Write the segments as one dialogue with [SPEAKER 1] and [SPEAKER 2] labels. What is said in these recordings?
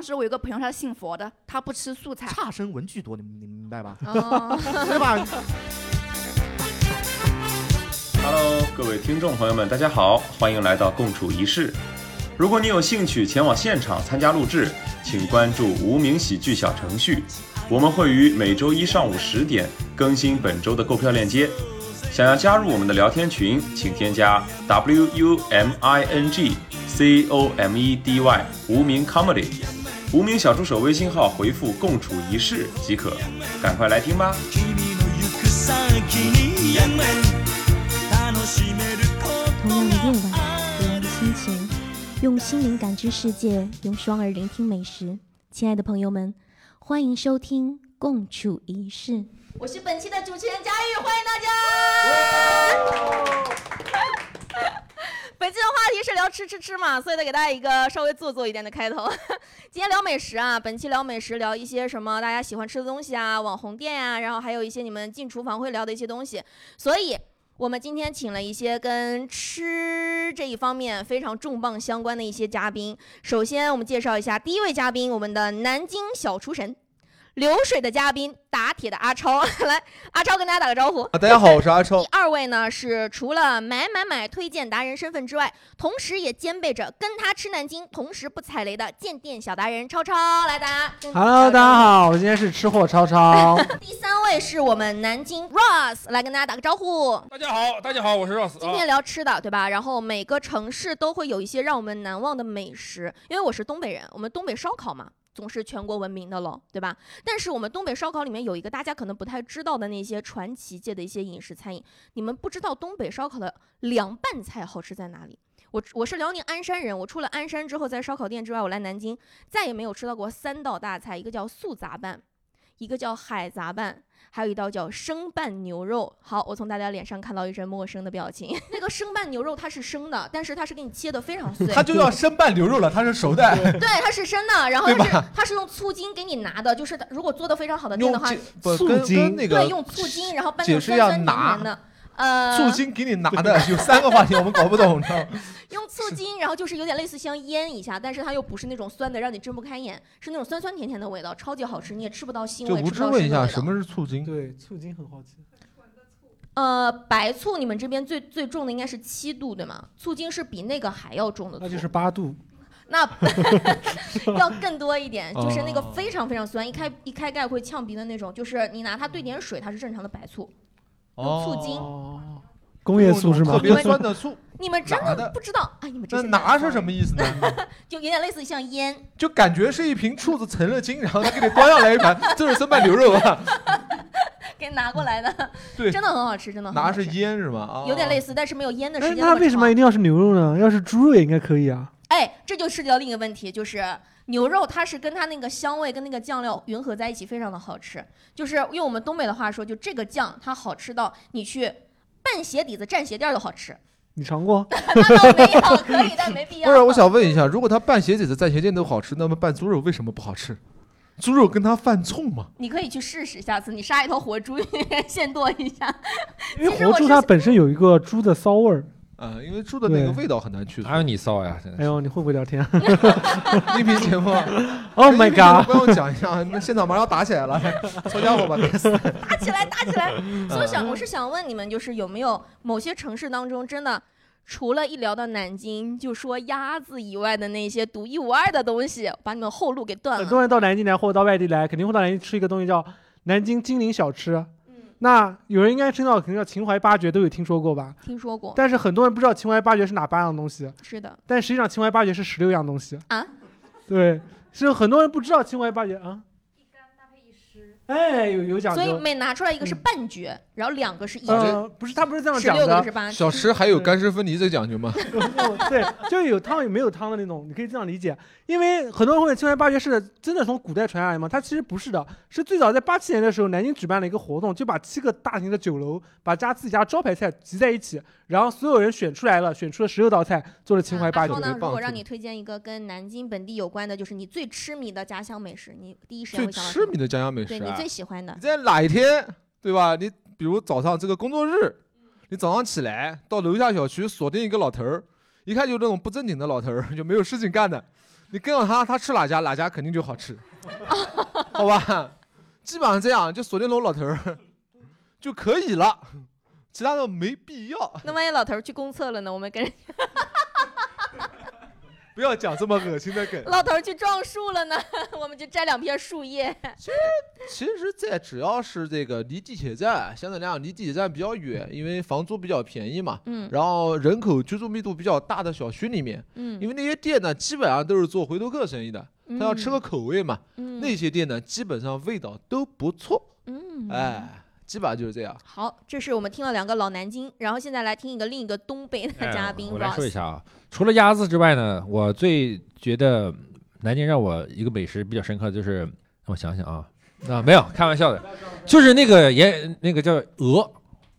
[SPEAKER 1] 当时我有个朋友，他信佛的，他不吃素菜。
[SPEAKER 2] 差生文具多，你你明白吧？
[SPEAKER 1] 哦
[SPEAKER 2] 对吧？
[SPEAKER 3] Hello，各位听众朋友们，大家好，欢迎来到共处一室。如果你有兴趣前往现场参加录制，请关注无名喜剧小程序，我们会于每周一上午十点更新本周的购票链接。想要加入我们的聊天群，请添加 W U M I N G C O M E D Y 无名 comedy，无名小助手微信号回复“共处一室”即可。赶快来听吧！
[SPEAKER 4] 同样的夜晚，同样的心情，用心灵感知世界，用双耳聆听美食。亲爱的朋友们，欢迎收听《共处一室》。
[SPEAKER 5] 我是本期的主持人佳玉，欢迎大家。 本期的话题是聊吃吃吃嘛，所以得给大家一个稍微做作一点的开头。 今天聊美食啊，本期聊美食，聊一些什么大家喜欢吃的东西啊，网红店啊，然后还有一些你们进厨房会聊的一些东西。所以我们今天请了一些跟吃这一方面非常重磅相关的一些嘉宾。首先，我们介绍一下第一位嘉宾，我们的南京小厨神。流水的嘉宾，打铁的阿超， 来，阿超跟大家打个招呼。
[SPEAKER 6] 啊，大家好，我是阿 超
[SPEAKER 5] 第。二位呢是除了买买买推荐达人身份之外，同时也兼备着跟他吃南京，同时不踩雷的鉴店小达人超超，来大家跟。
[SPEAKER 7] Hello，大家好，我今天是吃货超超。
[SPEAKER 5] 第三位是我们南京 Ross，来跟大家打个招呼。
[SPEAKER 8] 大家好，大家好，我是 Ross。啊
[SPEAKER 5] 今天聊吃的，对吧？然后每个城市都会有一些让我们难忘的美食，因为我是东北人，我们东北烧烤嘛，总是全国闻名的喽，对吧？但是我们东北烧烤里面有一个大家可能不太知道的那些传奇界的一些饮食餐饮，你们不知道东北烧烤的凉拌菜好吃在哪里？我我是辽宁鞍山人，我出了鞍山之后，在烧烤店之外，我来南京，再也没有吃到过三道大菜，一个叫素杂拌，一个叫海杂拌，还有一道叫生拌牛肉。好，我从大家脸上看到一阵陌生的表情。那个生拌牛肉它是生的，但是它是给你切的非常 碎，
[SPEAKER 6] 他就 要生拌牛肉了，他是熟的，
[SPEAKER 5] 对，它是生的，然后它是它是用醋精给你拿的，就是它如果做的非常好的店
[SPEAKER 6] 用
[SPEAKER 5] 的话
[SPEAKER 6] 这，不
[SPEAKER 7] 醋
[SPEAKER 6] 跟
[SPEAKER 7] 精
[SPEAKER 6] 跟那
[SPEAKER 5] 对，
[SPEAKER 6] 个
[SPEAKER 5] 用醋精，然后拌
[SPEAKER 6] 解
[SPEAKER 5] 成
[SPEAKER 6] 释
[SPEAKER 5] 酸
[SPEAKER 6] 一下
[SPEAKER 5] 酸甜
[SPEAKER 6] 拿
[SPEAKER 5] 甜的。呃，
[SPEAKER 6] 醋精给你拿的， 有三个话题我们搞不懂，你知道吗？
[SPEAKER 5] 用醋精，然后就是有点类似像腌一下，但是它又不是那种酸的让你睁不开眼，是那种酸酸甜甜的味道，超级好吃，你也吃不到腥
[SPEAKER 6] 就
[SPEAKER 5] 味，吃
[SPEAKER 6] 无
[SPEAKER 5] 不
[SPEAKER 6] 知
[SPEAKER 5] 到
[SPEAKER 6] 问
[SPEAKER 5] 腥
[SPEAKER 6] 一下，
[SPEAKER 5] 的味
[SPEAKER 6] 什
[SPEAKER 5] 道。
[SPEAKER 6] 么是醋精？
[SPEAKER 7] 对，醋精很好吃。
[SPEAKER 5] 呃，白醋你们这边最最重的应该是七度对吗？醋精是比那个还要重的醋，
[SPEAKER 7] 那就是八度，
[SPEAKER 5] 那 要更多一点，就是那个
[SPEAKER 6] 哦
[SPEAKER 5] 非常非常酸，一开一开盖会呛鼻的那种，就是你拿它兑点水，它是正常的白醋。用醋精
[SPEAKER 7] 哦，工业醋是吗
[SPEAKER 6] 特？别酸的哦醋，
[SPEAKER 5] 你们真
[SPEAKER 6] 拿的
[SPEAKER 5] 不知道啊？你们这
[SPEAKER 6] 那
[SPEAKER 5] 些
[SPEAKER 6] 拿是什
[SPEAKER 5] 么？
[SPEAKER 6] 么意思呢？
[SPEAKER 5] 就有点类似于像烟，
[SPEAKER 6] 就感觉是一瓶醋子成了精，然后他给你端上来一盘， 这是生拌牛肉啊？
[SPEAKER 5] 给拿过来的，
[SPEAKER 6] 对
[SPEAKER 5] 真的很好吃，真的很好
[SPEAKER 6] 拿
[SPEAKER 5] 吃
[SPEAKER 6] 是腌是吗？啊，
[SPEAKER 5] 有点类似，但是没有腌的时
[SPEAKER 7] 哎，
[SPEAKER 5] 间那
[SPEAKER 7] 那
[SPEAKER 5] 么
[SPEAKER 7] 为什么
[SPEAKER 5] 长
[SPEAKER 7] 一定要是牛肉呢？要是猪肉也应该可以啊。
[SPEAKER 5] 哎，这就涉及到另一个问题，就是牛肉它是跟它那个香味跟那个酱料匀合在一起，非常的好吃。就是用我们东北的话说，就这个酱它好吃到你去拌鞋底子蘸鞋垫儿都好 吃。
[SPEAKER 7] 你尝过？
[SPEAKER 5] 那倒没有，可以，但没必要。
[SPEAKER 6] 不是，我想问一下，如果他拌鞋底子蘸鞋垫都好吃，那么拌猪肉为什么不好吃？猪肉跟它犯冲 嘛？
[SPEAKER 5] 你可以去试试，下次你杀一头活猪 现剁一下。
[SPEAKER 7] 因为
[SPEAKER 5] 其实我
[SPEAKER 7] 活猪
[SPEAKER 5] 是
[SPEAKER 7] 它本身有一个猪的骚味儿。
[SPEAKER 6] 啊，因为猪的那个
[SPEAKER 7] 对
[SPEAKER 6] 味道很难去除。
[SPEAKER 8] 哪有你骚呀？真的
[SPEAKER 7] 哎呦，你会不会聊天
[SPEAKER 6] 音频节目啊
[SPEAKER 7] ？Oh my
[SPEAKER 6] 哎
[SPEAKER 7] god！
[SPEAKER 6] 不要 讲一下，那现场马上打起来了，臭家伙吧，该死！
[SPEAKER 5] 打起来，打起 来！所以
[SPEAKER 7] 嗯
[SPEAKER 5] 想，我是想问你们，就是有没有某些城市当中真的？除了一聊到南京，就说鸭子以外的那些独一无二的东西，把你们后路给断
[SPEAKER 7] 很
[SPEAKER 5] 了。
[SPEAKER 7] 多人到南京来或者到外地来，肯定会到南京吃一个东西叫南京金陵小吃。
[SPEAKER 5] 嗯，
[SPEAKER 7] 那有人应该听到，肯定叫秦淮八绝，都有听说过吧？
[SPEAKER 5] 听说过，
[SPEAKER 7] 但是很多人不知道秦淮八绝是哪八样东西，
[SPEAKER 5] 是的，
[SPEAKER 7] 但实际上秦淮八绝是十六样东西
[SPEAKER 5] 啊。
[SPEAKER 7] 对，是很多人不知道秦淮八绝啊。哎，有有讲
[SPEAKER 5] 所以
[SPEAKER 7] 究。嗯
[SPEAKER 5] 每拿出来一个是半绝，然后两个是一绝，
[SPEAKER 7] 呃，不是，他不是这样
[SPEAKER 5] 十
[SPEAKER 7] 讲
[SPEAKER 5] 六个
[SPEAKER 7] 的。
[SPEAKER 5] 是八绝。
[SPEAKER 6] 小吃还有干湿分离这讲究吗？
[SPEAKER 7] 对，就是有汤也没有汤的那种，你可以这样理解。因为很多人会问秦淮八绝是真的从古代传下来吗？它其实不是的，是最早在八七年的时候，南京举办了一个活动，就把七个大型的酒楼把家自己家招牌菜集在一起，然后所有人选出来了，选出了十六道菜，做了秦淮八
[SPEAKER 5] 啊然
[SPEAKER 7] 绝
[SPEAKER 5] 后。呢，如
[SPEAKER 6] 棒
[SPEAKER 5] 果
[SPEAKER 6] 子
[SPEAKER 5] 让你推荐一个跟南京本地有关的，就是你最痴迷的家乡美食，你第一时间
[SPEAKER 6] 最
[SPEAKER 5] 会想到什
[SPEAKER 6] 痴
[SPEAKER 5] 么？
[SPEAKER 6] 迷的家乡美食
[SPEAKER 5] 对你
[SPEAKER 6] 啊！
[SPEAKER 5] 最喜欢的
[SPEAKER 6] 你，在哪一天，对吧？你比如早上这个工作日，你早上起来到楼下小区锁定一个老头儿，一看就那种不正经的老头儿，就没有事情干的。你跟着他，他吃哪家，哪家肯定就 好吃，好吧？基本上这样，就锁定楼老头儿就可以了，其他的没必要。
[SPEAKER 5] 那万一老头儿去公厕了呢？我们跟人
[SPEAKER 6] 不要讲这么恶心的梗。
[SPEAKER 5] 老头儿去撞树了呢， 我们就摘两片树 叶。
[SPEAKER 6] 其实，在只要是这个离地铁站，相对来讲离地铁站比较远，因为房租比较便宜嘛，
[SPEAKER 5] 嗯
[SPEAKER 6] 然后人口居住密度比较大的小区里面，
[SPEAKER 5] 嗯
[SPEAKER 6] 因为那些店呢，基本上都是做回头客生意的，他要吃个口味嘛，
[SPEAKER 5] 嗯
[SPEAKER 6] 那些店呢，基本上味道都不错，
[SPEAKER 5] 嗯，
[SPEAKER 6] 哎，基本上就是这样。
[SPEAKER 5] 好，这是我们听了两个老南京，然后现在来听一个另一个东北的
[SPEAKER 8] 哎
[SPEAKER 5] 嘉宾
[SPEAKER 8] 我来说一
[SPEAKER 5] Ross。
[SPEAKER 8] 下啊，除了鸭子之外呢，我最觉得南京让我一个美食比较深刻的就是，让我想想啊，啊没有开玩笑的，就是那个盐那个叫鹅，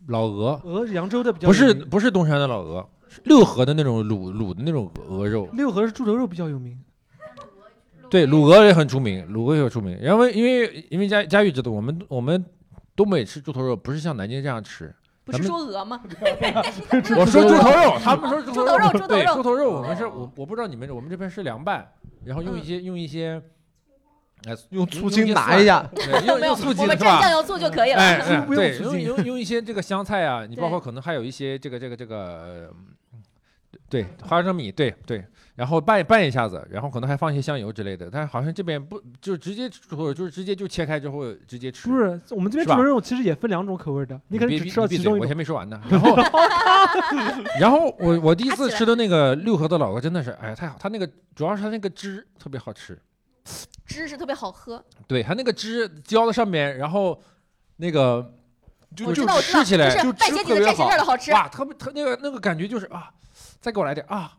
[SPEAKER 8] 老鹅，
[SPEAKER 7] 鹅是扬州的比较有
[SPEAKER 8] 不是
[SPEAKER 7] 名，
[SPEAKER 8] 不是东山的老鹅，是六合的那种卤卤的那种鹅肉，
[SPEAKER 7] 六合是猪头肉比较有名。
[SPEAKER 8] 对，卤鹅也很出名，卤鹅也很出名。然后因为因为佳佳玉知道，我们我们东北吃猪头肉不是像南京这样吃，
[SPEAKER 5] 不是说鹅吗？
[SPEAKER 8] 我说猪头肉，他们说猪
[SPEAKER 5] 头肉猪头
[SPEAKER 8] 对
[SPEAKER 5] 肉
[SPEAKER 8] 猪头肉，我们是我我不知道你们我们这边是凉拌，
[SPEAKER 5] 嗯
[SPEAKER 8] 然后用一些用一些，哎，
[SPEAKER 6] 用
[SPEAKER 8] 些
[SPEAKER 6] 醋精拿一下，
[SPEAKER 8] 对
[SPEAKER 5] 没有
[SPEAKER 8] 用
[SPEAKER 5] 没有，我
[SPEAKER 8] 用醋精
[SPEAKER 5] 们
[SPEAKER 8] 是
[SPEAKER 5] 蘸
[SPEAKER 8] 吧
[SPEAKER 5] 酱？油醋就可以了。
[SPEAKER 8] 哎，
[SPEAKER 7] 醋
[SPEAKER 8] 哎
[SPEAKER 7] 不用
[SPEAKER 8] 对，
[SPEAKER 7] 醋
[SPEAKER 8] 用
[SPEAKER 7] 精
[SPEAKER 8] 用用一些这个香菜啊，你包
[SPEAKER 5] 对
[SPEAKER 8] 括可能还有一些这个这个这个，呃对，花生米，对对，然后拌拌一下子，然后可能还放一些香油之类的，但是好像这边不就直接吃或者就是直接就切开之后直接吃
[SPEAKER 7] 不。是，我们这边
[SPEAKER 8] 是
[SPEAKER 7] 猪
[SPEAKER 8] 吧
[SPEAKER 7] 头肉其实也分两种口味的，你可能
[SPEAKER 8] 别
[SPEAKER 7] 只
[SPEAKER 8] 别
[SPEAKER 7] 吃到
[SPEAKER 8] 闭
[SPEAKER 7] 其
[SPEAKER 8] 嘴
[SPEAKER 7] 中一
[SPEAKER 8] 我
[SPEAKER 7] 种。
[SPEAKER 8] 先没说完呢。 然 后， 然后我我第一次吃的那个六合的老鹅真的是，哎呀太好，它那个主要是它那个汁特别好吃，
[SPEAKER 5] 芝士特别好喝，
[SPEAKER 8] 对，它那个汁浇在上面，然后那个
[SPEAKER 5] 我
[SPEAKER 8] 就
[SPEAKER 5] 知
[SPEAKER 8] 就
[SPEAKER 5] 道我知道，
[SPEAKER 8] 吃起来
[SPEAKER 5] 就是
[SPEAKER 6] 就
[SPEAKER 5] 半
[SPEAKER 6] 吃
[SPEAKER 5] 截
[SPEAKER 6] 特
[SPEAKER 5] 底的
[SPEAKER 6] 别
[SPEAKER 5] 蘸咸
[SPEAKER 6] 好
[SPEAKER 5] 片儿的好吃。
[SPEAKER 8] 哇，特别特那个那个感觉就是啊，再给我来点啊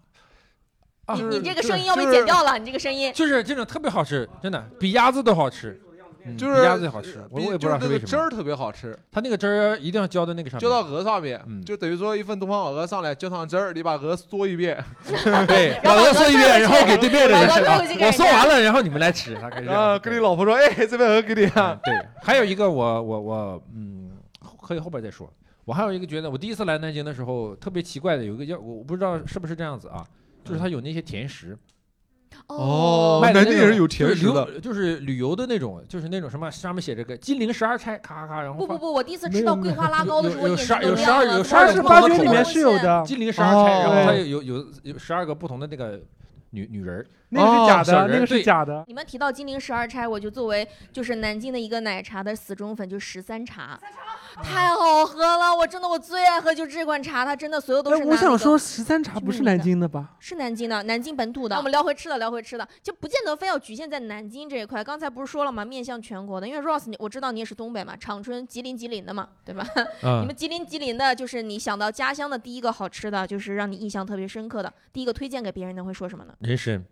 [SPEAKER 8] 啊！
[SPEAKER 5] 你
[SPEAKER 8] 就
[SPEAKER 5] 你
[SPEAKER 8] 是
[SPEAKER 5] 这个
[SPEAKER 8] 就是
[SPEAKER 5] 声音要被
[SPEAKER 8] 就是
[SPEAKER 5] 剪掉了，你这个声音。
[SPEAKER 8] 就是这种特别好吃，真的比鸭子都好吃，嗯
[SPEAKER 6] 就
[SPEAKER 8] 比
[SPEAKER 6] 是呃
[SPEAKER 8] 鸭子好吃，我
[SPEAKER 6] 比
[SPEAKER 8] 我
[SPEAKER 6] 就
[SPEAKER 8] 也不知
[SPEAKER 6] 是
[SPEAKER 8] 道
[SPEAKER 6] 那
[SPEAKER 8] 是
[SPEAKER 6] 个
[SPEAKER 8] 为什
[SPEAKER 6] 汁
[SPEAKER 8] 么。
[SPEAKER 6] 儿特别好吃，
[SPEAKER 8] 它那个汁儿一定要浇在那个上
[SPEAKER 6] 浇到
[SPEAKER 8] 面，
[SPEAKER 6] 鹅上面，
[SPEAKER 8] 嗯
[SPEAKER 6] 就等于说一份东方老鹅上来，浇上汁儿，你把鹅嗦一 遍，
[SPEAKER 8] 对，
[SPEAKER 5] 然后
[SPEAKER 8] 老哥说一遍，然
[SPEAKER 5] 老
[SPEAKER 8] 后
[SPEAKER 5] 哥
[SPEAKER 8] 给对面的人
[SPEAKER 5] 老
[SPEAKER 8] 吃
[SPEAKER 5] 哥
[SPEAKER 8] 啊
[SPEAKER 5] 给人
[SPEAKER 8] 我说
[SPEAKER 5] 家
[SPEAKER 8] 完了，然后你们来吃，啊大概是这
[SPEAKER 6] 然
[SPEAKER 8] 样
[SPEAKER 6] 后
[SPEAKER 8] 子
[SPEAKER 6] 跟你老婆说，哎，这边鹅给你啊，
[SPEAKER 8] 嗯对，还有一个我我我嗯，后可以后边再说。我还有一个觉得，我第一次来南京的时候特别奇怪的，有一个叫我我不知道是不是这样子啊，就是它有那些甜食，
[SPEAKER 6] 哦
[SPEAKER 8] 卖的
[SPEAKER 6] 南
[SPEAKER 8] 那
[SPEAKER 6] 京
[SPEAKER 8] 种
[SPEAKER 6] 人有
[SPEAKER 8] 就是
[SPEAKER 6] 甜食
[SPEAKER 8] 旅
[SPEAKER 6] 的，
[SPEAKER 8] 就是旅游的那种，就是那种什么上面写着个金陵十二钗，咔咔咔，然后
[SPEAKER 5] 不
[SPEAKER 8] 放
[SPEAKER 5] 不不，我第一次
[SPEAKER 7] 没
[SPEAKER 5] 吃到
[SPEAKER 7] 有
[SPEAKER 5] 桂花拉糕的时候，
[SPEAKER 8] 有
[SPEAKER 5] 我
[SPEAKER 8] 有
[SPEAKER 5] 眼
[SPEAKER 8] 十
[SPEAKER 5] 睛
[SPEAKER 8] 二
[SPEAKER 5] 都
[SPEAKER 8] 有
[SPEAKER 5] 亮
[SPEAKER 8] 十二
[SPEAKER 5] 了
[SPEAKER 8] 有
[SPEAKER 5] 怎
[SPEAKER 8] 十
[SPEAKER 5] 么
[SPEAKER 8] 二
[SPEAKER 7] 二
[SPEAKER 5] 会这么
[SPEAKER 7] 十八
[SPEAKER 8] 种不同
[SPEAKER 7] 圈
[SPEAKER 8] 的口
[SPEAKER 7] 里
[SPEAKER 8] 味
[SPEAKER 7] 面
[SPEAKER 5] 多
[SPEAKER 7] 是有的，
[SPEAKER 8] 金陵十二钗，然后它
[SPEAKER 6] 哦
[SPEAKER 8] 有有有有十二个不同的那个女女人儿，
[SPEAKER 7] 那个是假
[SPEAKER 8] 哦小
[SPEAKER 7] 的，
[SPEAKER 8] 人
[SPEAKER 7] 那个
[SPEAKER 8] 对
[SPEAKER 7] 是假的。
[SPEAKER 5] 你们提到金陵十二钗，我就作为就是南京的一个奶茶的死忠粉，就十三茶，太好喝了！我真的我最爱喝就这款茶，它真的所有都
[SPEAKER 7] 哎
[SPEAKER 5] 是。，
[SPEAKER 7] 我想说，。十三茶
[SPEAKER 5] 是
[SPEAKER 7] 不
[SPEAKER 5] 匿
[SPEAKER 7] 是
[SPEAKER 5] 名
[SPEAKER 7] 南
[SPEAKER 5] 的
[SPEAKER 7] 京的吧？
[SPEAKER 5] 是南京的，南京本土的。那我们聊回吃的，聊回吃的，就不见得非要局限在南京这一块。刚才不是说了嘛，面向全国的，因为 Ross，你我知道你也是东北嘛，长春、吉林、吉林的嘛，对吧？ 你
[SPEAKER 8] 嗯，
[SPEAKER 5] 们吉林吉林的，就是你想到家乡的第一个好吃的，就是让你印象特别深刻的，第一个推荐给别人的会说什么呢？
[SPEAKER 8] 人参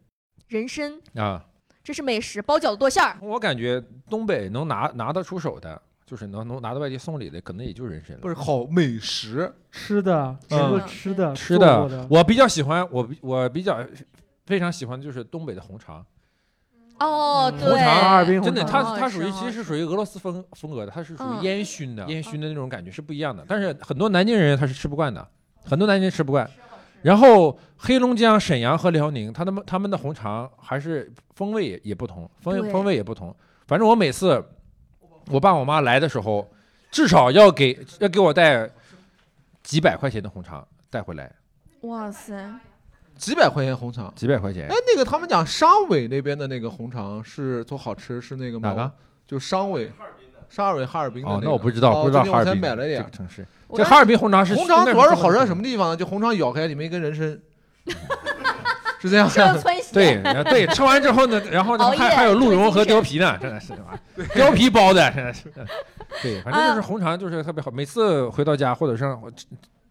[SPEAKER 5] 人参，
[SPEAKER 8] 啊，
[SPEAKER 5] 这是美食，包饺子剁馅儿。
[SPEAKER 8] 我感觉东北能拿拿得出手的，就是能能拿到外地送礼的，可能也就人参了。
[SPEAKER 6] 不是好美食，
[SPEAKER 7] 吃的，吃
[SPEAKER 8] 嗯
[SPEAKER 7] 的，吃的，
[SPEAKER 8] 吃
[SPEAKER 7] 做过
[SPEAKER 8] 的
[SPEAKER 7] 的，，
[SPEAKER 8] 我比较喜欢，我比我比较非常喜欢的就是东北的红肠，
[SPEAKER 5] 哦，
[SPEAKER 8] 嗯红
[SPEAKER 5] 对，哦
[SPEAKER 8] 肠啊
[SPEAKER 7] 哈尔滨红
[SPEAKER 8] 真的，
[SPEAKER 7] 肠
[SPEAKER 8] 它
[SPEAKER 5] 好
[SPEAKER 8] 它
[SPEAKER 5] 吃
[SPEAKER 8] 属于
[SPEAKER 5] 好
[SPEAKER 8] 其实是属于俄罗斯风风格的，它是属
[SPEAKER 5] 嗯
[SPEAKER 8] 于烟熏的，烟熏的那种感觉是不一样的。但是很多南京人他是吃不惯的，很多南京人吃不惯。然后黑龙江沈阳和辽宁，他们他们的红肠还是风味也也不同，风
[SPEAKER 5] 对
[SPEAKER 8] 风味也不同。反正我每次我爸我妈来的时候，至少要给要给我带几百块钱的红肠带回来，
[SPEAKER 5] 哇塞，
[SPEAKER 6] 几百块钱红肠。
[SPEAKER 8] 几百块钱
[SPEAKER 6] 哎，那个他们讲商委那边的那个红肠是多好吃，是那个吗？
[SPEAKER 8] 哪个？
[SPEAKER 6] 就商委，商委哈尔滨的
[SPEAKER 8] 哦，
[SPEAKER 6] 个
[SPEAKER 8] 那我不知道，
[SPEAKER 6] 哦
[SPEAKER 8] 不知道
[SPEAKER 6] 最
[SPEAKER 8] 哈
[SPEAKER 6] 近我
[SPEAKER 8] 尔
[SPEAKER 6] 才
[SPEAKER 8] 滨
[SPEAKER 6] 买了
[SPEAKER 8] 这
[SPEAKER 6] 点
[SPEAKER 8] 个
[SPEAKER 6] 儿。
[SPEAKER 8] 城市。
[SPEAKER 5] 我
[SPEAKER 8] 这
[SPEAKER 5] 让
[SPEAKER 8] 哈尔滨红肠是
[SPEAKER 6] 红肠
[SPEAKER 8] 那
[SPEAKER 6] 主要是
[SPEAKER 8] 中国
[SPEAKER 6] 好吃在
[SPEAKER 8] 的
[SPEAKER 6] 什么地方呢？就红肠咬开里面一根人参， 是这样
[SPEAKER 5] 这
[SPEAKER 6] 的
[SPEAKER 5] 种。村西
[SPEAKER 8] 对，然后对，吃完之后 呢，然后呢
[SPEAKER 5] 熬夜
[SPEAKER 8] 还还有鹿
[SPEAKER 5] 这个
[SPEAKER 8] 茸和
[SPEAKER 5] 精神
[SPEAKER 8] 貂皮呢，真的是对吧 貂皮包的，真的是。对，反正
[SPEAKER 5] 啊
[SPEAKER 8] 就是红肠就是特别好，每次回到家或者是让我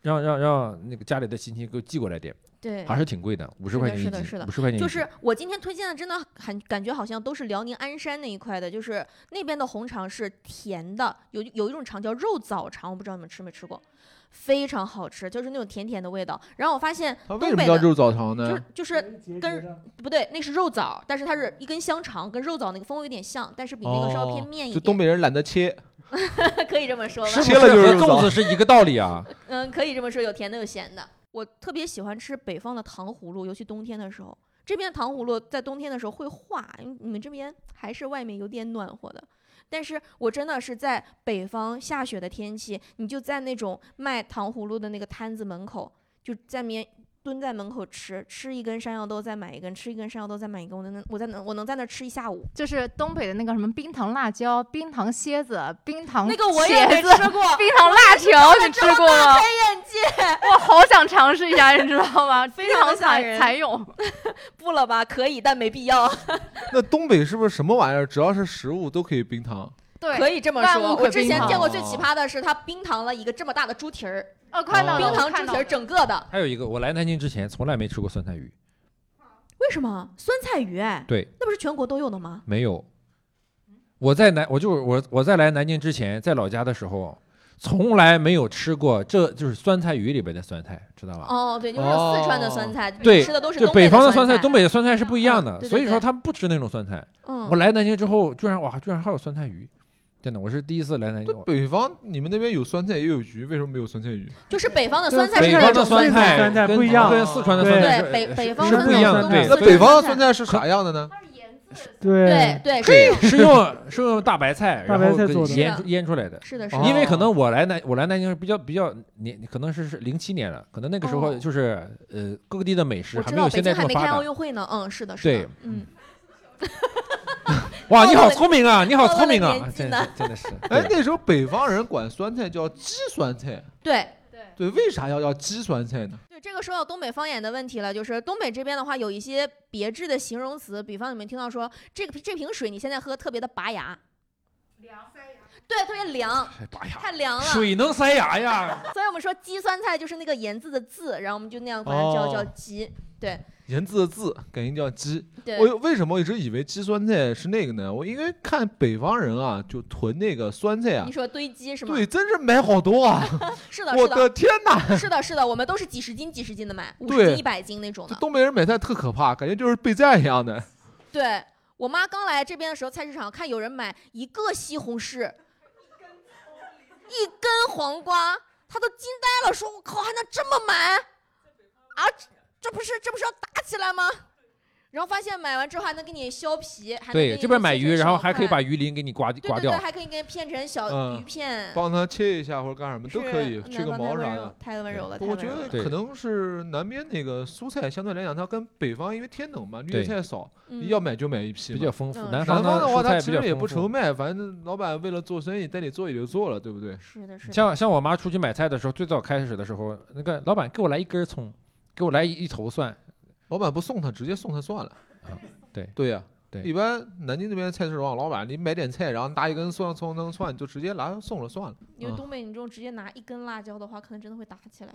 [SPEAKER 8] 让让让那个家里的亲戚给我寄过来点，
[SPEAKER 5] 对。
[SPEAKER 8] 还是挺贵的，五
[SPEAKER 5] 是
[SPEAKER 8] 十
[SPEAKER 5] 的
[SPEAKER 8] 块钱一
[SPEAKER 5] 是的是
[SPEAKER 8] 斤
[SPEAKER 5] 的，
[SPEAKER 8] 五十块钱一斤。
[SPEAKER 5] 就是我今天推荐的，真的很感觉好像都是辽宁鞍山那一块的，就是那边的红肠是甜的，有有一种肠叫肉枣肠，我不知道你们吃没吃过，非常好吃，就是那种甜甜的味道。然后我发现
[SPEAKER 6] 它
[SPEAKER 5] 东
[SPEAKER 6] 为什么
[SPEAKER 5] 北
[SPEAKER 6] 叫
[SPEAKER 5] 的
[SPEAKER 6] 肉枣肠
[SPEAKER 5] 就
[SPEAKER 6] 呢
[SPEAKER 5] 是？就是跟不对，那是肉枣，但是它是一根香肠，跟肉枣那个风味有点像，但是比那个稍微偏
[SPEAKER 6] 哦
[SPEAKER 5] 面一
[SPEAKER 6] 就
[SPEAKER 5] 点，
[SPEAKER 6] 东北人懒得切，
[SPEAKER 5] 可以这么说吧？
[SPEAKER 8] 是不
[SPEAKER 6] 切了就是
[SPEAKER 8] 和
[SPEAKER 6] 肉
[SPEAKER 8] 粽
[SPEAKER 6] 枣
[SPEAKER 8] 子是一个道理啊？
[SPEAKER 5] 嗯，可以这么说，有甜的有咸的。我特别喜欢吃北方的糖葫芦，尤其冬天的时候，这边糖葫芦在冬天的时候会化，因为你们这边还是外面有点暖和的。但是我真的是在北方下雪的天气，你就在那种卖糖葫芦的那个摊子门口，就在面蹲在门口吃，吃一根山药豆再买一根，吃一根山药豆再买一根，我在那我在那我能在那吃一下午。
[SPEAKER 9] 就是东北的那个什么冰糖辣椒、冰糖蝎子、冰糖
[SPEAKER 5] 那个我也
[SPEAKER 9] 茄
[SPEAKER 5] 没
[SPEAKER 9] 子
[SPEAKER 5] 吃过，
[SPEAKER 9] 冰糖辣条，你吃过吗
[SPEAKER 5] 开？眼 界，
[SPEAKER 9] 我好想尝试一下，你知道 吗？冰
[SPEAKER 5] 非常
[SPEAKER 9] 糖
[SPEAKER 5] 的吓
[SPEAKER 9] 蚕
[SPEAKER 5] 人
[SPEAKER 9] 蚕蛹，
[SPEAKER 5] 不了吧？可以，但没必 要。
[SPEAKER 6] 那东北是不是什么玩意儿，只要是食物都可以冰糖？
[SPEAKER 9] 对，
[SPEAKER 5] 可以哦这么
[SPEAKER 9] 万
[SPEAKER 5] 说。
[SPEAKER 9] 物可
[SPEAKER 5] 我之
[SPEAKER 9] 冰
[SPEAKER 5] 前见
[SPEAKER 9] 糖
[SPEAKER 5] 过最奇葩的是，他冰糖了一个这么大的猪蹄儿，
[SPEAKER 9] 哦，看到了，
[SPEAKER 5] 冰
[SPEAKER 9] 我
[SPEAKER 5] 糖
[SPEAKER 9] 看
[SPEAKER 5] 猪
[SPEAKER 9] 到
[SPEAKER 5] 蹄儿
[SPEAKER 9] 了
[SPEAKER 5] 整个的。
[SPEAKER 8] 还有一个，我来南京之前从来没吃过酸菜鱼，
[SPEAKER 5] 为什么酸菜鱼？哎，
[SPEAKER 8] 对，
[SPEAKER 5] 那不是全国都有的吗？
[SPEAKER 8] 没有。我在南，我就是我我在来南京之前，在老家的时候，从来没有吃过，这就是酸菜鱼里边的酸菜，知道吧？
[SPEAKER 5] 哦，对，就是那种四川的酸菜，
[SPEAKER 8] 对
[SPEAKER 5] 吃的都是
[SPEAKER 8] 就
[SPEAKER 5] 东
[SPEAKER 8] 北方
[SPEAKER 5] 的
[SPEAKER 8] 酸
[SPEAKER 5] 菜，
[SPEAKER 8] 东北的酸菜是不一样的，
[SPEAKER 5] 嗯对对
[SPEAKER 8] 所以
[SPEAKER 5] 对
[SPEAKER 8] 说他们不吃那种酸菜。
[SPEAKER 5] 嗯
[SPEAKER 8] 我，来南京之后，居然哇，居然还有酸菜鱼，真的，我是第一次来南京。我
[SPEAKER 6] 北方你们那边有酸菜也有鱼，为什么没有酸菜鱼？
[SPEAKER 5] 就是北方的
[SPEAKER 7] 就
[SPEAKER 5] 酸菜
[SPEAKER 8] 啊北
[SPEAKER 5] 是
[SPEAKER 8] 方
[SPEAKER 5] 那
[SPEAKER 8] 的
[SPEAKER 5] 种
[SPEAKER 8] 酸
[SPEAKER 7] 菜
[SPEAKER 8] 菜
[SPEAKER 7] 酸菜
[SPEAKER 8] 跟
[SPEAKER 7] 不一样
[SPEAKER 8] 跟四川的酸菜
[SPEAKER 5] 对
[SPEAKER 8] 是
[SPEAKER 5] 北北方
[SPEAKER 8] 是
[SPEAKER 5] 酸
[SPEAKER 8] 不一
[SPEAKER 5] 菜
[SPEAKER 8] 样的。
[SPEAKER 5] 酸
[SPEAKER 8] 对
[SPEAKER 5] 菜
[SPEAKER 6] 那
[SPEAKER 8] 所以
[SPEAKER 6] 北方的酸菜是啥样的呢？
[SPEAKER 7] 对
[SPEAKER 5] 对，对
[SPEAKER 8] 可
[SPEAKER 5] 是
[SPEAKER 8] 以 是用是用大白菜，
[SPEAKER 7] 大
[SPEAKER 8] 然
[SPEAKER 7] 白
[SPEAKER 8] 后
[SPEAKER 7] 菜
[SPEAKER 8] 给
[SPEAKER 7] 做的
[SPEAKER 8] 腌
[SPEAKER 5] 是的
[SPEAKER 8] 腌出来的。
[SPEAKER 5] 是的是
[SPEAKER 6] 哦
[SPEAKER 5] 的，
[SPEAKER 8] 因为可能我来南我来南京是比较比较年，可能是是零七年了，可能那个时候
[SPEAKER 5] 哦
[SPEAKER 8] 就是呃各个地的美食
[SPEAKER 5] 我
[SPEAKER 8] 还
[SPEAKER 5] 知
[SPEAKER 8] 没
[SPEAKER 5] 道
[SPEAKER 8] 有
[SPEAKER 5] 北
[SPEAKER 8] 现在
[SPEAKER 5] 京
[SPEAKER 8] 这
[SPEAKER 5] 还
[SPEAKER 8] 么
[SPEAKER 5] 没
[SPEAKER 8] 发
[SPEAKER 5] 开奥
[SPEAKER 8] 达。
[SPEAKER 5] 运会呢，嗯，是的，是
[SPEAKER 8] 对
[SPEAKER 5] 的，嗯，
[SPEAKER 8] 哇，你
[SPEAKER 5] 到
[SPEAKER 8] 好
[SPEAKER 5] 了
[SPEAKER 8] 聪明啊！你好聪明
[SPEAKER 5] 到了
[SPEAKER 8] 啊
[SPEAKER 5] 年！纪
[SPEAKER 8] 真
[SPEAKER 5] 呢
[SPEAKER 8] 的是真的是。
[SPEAKER 6] 哎，
[SPEAKER 8] 对
[SPEAKER 6] 那时候北方人管酸菜叫鸡酸菜，
[SPEAKER 5] 对。
[SPEAKER 6] 对，为啥要叫鸡酸菜呢？
[SPEAKER 5] 对，这个说到东北方言的问题了，就是东北这边的话，有一些别致的形容词，比方你们听到说这个这瓶水你现在喝特别的拔牙，凉，对，特别凉，
[SPEAKER 8] 哎拔牙，
[SPEAKER 5] 太凉了。
[SPEAKER 8] 水能塞牙呀！
[SPEAKER 5] 所以我们说鸡酸菜就是那个盐字的字，然后我们就那样管它叫、
[SPEAKER 6] 哦
[SPEAKER 5] 叫鸡。
[SPEAKER 6] 言字的字改音叫鸡。
[SPEAKER 5] 对，
[SPEAKER 6] 我为什么一直以为鸡酸菜是那个呢？我因为看北方人啊，就囤那个酸菜啊
[SPEAKER 5] 你，说堆积是吗？
[SPEAKER 6] 对，真是买好多啊！
[SPEAKER 5] 是的，
[SPEAKER 6] 我
[SPEAKER 5] 是的，
[SPEAKER 6] 的天哪！
[SPEAKER 5] 是的，是的，我们都是几十斤、几十斤的买，五十
[SPEAKER 6] 对
[SPEAKER 5] 斤、一百斤那种
[SPEAKER 6] 这
[SPEAKER 5] 的。
[SPEAKER 6] 东北人买菜特可怕，感觉就是备战一样的。
[SPEAKER 5] 对我妈刚来这边的时候，菜市场看有人买一个西红柿，一根黄瓜，她都惊呆了，说：“我靠，还能这么买？啊，这这不是这不是要打起来吗？”然后发现买完之后还能给你削皮，还能给
[SPEAKER 8] 对，
[SPEAKER 5] 你
[SPEAKER 8] 这边
[SPEAKER 5] 切
[SPEAKER 8] 买
[SPEAKER 5] 成
[SPEAKER 8] 鱼，然
[SPEAKER 5] 小
[SPEAKER 8] 后还可以
[SPEAKER 5] 块
[SPEAKER 8] 把鱼鳞给你刮
[SPEAKER 5] 对
[SPEAKER 8] 刮
[SPEAKER 5] 对对，
[SPEAKER 8] 掉。
[SPEAKER 5] 还可以给你片成小
[SPEAKER 6] 嗯
[SPEAKER 5] 鱼片，
[SPEAKER 6] 帮他切一下或者干什么
[SPEAKER 5] 是
[SPEAKER 6] 都可以，
[SPEAKER 5] 南
[SPEAKER 6] 去个
[SPEAKER 5] 方
[SPEAKER 6] 毛
[SPEAKER 5] 太温
[SPEAKER 6] 啥
[SPEAKER 5] 柔
[SPEAKER 6] 的。
[SPEAKER 5] 太温柔了，太
[SPEAKER 6] 我
[SPEAKER 5] 温
[SPEAKER 6] 觉
[SPEAKER 5] 柔了
[SPEAKER 6] 得
[SPEAKER 8] 对
[SPEAKER 6] 可能是南边那个蔬菜相对来讲，它跟北方因为天冷嘛，绿
[SPEAKER 8] 对
[SPEAKER 6] 叶菜少，
[SPEAKER 5] 嗯
[SPEAKER 6] 要买就买一批
[SPEAKER 8] 比
[SPEAKER 6] 嘛。
[SPEAKER 8] 较丰富，
[SPEAKER 5] 嗯
[SPEAKER 8] 南
[SPEAKER 6] 南方
[SPEAKER 8] 的
[SPEAKER 6] 的话，
[SPEAKER 8] 蔬
[SPEAKER 6] 它
[SPEAKER 8] 菜
[SPEAKER 6] 其
[SPEAKER 8] 比较
[SPEAKER 6] 实也不
[SPEAKER 8] 丰富
[SPEAKER 6] 愁卖，反正老板为了做生意，带你做也就做了，对不对？
[SPEAKER 5] 是的，是的。
[SPEAKER 8] 像像我妈出去买菜的时候，最早开始的时候，那个老板给我来一根葱，给我来一一头蒜，
[SPEAKER 6] 老板不送他，直接送他算了。
[SPEAKER 8] 啊对
[SPEAKER 6] 对呀、
[SPEAKER 8] 对
[SPEAKER 6] 一般南京这边菜市场老板，你买点菜，然后拿一根蒜葱葱蒜，就直接拿送了算了。
[SPEAKER 5] 因为
[SPEAKER 6] 嗯
[SPEAKER 5] 东北你这种直接拿一根辣椒的话，可能真的会打起来。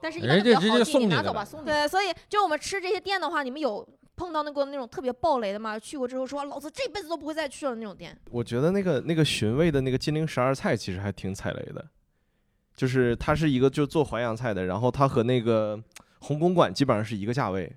[SPEAKER 5] 但是一般
[SPEAKER 8] 人
[SPEAKER 5] 都比
[SPEAKER 8] 家
[SPEAKER 5] 较
[SPEAKER 8] 直
[SPEAKER 5] 好
[SPEAKER 8] 接
[SPEAKER 5] 记
[SPEAKER 8] 送
[SPEAKER 5] 你
[SPEAKER 8] 你
[SPEAKER 5] 拿
[SPEAKER 8] 的
[SPEAKER 5] 走吧，
[SPEAKER 8] 了
[SPEAKER 5] 送你。对，所以就我们吃这些店的话，你们有碰到那过那种特别暴雷的吗？去过之后说老子这辈子都不会再去了那种店。
[SPEAKER 10] 我觉得那个那个寻味的那个金陵十二菜其实还挺踩雷的，就是它是一个就做淮扬菜的，然后它和那个红公馆基本上是一个价位。
[SPEAKER 5] 哦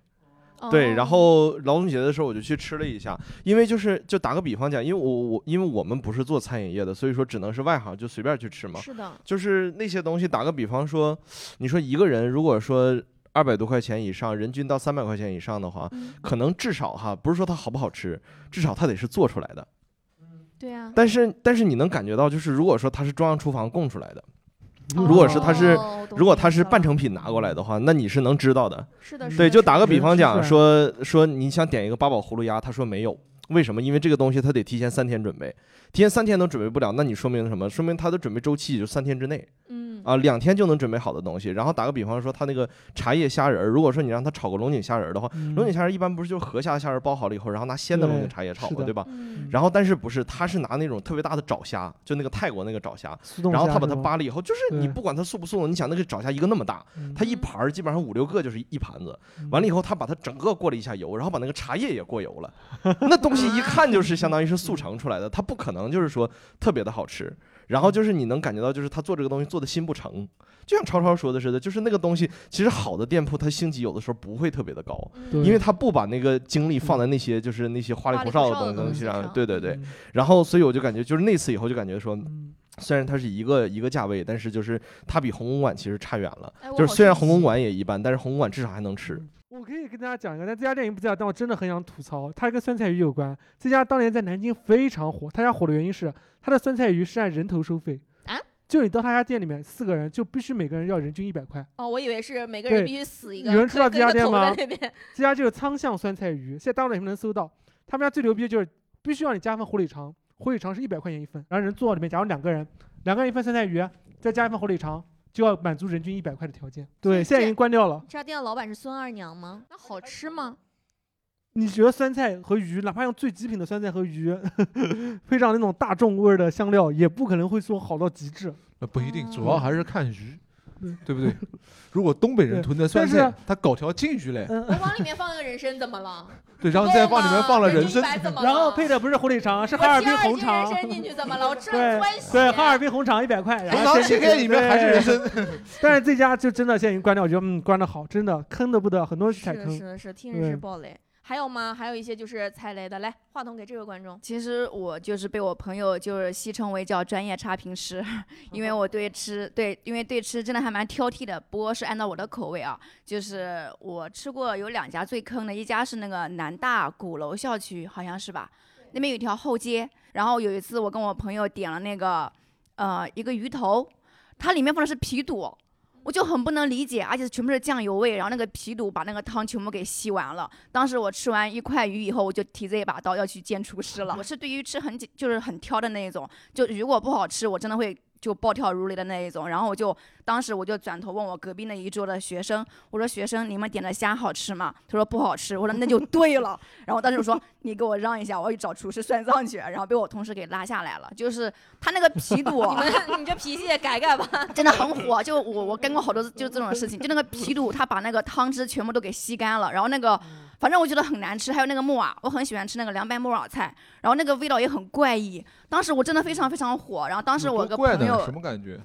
[SPEAKER 10] 对，然后劳动节的时候我就去吃了一下，因为就是就打个比方讲，因为我我因为我们不是做餐饮业的，所以说只能是外行就随便去吃嘛。
[SPEAKER 5] 是的，
[SPEAKER 10] 就是那些东西，打个比方说，你说一个人如果说二百多块钱以上，人均到三百块钱以上的话，
[SPEAKER 5] 嗯，
[SPEAKER 10] 可能至少哈，不是说它好不好吃，至少它得是做出来的。
[SPEAKER 5] 对啊。
[SPEAKER 10] 但是但是你能感觉到，就是如果说它是中央厨房供出来的，如果是它是
[SPEAKER 5] 哦我懂
[SPEAKER 10] 如果
[SPEAKER 5] 你
[SPEAKER 10] 它
[SPEAKER 5] 意
[SPEAKER 10] 是
[SPEAKER 5] 思
[SPEAKER 10] 半
[SPEAKER 5] 了
[SPEAKER 10] 成品拿过来的话，那你是能知道的。
[SPEAKER 5] 是的，
[SPEAKER 7] 嗯
[SPEAKER 5] 是
[SPEAKER 10] 对，
[SPEAKER 5] 的
[SPEAKER 10] 就是
[SPEAKER 5] 的
[SPEAKER 10] 打个比方
[SPEAKER 7] 是
[SPEAKER 10] 讲，
[SPEAKER 7] 是
[SPEAKER 10] 说说你想点一个八宝葫芦鸭，他说没有，为什么？因为这个东西他得提前三天准备，提前三天都准备不了，那你说明什么？说明他的准备周期也就三天之内
[SPEAKER 5] 嗯
[SPEAKER 10] 啊，两天就能准备好的东西。然后打个比方说，他那个茶叶虾仁儿，如果说你让他炒个龙井虾仁儿的话，龙井虾仁儿一般不是就河虾虾仁儿包好了以后，然后拿鲜的龙井
[SPEAKER 7] 嗯对
[SPEAKER 10] 茶叶炒
[SPEAKER 7] 是
[SPEAKER 10] 嘛，
[SPEAKER 7] 的
[SPEAKER 10] 对吧？
[SPEAKER 5] 嗯
[SPEAKER 10] 然后但是不是，他是拿那种特别大的爪虾，就那个泰国那个爪虾，
[SPEAKER 7] 速冻
[SPEAKER 10] 然后
[SPEAKER 7] 虾
[SPEAKER 10] 他把
[SPEAKER 7] 是
[SPEAKER 10] 它
[SPEAKER 7] 吗，
[SPEAKER 10] 扒了以后，就是你
[SPEAKER 7] 对
[SPEAKER 10] 不管它素不素的，你想那个爪虾一个那么大，
[SPEAKER 7] 嗯
[SPEAKER 10] 它一盘儿基本上五六个就是一盘子，
[SPEAKER 7] 嗯
[SPEAKER 10] 完了以后他把它整个过了一下油，然后把那个茶叶也过油 了，那东西一看就是相当于是速成出来的，它不可能就是说特别的好吃。然后就是你能感觉到，就是他做这个东西做的心不诚，就像超超说的似的，就是那个东西其实好的店铺它兴起有的时候不会特别的高，
[SPEAKER 7] 对
[SPEAKER 5] 嗯
[SPEAKER 10] 因为他不把那个精力放在那些就是那些花里
[SPEAKER 5] 花里胡
[SPEAKER 10] 胡哨
[SPEAKER 5] 哨的
[SPEAKER 10] 的
[SPEAKER 5] 东
[SPEAKER 10] 东
[SPEAKER 5] 西
[SPEAKER 10] 西上
[SPEAKER 5] 上，
[SPEAKER 10] 对对对。
[SPEAKER 7] 嗯
[SPEAKER 10] 然后所以我就感觉就是那次以后就感觉说，
[SPEAKER 7] 嗯
[SPEAKER 10] 虽然它是一个一个价位，但是就是它比红公馆其实差远了。
[SPEAKER 5] 哎我
[SPEAKER 10] 就是
[SPEAKER 5] 好
[SPEAKER 10] 虽然
[SPEAKER 5] 神
[SPEAKER 10] 红公
[SPEAKER 5] 奇
[SPEAKER 10] 馆也一般，但是红公馆至少还能吃。
[SPEAKER 7] 我我可以跟大家讲一个，但这家店已经不在了，但我真的很想吐槽，它跟酸菜鱼有关。这家当年在南京非常火，他家火的原因是他的酸菜鱼是按人头收费
[SPEAKER 5] 啊，
[SPEAKER 7] 就你到他家店里面四个人，就必须每个人要人均一百块。
[SPEAKER 5] 哦，我以为是每个人
[SPEAKER 7] 对
[SPEAKER 5] 必须死一个，
[SPEAKER 7] 有人知道这家店吗？
[SPEAKER 5] 那边
[SPEAKER 7] 这家就是苍象酸菜鱼，现在大陆也能搜到。他们家最牛逼就是必须让你加份火腿肠，火腿肠是一百块钱一份，然后人坐到里面，假如两个人，两个人一份酸菜鱼，再加一份火腿肠，就要满足人均一百块的条件。对，现在已经关掉了。
[SPEAKER 5] 这家店的老板是孙二娘吗？那好吃 吗？
[SPEAKER 7] 你觉得酸菜和鱼，哪怕用最极品的酸菜和鱼， 配上那种大众味儿的香料，也不可能会说好到极致。
[SPEAKER 6] 呃不一定，主要还是看鱼
[SPEAKER 7] 嗯，
[SPEAKER 6] 对不对？如果东北人
[SPEAKER 7] 对
[SPEAKER 6] 囤的酸
[SPEAKER 7] 但
[SPEAKER 6] 菜
[SPEAKER 7] 是，
[SPEAKER 6] 他搞条金鱼来，
[SPEAKER 5] 我往里面放个人参怎么了？
[SPEAKER 6] 对，然后再往里面放了人参，
[SPEAKER 5] 100怎么了？
[SPEAKER 7] 然后配的不是火腿肠，是哈尔滨红肠
[SPEAKER 5] 我。啊加一些人参进去怎么了？ 我吃了
[SPEAKER 7] 对
[SPEAKER 5] 欢喜。
[SPEAKER 7] 对，哈尔滨红肠一百块，然
[SPEAKER 6] 红
[SPEAKER 7] 后
[SPEAKER 6] 糖
[SPEAKER 7] 先
[SPEAKER 6] 切开里面还是人参。
[SPEAKER 7] 但是这家就真的现在已经关掉，我觉得嗯关的好，真的坑的不得，很多人去踩
[SPEAKER 5] 是的，
[SPEAKER 7] 坑
[SPEAKER 5] 是。的，是的，听着是
[SPEAKER 7] 对
[SPEAKER 5] 爆雷。还有吗？还有一些就是踩雷的，来，话筒给这位观众。
[SPEAKER 1] 其实我就是被我朋友就是戏称为叫专业差评师， 因为我对吃对，因为对吃真的还蛮挑剔的，不过是按照我的口味啊。就是我吃过有两家最坑的，一家是那个南大鼓楼校区，好像是吧？那边有一条后街，然后有一次我跟我朋友点了那个呃一个鱼头，它里面放的是皮肚。我就很不能理解，而且全部是酱油味，然后那个皮肚把那个汤全部给吸完了。当时我吃完一块鱼以后，我就提着一把刀要去见厨师了。我是对于吃很紧就是很挑的那一种，就如果不好吃，我真的会就暴跳如雷的那一种。然后我就当时我就转头问我隔壁那一桌的学生，我说学生你们点的虾好吃吗？他说不好吃。我说那就对了。然后当时我说你给我让一下，我要去找厨师算账去。然后被我同事给拉下来了，就是他那个皮肚 啊
[SPEAKER 5] 你们，你这脾气也改改吧。
[SPEAKER 1] 真的很火，就我我干过好多就这种事情，就那个皮肚，它把那个汤汁全部都给吸干了，然后那个
[SPEAKER 5] 嗯
[SPEAKER 1] 反正我觉得很难吃，还有那个木耳，我很喜欢吃那个凉拌木耳菜，然后那个味道也很怪异，当时我真的非常非常火，然后当时我有个
[SPEAKER 6] 多怪
[SPEAKER 1] 朋
[SPEAKER 6] 的
[SPEAKER 1] 友
[SPEAKER 6] 什么感觉？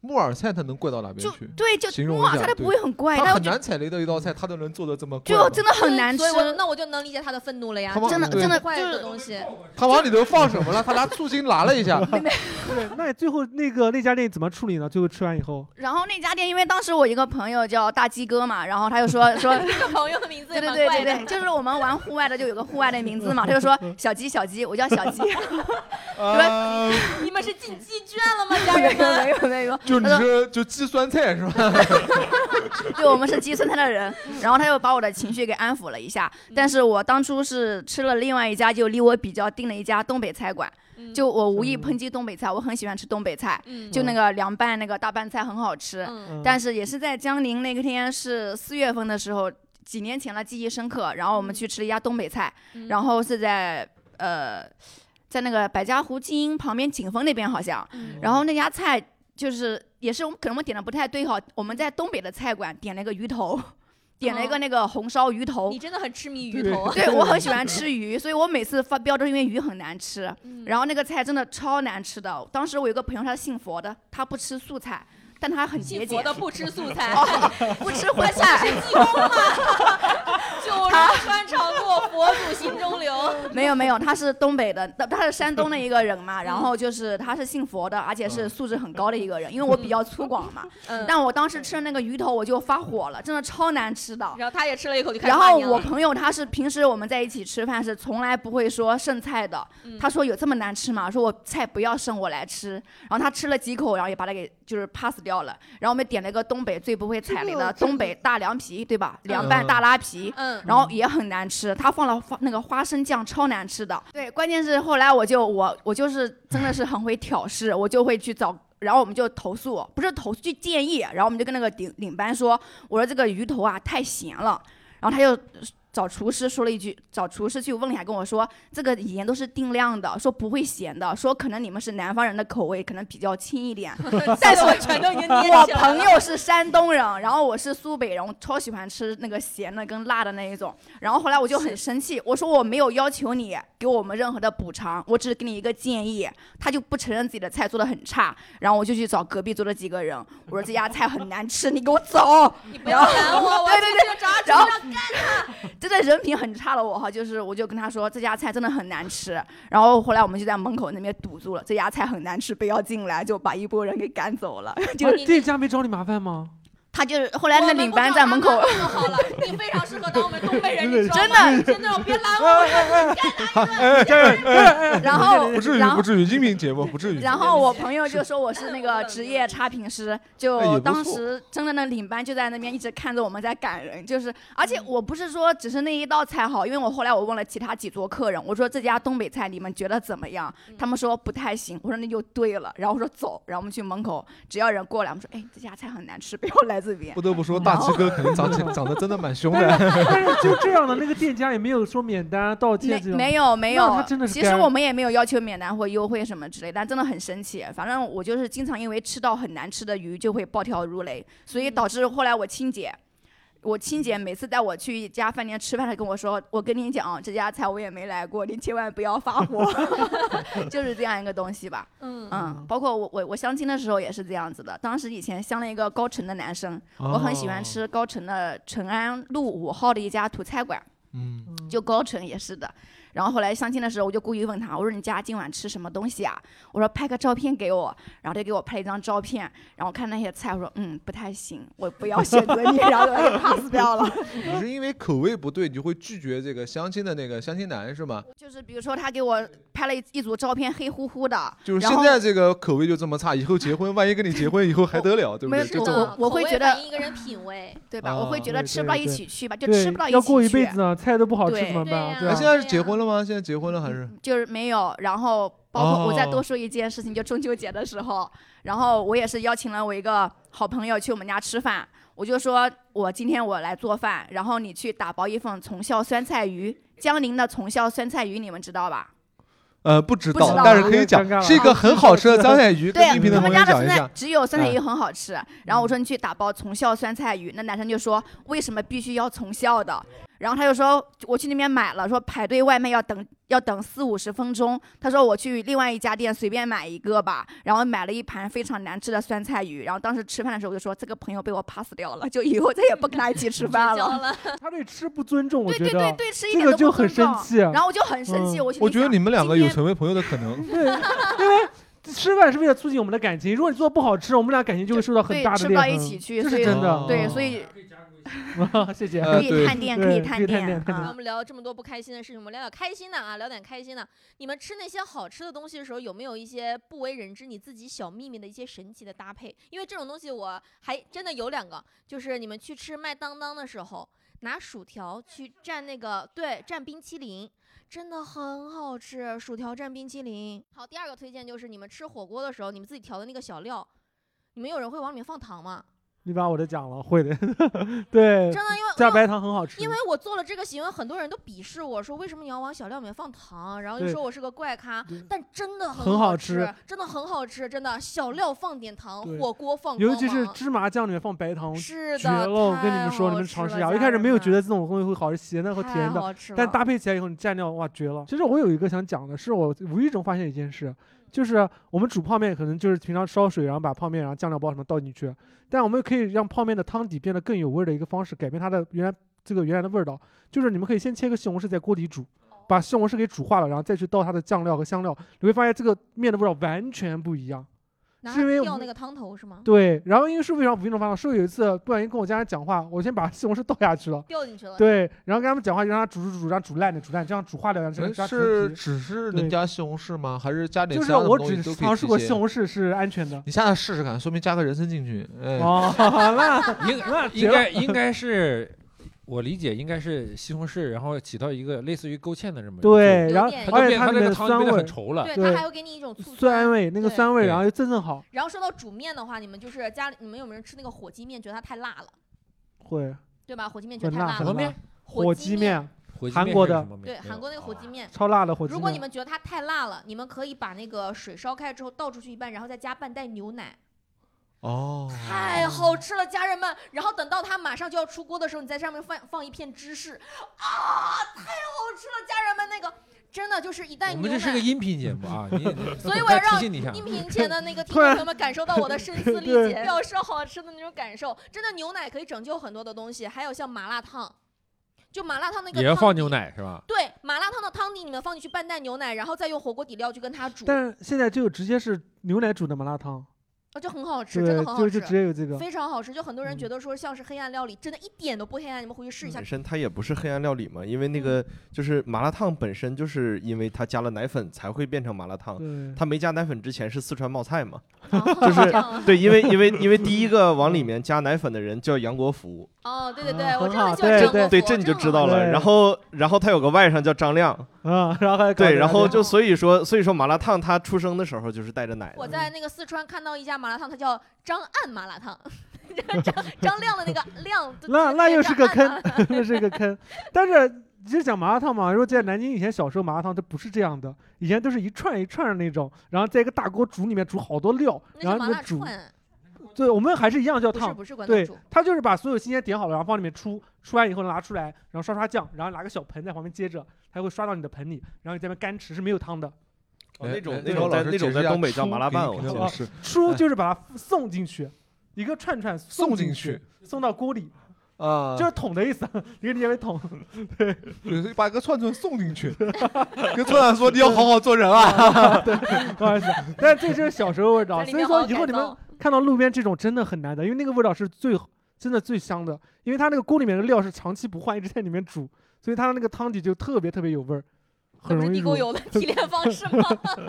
[SPEAKER 6] 木耳菜它能怪到哪边
[SPEAKER 1] 就
[SPEAKER 6] 去？
[SPEAKER 1] 对就
[SPEAKER 6] 形容
[SPEAKER 1] 木
[SPEAKER 6] 一
[SPEAKER 1] 耳
[SPEAKER 6] 下
[SPEAKER 1] 菜它不
[SPEAKER 6] 对
[SPEAKER 1] 会很怪，
[SPEAKER 6] 他
[SPEAKER 1] 但我
[SPEAKER 6] 很
[SPEAKER 1] 就
[SPEAKER 6] 难踩雷的一道菜，他都能做的这么怪吗。
[SPEAKER 1] 就真的很难吃
[SPEAKER 5] 所以，我那我就能理解他的愤怒了呀
[SPEAKER 6] 他。往
[SPEAKER 1] 真的
[SPEAKER 6] 对
[SPEAKER 1] 真的
[SPEAKER 5] 坏
[SPEAKER 1] 就
[SPEAKER 5] 的
[SPEAKER 1] 是。
[SPEAKER 5] 东西，
[SPEAKER 6] 他往里头放什么了？他拿醋精拿了 一下，
[SPEAKER 7] 对，那你最后那个那家店怎么处理呢？最后吃完以后，
[SPEAKER 1] 然后那家店，因为当时我一个朋友叫大鸡哥嘛，然后他就说 说
[SPEAKER 5] 这个朋友的名字
[SPEAKER 1] 对
[SPEAKER 5] 也
[SPEAKER 1] 对
[SPEAKER 5] 蛮
[SPEAKER 1] 对
[SPEAKER 5] 怪
[SPEAKER 1] 对
[SPEAKER 5] 的。
[SPEAKER 1] 对，就是我们玩户外的就有个户外的名字 嘛，他就说小鸡小鸡，我叫小 鸡，
[SPEAKER 6] 呃，
[SPEAKER 5] 你们是进鸡圈了吗，家
[SPEAKER 1] 没
[SPEAKER 5] 人
[SPEAKER 1] 有
[SPEAKER 5] 们？
[SPEAKER 1] 没有没有，
[SPEAKER 6] 就你
[SPEAKER 1] 他说
[SPEAKER 6] 这就鸡酸菜是 吧？
[SPEAKER 1] 对我们是鸡生菜的人，然后他又把我的情绪给安抚了一下。
[SPEAKER 5] 嗯
[SPEAKER 1] 但是我当初是吃了另外一家，就离我比较近的一家东北菜馆，
[SPEAKER 5] 嗯
[SPEAKER 1] 就我无意抨击东北菜，我很喜欢吃东北菜，
[SPEAKER 5] 嗯
[SPEAKER 1] 就那个凉拌那个大拌菜很好吃。
[SPEAKER 5] 嗯
[SPEAKER 1] 但是也是在江宁那个天是四月份的时候，几年前了，记忆深刻。然后我们去吃了一家东北菜，
[SPEAKER 5] 嗯
[SPEAKER 1] 然后是在呃，在那个百家湖金鹰旁边景峰那边好像，
[SPEAKER 5] 嗯
[SPEAKER 1] 然后那家菜就是也是我们可能我点的不太对哈，我们在东北的菜馆点了一个鱼头，点了一个那个红烧鱼头
[SPEAKER 5] 哦你。真的很痴迷鱼头啊。
[SPEAKER 1] 对我很喜 欢吃鱼，所以我每次发飙都是因为鱼很难吃。
[SPEAKER 5] 嗯
[SPEAKER 1] 然后那个菜真的超难吃的。当时我有个朋友，他是信佛的，他不吃素菜，但他很哦节
[SPEAKER 5] 信
[SPEAKER 1] 俭
[SPEAKER 5] 佛，的不 吃素菜，
[SPEAKER 1] 不 吃荤菜。
[SPEAKER 5] 就如穿肠过，佛祖心中留。
[SPEAKER 1] 没有没有，他是东北的，他他是山东的一个人
[SPEAKER 5] 嗯
[SPEAKER 1] 嘛，然后就是他是信佛的，而且是素质很高的一个人，因为我比较粗犷嘛。
[SPEAKER 5] 嗯，
[SPEAKER 1] 但我当时吃的那个鱼头，我就发火了，真的超难吃的。
[SPEAKER 5] 然后他也吃了一口就开始
[SPEAKER 1] 然
[SPEAKER 5] 骂
[SPEAKER 1] 后
[SPEAKER 5] 你了。
[SPEAKER 1] 我朋友他是平时我们在一起吃饭是从来不会说剩菜的，
[SPEAKER 5] 嗯
[SPEAKER 1] 他说有这么难吃吗？说我菜不要剩，我来吃。然后他吃了几口，然后也把它给就是 pass 掉了。然后我们点了一个东北最不会踩雷的东北大凉皮，对吧？凉拌大拉皮。
[SPEAKER 5] 嗯，
[SPEAKER 1] 然后也很难吃，他放了花那个花生酱，超难吃的。对，关键是后来我就我我就是真的是很会挑事，我就会去找，然后我们就投诉，不是投诉就建议，然后我们就跟那个领领班说，我说这个鱼头啊太咸了，然后他就。找厨师说了一句，找厨师去问一下，跟我说这个盐都是定量的，说不会咸的，说可能你们是南方人的口味可能比较轻一 点，
[SPEAKER 5] 但是我全都已经捏
[SPEAKER 1] 我
[SPEAKER 5] 起来
[SPEAKER 1] 朋
[SPEAKER 5] 了。
[SPEAKER 1] 友是山东人，然后我是苏北人，我超喜欢吃那个咸的跟辣的那一种。然后后来我就很生气，我说我没有要求你给我们任何的补偿，我只是给你一个建议。他就不承认自己的菜做的很差，然后我就去找隔壁桌的几个人，我说这家菜很难吃，你给我走。
[SPEAKER 5] 你不要 拦我，我要
[SPEAKER 1] 对
[SPEAKER 5] 进
[SPEAKER 1] 对
[SPEAKER 5] 去找
[SPEAKER 1] 然后
[SPEAKER 5] 找。
[SPEAKER 1] 真的人品很差的我哈，就是我就跟他说这家菜真的很难吃。然后后来我们就在门口那边堵住了，这
[SPEAKER 5] 哦
[SPEAKER 7] 啊
[SPEAKER 1] 家菜很难吃，不要进来，就把一拨人给赶走了。
[SPEAKER 7] 就这家没找你麻烦吗？
[SPEAKER 1] 他就是后来那领班在门口，
[SPEAKER 5] 你非常适合当我们东北人，
[SPEAKER 1] 真
[SPEAKER 5] 你知道吗？
[SPEAKER 1] 的
[SPEAKER 5] 真的，别拦我，
[SPEAKER 6] 哎哎 哎，
[SPEAKER 1] 然后
[SPEAKER 6] 不至于
[SPEAKER 1] 然后
[SPEAKER 6] 不至于，音频节目不至于。
[SPEAKER 1] 然后我朋友就说我是那个职业差评师，
[SPEAKER 6] 哎也
[SPEAKER 1] 就
[SPEAKER 6] 不
[SPEAKER 1] 当
[SPEAKER 6] 错
[SPEAKER 1] 时真的那领班就在那边一直看着我们在赶人，就是而且我不是说只是那一道菜好，因为我后来我问了其他几桌客人，我说这家东北菜你们觉得怎么样？
[SPEAKER 5] 嗯
[SPEAKER 1] 他们说不太行，我说那就对了，然后我说走，然后我们去门口，只要人过来，我们说哎这家菜很难吃，不要来这边
[SPEAKER 6] 不。得不说，大鸡哥肯定长长得 真的蛮凶
[SPEAKER 7] 但
[SPEAKER 6] 的。
[SPEAKER 7] 是但是就这样的那个店家也没有说免单道
[SPEAKER 1] 没
[SPEAKER 7] 歉这种，
[SPEAKER 1] 没有没有
[SPEAKER 7] 那他真的，是
[SPEAKER 1] 其
[SPEAKER 7] 该
[SPEAKER 1] 实我们也没有要求免单或优惠什么之类，但真的很生气。反正我就是经常因为吃到很难吃的鱼就会暴跳如雷，所以导致后来我亲姐，我亲
[SPEAKER 7] 嗯
[SPEAKER 1] 姐每次带我去一家饭店吃饭，她跟我说：“我跟你讲，这家菜我也没来过，你千万不要发火。” 就是这样一个东西吧。
[SPEAKER 5] 嗯
[SPEAKER 1] 嗯，包括我我我相亲的时候也是这样子的。当时以前相了一个高淳的男生，我很喜欢
[SPEAKER 6] 哦
[SPEAKER 1] 吃高淳的淳安路五号的一家土菜馆。
[SPEAKER 6] 嗯，
[SPEAKER 1] 就高淳也是的。然后后来相亲的时候，我就故意问他，我说你家今晚吃什么东西啊？我说拍个照片给我，然后他就给我拍了一张照片，然后看那些菜，我说嗯不太行，我不要选择你， 然后我就哎 pass 掉了。
[SPEAKER 6] 你是因为口味不对，你就会拒绝这个相亲的那个相亲男是吗？
[SPEAKER 1] 就是比如说他给我拍了一一组照片，黑乎乎的，
[SPEAKER 6] 就是
[SPEAKER 1] 然
[SPEAKER 6] 现
[SPEAKER 1] 后
[SPEAKER 6] 在这个口味就这么差，以后结婚，万一跟你结婚以后还得了，对不
[SPEAKER 1] 没
[SPEAKER 6] 对？
[SPEAKER 1] 有
[SPEAKER 6] 这
[SPEAKER 1] 我
[SPEAKER 6] 种
[SPEAKER 5] 啊
[SPEAKER 1] 我我会觉得
[SPEAKER 5] 一个人品味，
[SPEAKER 1] 对吧？我会觉
[SPEAKER 7] 哦
[SPEAKER 1] 得
[SPEAKER 7] 对
[SPEAKER 1] 吃不到
[SPEAKER 7] 对
[SPEAKER 1] 一
[SPEAKER 7] 对
[SPEAKER 1] 起去吧，就
[SPEAKER 7] 对
[SPEAKER 1] 吃不到一
[SPEAKER 7] 要
[SPEAKER 1] 起
[SPEAKER 7] 过一辈
[SPEAKER 1] 去
[SPEAKER 7] 子。呢，菜都不好吃
[SPEAKER 1] 对
[SPEAKER 7] 怎么办？啊
[SPEAKER 5] 对啊嗯呀
[SPEAKER 6] 哎，
[SPEAKER 7] 对吧嗯
[SPEAKER 6] 现？在是结婚了吗？现在结婚了还是？
[SPEAKER 1] 就是没有，然后包括我再
[SPEAKER 6] 哦
[SPEAKER 1] 多说一件事情，就中秋节的时候，然后我也是邀请了我一个好朋友去我们家吃饭，我就说我今天我来做饭，然后你去打包一份从孝酸菜鱼，江宁的从孝酸菜鱼你们知道吧？
[SPEAKER 6] 呃，不知
[SPEAKER 1] 不知
[SPEAKER 6] 道，
[SPEAKER 1] 道
[SPEAKER 6] 但是可以
[SPEAKER 7] 啊尴尬
[SPEAKER 6] 讲，
[SPEAKER 7] 了
[SPEAKER 6] 是一个很好吃的酸菜 鱼，跟
[SPEAKER 1] 对啊
[SPEAKER 6] 音频的
[SPEAKER 1] 他
[SPEAKER 6] 朋
[SPEAKER 1] 们家
[SPEAKER 6] 友
[SPEAKER 1] 的
[SPEAKER 6] 讲
[SPEAKER 1] 酸
[SPEAKER 6] 一
[SPEAKER 1] 菜
[SPEAKER 6] 下。哎嗯
[SPEAKER 1] 只有酸菜鱼很好吃，然后我说你去打包从孝酸菜鱼，那男生就说为什么必须要从孝的？然后他就说我去那边买了，说排队外卖要等要等四五十分钟。他说我去另外一家店随便买一个吧，然后买了一盘非常难吃的酸菜鱼。然后当时吃饭的时候我就说这个朋友被我 pass 掉了，就以后再也不跟他一起吃饭
[SPEAKER 5] 交
[SPEAKER 1] 了。
[SPEAKER 5] 了，
[SPEAKER 7] 他对吃不尊重，我
[SPEAKER 1] 对
[SPEAKER 7] 觉
[SPEAKER 1] 对对
[SPEAKER 7] 得。
[SPEAKER 1] 对，吃一
[SPEAKER 7] 这
[SPEAKER 1] 点
[SPEAKER 7] 个
[SPEAKER 1] 都
[SPEAKER 7] 就
[SPEAKER 1] 不
[SPEAKER 7] 很
[SPEAKER 1] 尊
[SPEAKER 7] 生
[SPEAKER 1] 重。
[SPEAKER 7] 气啊
[SPEAKER 1] 然后我就很生气，
[SPEAKER 7] 嗯
[SPEAKER 1] 我心里
[SPEAKER 6] 我觉得
[SPEAKER 1] 想
[SPEAKER 6] 你们两个有
[SPEAKER 1] 今天
[SPEAKER 6] 成为朋友的可能。
[SPEAKER 7] 对，因为 吃饭是为了促进我们的感情，如果你做的不好吃，我们俩感情就会受到很
[SPEAKER 1] 对
[SPEAKER 7] 大的
[SPEAKER 1] 吃
[SPEAKER 7] 裂
[SPEAKER 1] 不
[SPEAKER 7] 痕。
[SPEAKER 1] 到一起去，
[SPEAKER 7] 这
[SPEAKER 1] 所
[SPEAKER 7] 是
[SPEAKER 1] 以
[SPEAKER 7] 真的。
[SPEAKER 1] 对，所以
[SPEAKER 7] 哇 谢谢。
[SPEAKER 6] 哦呃
[SPEAKER 1] 可
[SPEAKER 6] 对
[SPEAKER 1] 以探店，可
[SPEAKER 7] 对
[SPEAKER 1] 以
[SPEAKER 7] 可
[SPEAKER 1] 探
[SPEAKER 7] 以探店
[SPEAKER 1] 店
[SPEAKER 7] 探
[SPEAKER 5] 让
[SPEAKER 1] 啊
[SPEAKER 5] 我们聊这么多不开心的事情，我们聊点开心的啊，聊点开心的。你们吃那些好吃的东西的时候，有没有一些不为人知你自己小秘密的一些神奇的搭配？因为这种东西我还真的有两个，就是你们去吃麦当当的时候，拿薯条去蘸那个，对，蘸冰淇淋。真的很好吃，薯条蘸冰淇淋。好，第二个推荐就是你们吃火锅的时候，你们自己调的那个小料，你们有人会往里面放糖吗？
[SPEAKER 7] 你把我的讲了，会的。 对
[SPEAKER 5] 真，的，因为
[SPEAKER 7] 加
[SPEAKER 5] 因为
[SPEAKER 7] 白糖很好吃。
[SPEAKER 5] 因为我做了这个行为，很多人都鄙视我说为什么你要往小料里面放糖，然后就
[SPEAKER 7] 对
[SPEAKER 5] 说我是个怪咖
[SPEAKER 7] 对，
[SPEAKER 5] 但真的
[SPEAKER 7] 很好
[SPEAKER 5] 好吃
[SPEAKER 7] 吃，
[SPEAKER 5] 真的很好吃，真的小料放点糖，
[SPEAKER 7] 对
[SPEAKER 5] 火锅放
[SPEAKER 7] 尤
[SPEAKER 5] 光
[SPEAKER 7] 其是
[SPEAKER 5] 芒
[SPEAKER 7] 芝麻酱里面放白糖，
[SPEAKER 5] 是的，
[SPEAKER 7] 绝了！我跟你
[SPEAKER 5] 太
[SPEAKER 7] 们说，你
[SPEAKER 5] 好
[SPEAKER 7] 们
[SPEAKER 5] 吃
[SPEAKER 7] 尝试
[SPEAKER 5] 了
[SPEAKER 7] 一下。我一
[SPEAKER 5] 家
[SPEAKER 7] 开始
[SPEAKER 5] 人
[SPEAKER 7] 没有觉得
[SPEAKER 5] 们
[SPEAKER 7] 这种东西会好吃，咸的和
[SPEAKER 5] 太
[SPEAKER 7] 甜的，
[SPEAKER 5] 好吃
[SPEAKER 7] 但
[SPEAKER 5] 了嗯
[SPEAKER 7] 搭配起来以后，你蘸料哇绝了！其实我有一个想讲的是，我无意中发现一件事，就是我们煮泡面可能就是平常烧水，然后把泡面然后酱料包什么倒进去，但我们可以让泡面的汤底变得更有味儿的一个方式，改变它的原来这个原来的味道，就是你们可以先切个西红柿在锅底煮。
[SPEAKER 5] 哦
[SPEAKER 7] 把西红柿给煮化了，然后再去倒它的酱料和香料，你会发现这个面的味道完全不一样。
[SPEAKER 5] 拿
[SPEAKER 7] 是因为我
[SPEAKER 5] 掉
[SPEAKER 7] 们
[SPEAKER 5] 那个汤头是吗？
[SPEAKER 7] 对，然后因为是为啥无意中发现，是我有一次不小心跟我家人讲话，我先把西红柿倒下去了，
[SPEAKER 5] 掉进去了，
[SPEAKER 7] 对，然后跟他们讲话就让它煮煮煮，让它煮烂的煮烂，这样煮化掉，然后这样加
[SPEAKER 6] 哎是
[SPEAKER 7] 陈皮
[SPEAKER 6] 只是
[SPEAKER 7] 对
[SPEAKER 6] 能加西红柿吗？还是加点
[SPEAKER 7] 就
[SPEAKER 6] 其
[SPEAKER 7] 是
[SPEAKER 6] 他的
[SPEAKER 7] 我
[SPEAKER 6] 东西
[SPEAKER 7] 只
[SPEAKER 6] 都可以
[SPEAKER 7] 尝试过
[SPEAKER 6] 提
[SPEAKER 7] 西
[SPEAKER 6] 鲜
[SPEAKER 7] 红柿是安全的。
[SPEAKER 6] 你下次试试看，说明加个人参进去。哎，
[SPEAKER 7] 哦，那
[SPEAKER 8] 应
[SPEAKER 7] 那
[SPEAKER 8] 应
[SPEAKER 7] 绝了
[SPEAKER 8] 该应该是，我理解应该是西红柿，然后起到一个类似于勾芡的这么一个作用，
[SPEAKER 7] 对，
[SPEAKER 5] 有
[SPEAKER 7] 然后
[SPEAKER 5] 点
[SPEAKER 8] 它就
[SPEAKER 7] 而且
[SPEAKER 8] 变它
[SPEAKER 7] 它里
[SPEAKER 8] 那
[SPEAKER 7] 面
[SPEAKER 8] 个
[SPEAKER 7] 的
[SPEAKER 8] 汤就
[SPEAKER 7] 酸
[SPEAKER 8] 变得很
[SPEAKER 7] 味、
[SPEAKER 8] 稠了。
[SPEAKER 5] 对，
[SPEAKER 7] 对
[SPEAKER 5] 它还会给你一种醋
[SPEAKER 7] 酸。味那个
[SPEAKER 5] 对
[SPEAKER 7] 酸味，
[SPEAKER 8] 对
[SPEAKER 7] 然后又正正好，
[SPEAKER 5] 然后说到煮面的话，你们就是家里你们有没有人吃那个火鸡面，觉得它太辣了，
[SPEAKER 7] 会
[SPEAKER 5] 对吧？火鸡面觉
[SPEAKER 7] 很
[SPEAKER 5] 得太
[SPEAKER 7] 辣
[SPEAKER 5] 辣
[SPEAKER 8] 什
[SPEAKER 7] 很
[SPEAKER 8] 么
[SPEAKER 5] 了，
[SPEAKER 7] 辣
[SPEAKER 8] 面。
[SPEAKER 7] 火
[SPEAKER 5] 鸡
[SPEAKER 7] 鸡，面
[SPEAKER 8] 火鸡
[SPEAKER 7] 韩
[SPEAKER 8] 面
[SPEAKER 7] 国
[SPEAKER 8] 是
[SPEAKER 7] 的
[SPEAKER 8] 什么面
[SPEAKER 5] 对，
[SPEAKER 8] 没
[SPEAKER 5] 韩
[SPEAKER 8] 有
[SPEAKER 5] 国那个火
[SPEAKER 8] 啊
[SPEAKER 5] 鸡面。
[SPEAKER 7] 超辣的火鸡
[SPEAKER 5] 如果你
[SPEAKER 7] 面，
[SPEAKER 5] 们觉得它太辣了，你们可以把那个水烧开之后倒出去一半，然后再加半袋牛奶，
[SPEAKER 6] 哦，
[SPEAKER 5] 太哎好吃了，家人们。然后等到它马上就要出锅的时候，你在上面放放一片芝士，啊，太好吃了，家人们，那个真的就是一袋
[SPEAKER 8] 我
[SPEAKER 5] 牛
[SPEAKER 8] 们这是个
[SPEAKER 5] 奶。
[SPEAKER 8] 音频节目啊， 你
[SPEAKER 5] 所以我要
[SPEAKER 8] 再提
[SPEAKER 5] 让
[SPEAKER 8] 醒你一下，
[SPEAKER 5] 音频前的那 个听
[SPEAKER 7] 突
[SPEAKER 5] 众
[SPEAKER 7] 然
[SPEAKER 5] 朋友们感受到我的深思理
[SPEAKER 7] 对
[SPEAKER 5] 解，要是好吃的那种感受。真的牛奶可以拯救很多的东西，还有像麻辣烫，就麻辣烫那个
[SPEAKER 8] 也要
[SPEAKER 5] 汤
[SPEAKER 8] 放
[SPEAKER 5] 底
[SPEAKER 8] 牛。奶是吧？
[SPEAKER 5] 对，麻辣烫的汤底里面放进去半袋牛奶，然后再用火锅底料去跟它煮。
[SPEAKER 7] 但是现在就有直接是牛奶煮的麻辣烫，
[SPEAKER 5] 哦，就很好吃，真的
[SPEAKER 7] 对
[SPEAKER 5] 很好
[SPEAKER 7] 就
[SPEAKER 5] 吃，
[SPEAKER 7] 就直接有这个嗯
[SPEAKER 5] 非常好吃。就很多人觉得说像是黑暗料理，真的一点都不黑暗，你们回去试一下
[SPEAKER 2] 嗯
[SPEAKER 10] 本。身它也不是黑暗料理嘛，因为那
[SPEAKER 7] 嗯
[SPEAKER 10] 个就是麻辣烫本身就是因为它加了奶粉才会变成麻辣烫
[SPEAKER 7] 对，哦
[SPEAKER 10] 它没加奶粉之前是四川冒菜嘛，
[SPEAKER 5] 就
[SPEAKER 10] 就是 对，因为因为因为第一个往里面加奶粉的人叫杨国福，
[SPEAKER 5] 哦，对对对，我
[SPEAKER 7] 啊很
[SPEAKER 5] 真的
[SPEAKER 7] 好
[SPEAKER 5] 喜欢张
[SPEAKER 7] 对
[SPEAKER 5] 国
[SPEAKER 7] 对
[SPEAKER 5] 福，
[SPEAKER 10] 对，这你就知道了。
[SPEAKER 7] 对
[SPEAKER 10] 然后然后他有个外甥叫张亮，
[SPEAKER 7] 啊，然后还搞
[SPEAKER 10] 对，
[SPEAKER 7] 这
[SPEAKER 10] 然
[SPEAKER 7] 个
[SPEAKER 10] 后就所以说所以说麻辣烫它出生的时候就是带着奶的，
[SPEAKER 5] 我
[SPEAKER 7] 嗯
[SPEAKER 5] 在那个四川看到一家麻辣烫，它叫张岸麻辣烫， 张张亮的那个亮，
[SPEAKER 7] 那那 又是个
[SPEAKER 5] 张
[SPEAKER 7] 坑，那是个坑。但是其实讲麻辣烫嘛，如果在南京以前小时候麻辣烫它不是这样的，以前都是一串一串的那种，然后在一个大锅煮里面煮好多料，
[SPEAKER 5] 那
[SPEAKER 7] 然
[SPEAKER 5] 是
[SPEAKER 7] 后
[SPEAKER 5] 麻
[SPEAKER 7] 你
[SPEAKER 5] 辣
[SPEAKER 7] 就煮。
[SPEAKER 5] 串，
[SPEAKER 7] 对，我们还是一样叫
[SPEAKER 5] 不是
[SPEAKER 7] 烫，
[SPEAKER 5] 不是关东
[SPEAKER 7] 对
[SPEAKER 5] 煮，，
[SPEAKER 7] 它就是把所有新鲜点好了，然后放里面出，出完以后拿出来，然后刷刷酱，然后拿个小盆在旁边接着，它会刷到你的盆里，然后你在那边干吃是没有汤的。
[SPEAKER 10] 哦那种
[SPEAKER 6] 哎
[SPEAKER 10] 那
[SPEAKER 6] 哎
[SPEAKER 10] 种
[SPEAKER 6] 老
[SPEAKER 10] 在
[SPEAKER 6] 师
[SPEAKER 10] 那种
[SPEAKER 6] 解释
[SPEAKER 10] 在
[SPEAKER 6] 一下
[SPEAKER 10] 东北叫
[SPEAKER 6] 出
[SPEAKER 10] 麻辣
[SPEAKER 6] 给你
[SPEAKER 10] 拌，
[SPEAKER 6] 给
[SPEAKER 10] 我
[SPEAKER 6] 他
[SPEAKER 10] 记
[SPEAKER 6] 老
[SPEAKER 10] 得。
[SPEAKER 6] 师
[SPEAKER 7] 呃出
[SPEAKER 6] 哎
[SPEAKER 7] 就是把它送进去，一个串串
[SPEAKER 6] 送进
[SPEAKER 7] 进
[SPEAKER 6] 去，
[SPEAKER 7] 送到锅里，
[SPEAKER 6] 啊，
[SPEAKER 7] 就是桶的意思，你可以理解为桶。
[SPEAKER 6] 就是把一个串串送进 去，跟串串说你要好好做人啊。
[SPEAKER 7] 不好意思，但这就是小时候味道，
[SPEAKER 5] 在里
[SPEAKER 7] 所以
[SPEAKER 5] 面好
[SPEAKER 7] 说
[SPEAKER 5] 好
[SPEAKER 7] 以后
[SPEAKER 5] 改
[SPEAKER 7] 你
[SPEAKER 5] 造
[SPEAKER 7] 们。看到路边这种真的很难的，因为那个味道是最真的最香的，因为它那个锅里面的料是长期不换，一直在里面煮，所以它的那个汤底就特别特别有味儿，
[SPEAKER 5] 那
[SPEAKER 7] 很
[SPEAKER 5] 不是
[SPEAKER 7] 容易
[SPEAKER 5] 地沟油
[SPEAKER 7] 入。
[SPEAKER 5] 的提炼方式 吗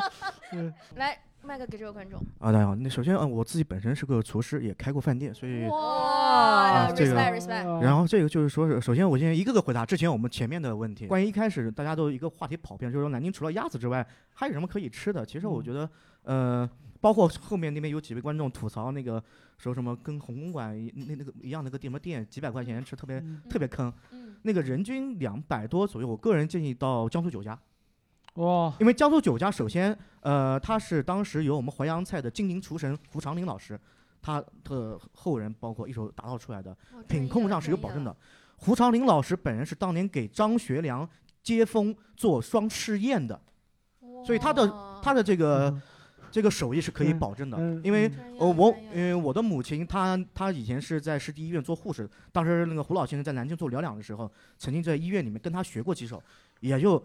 [SPEAKER 7] 嗯？
[SPEAKER 5] 来，麦克给这位观众。
[SPEAKER 2] 啊，大家好，那首先嗯，我自己本身是个厨师，也开过饭店，所以。啊
[SPEAKER 5] 哇
[SPEAKER 2] 这个
[SPEAKER 5] ，respect respect，
[SPEAKER 2] 然后这个就是说是，首先我先一个个回答之前我们前面的问题。关于一开始大家都一个话题跑遍，就是说南京除了鸭子之外还有什么可以吃的？其实我觉得，呃，包括后面那边有几位观众吐槽那个说什么跟红公馆一那那个一样那个店什么店几百块钱吃特别
[SPEAKER 7] 嗯
[SPEAKER 2] 特别坑，
[SPEAKER 5] 嗯，
[SPEAKER 2] 那个人均两百多左右。我个人建议到江苏酒家，
[SPEAKER 7] 哇，
[SPEAKER 2] 因为江苏酒家首先呃他是当时由我们淮扬菜的金陵厨神胡长林老师。他的后人包括一手打造出来的，
[SPEAKER 5] 哇
[SPEAKER 2] 品控上是有保证。的。胡长林老师本人是当年给张学良接风做双试验的，
[SPEAKER 5] 专业啊
[SPEAKER 2] 所以他的
[SPEAKER 5] 哇
[SPEAKER 2] 他的这个
[SPEAKER 7] 嗯
[SPEAKER 2] 这个手艺是可以
[SPEAKER 7] 嗯
[SPEAKER 2] 保证的。
[SPEAKER 7] 嗯
[SPEAKER 2] 因为
[SPEAKER 7] 嗯
[SPEAKER 5] 专业
[SPEAKER 2] 呃，我
[SPEAKER 5] 专业
[SPEAKER 2] 因为我的母亲她她以前是在市第医院做护士，当时那个胡老先生在南京做疗养的时候，曾经在医院里面跟他学过几手，也就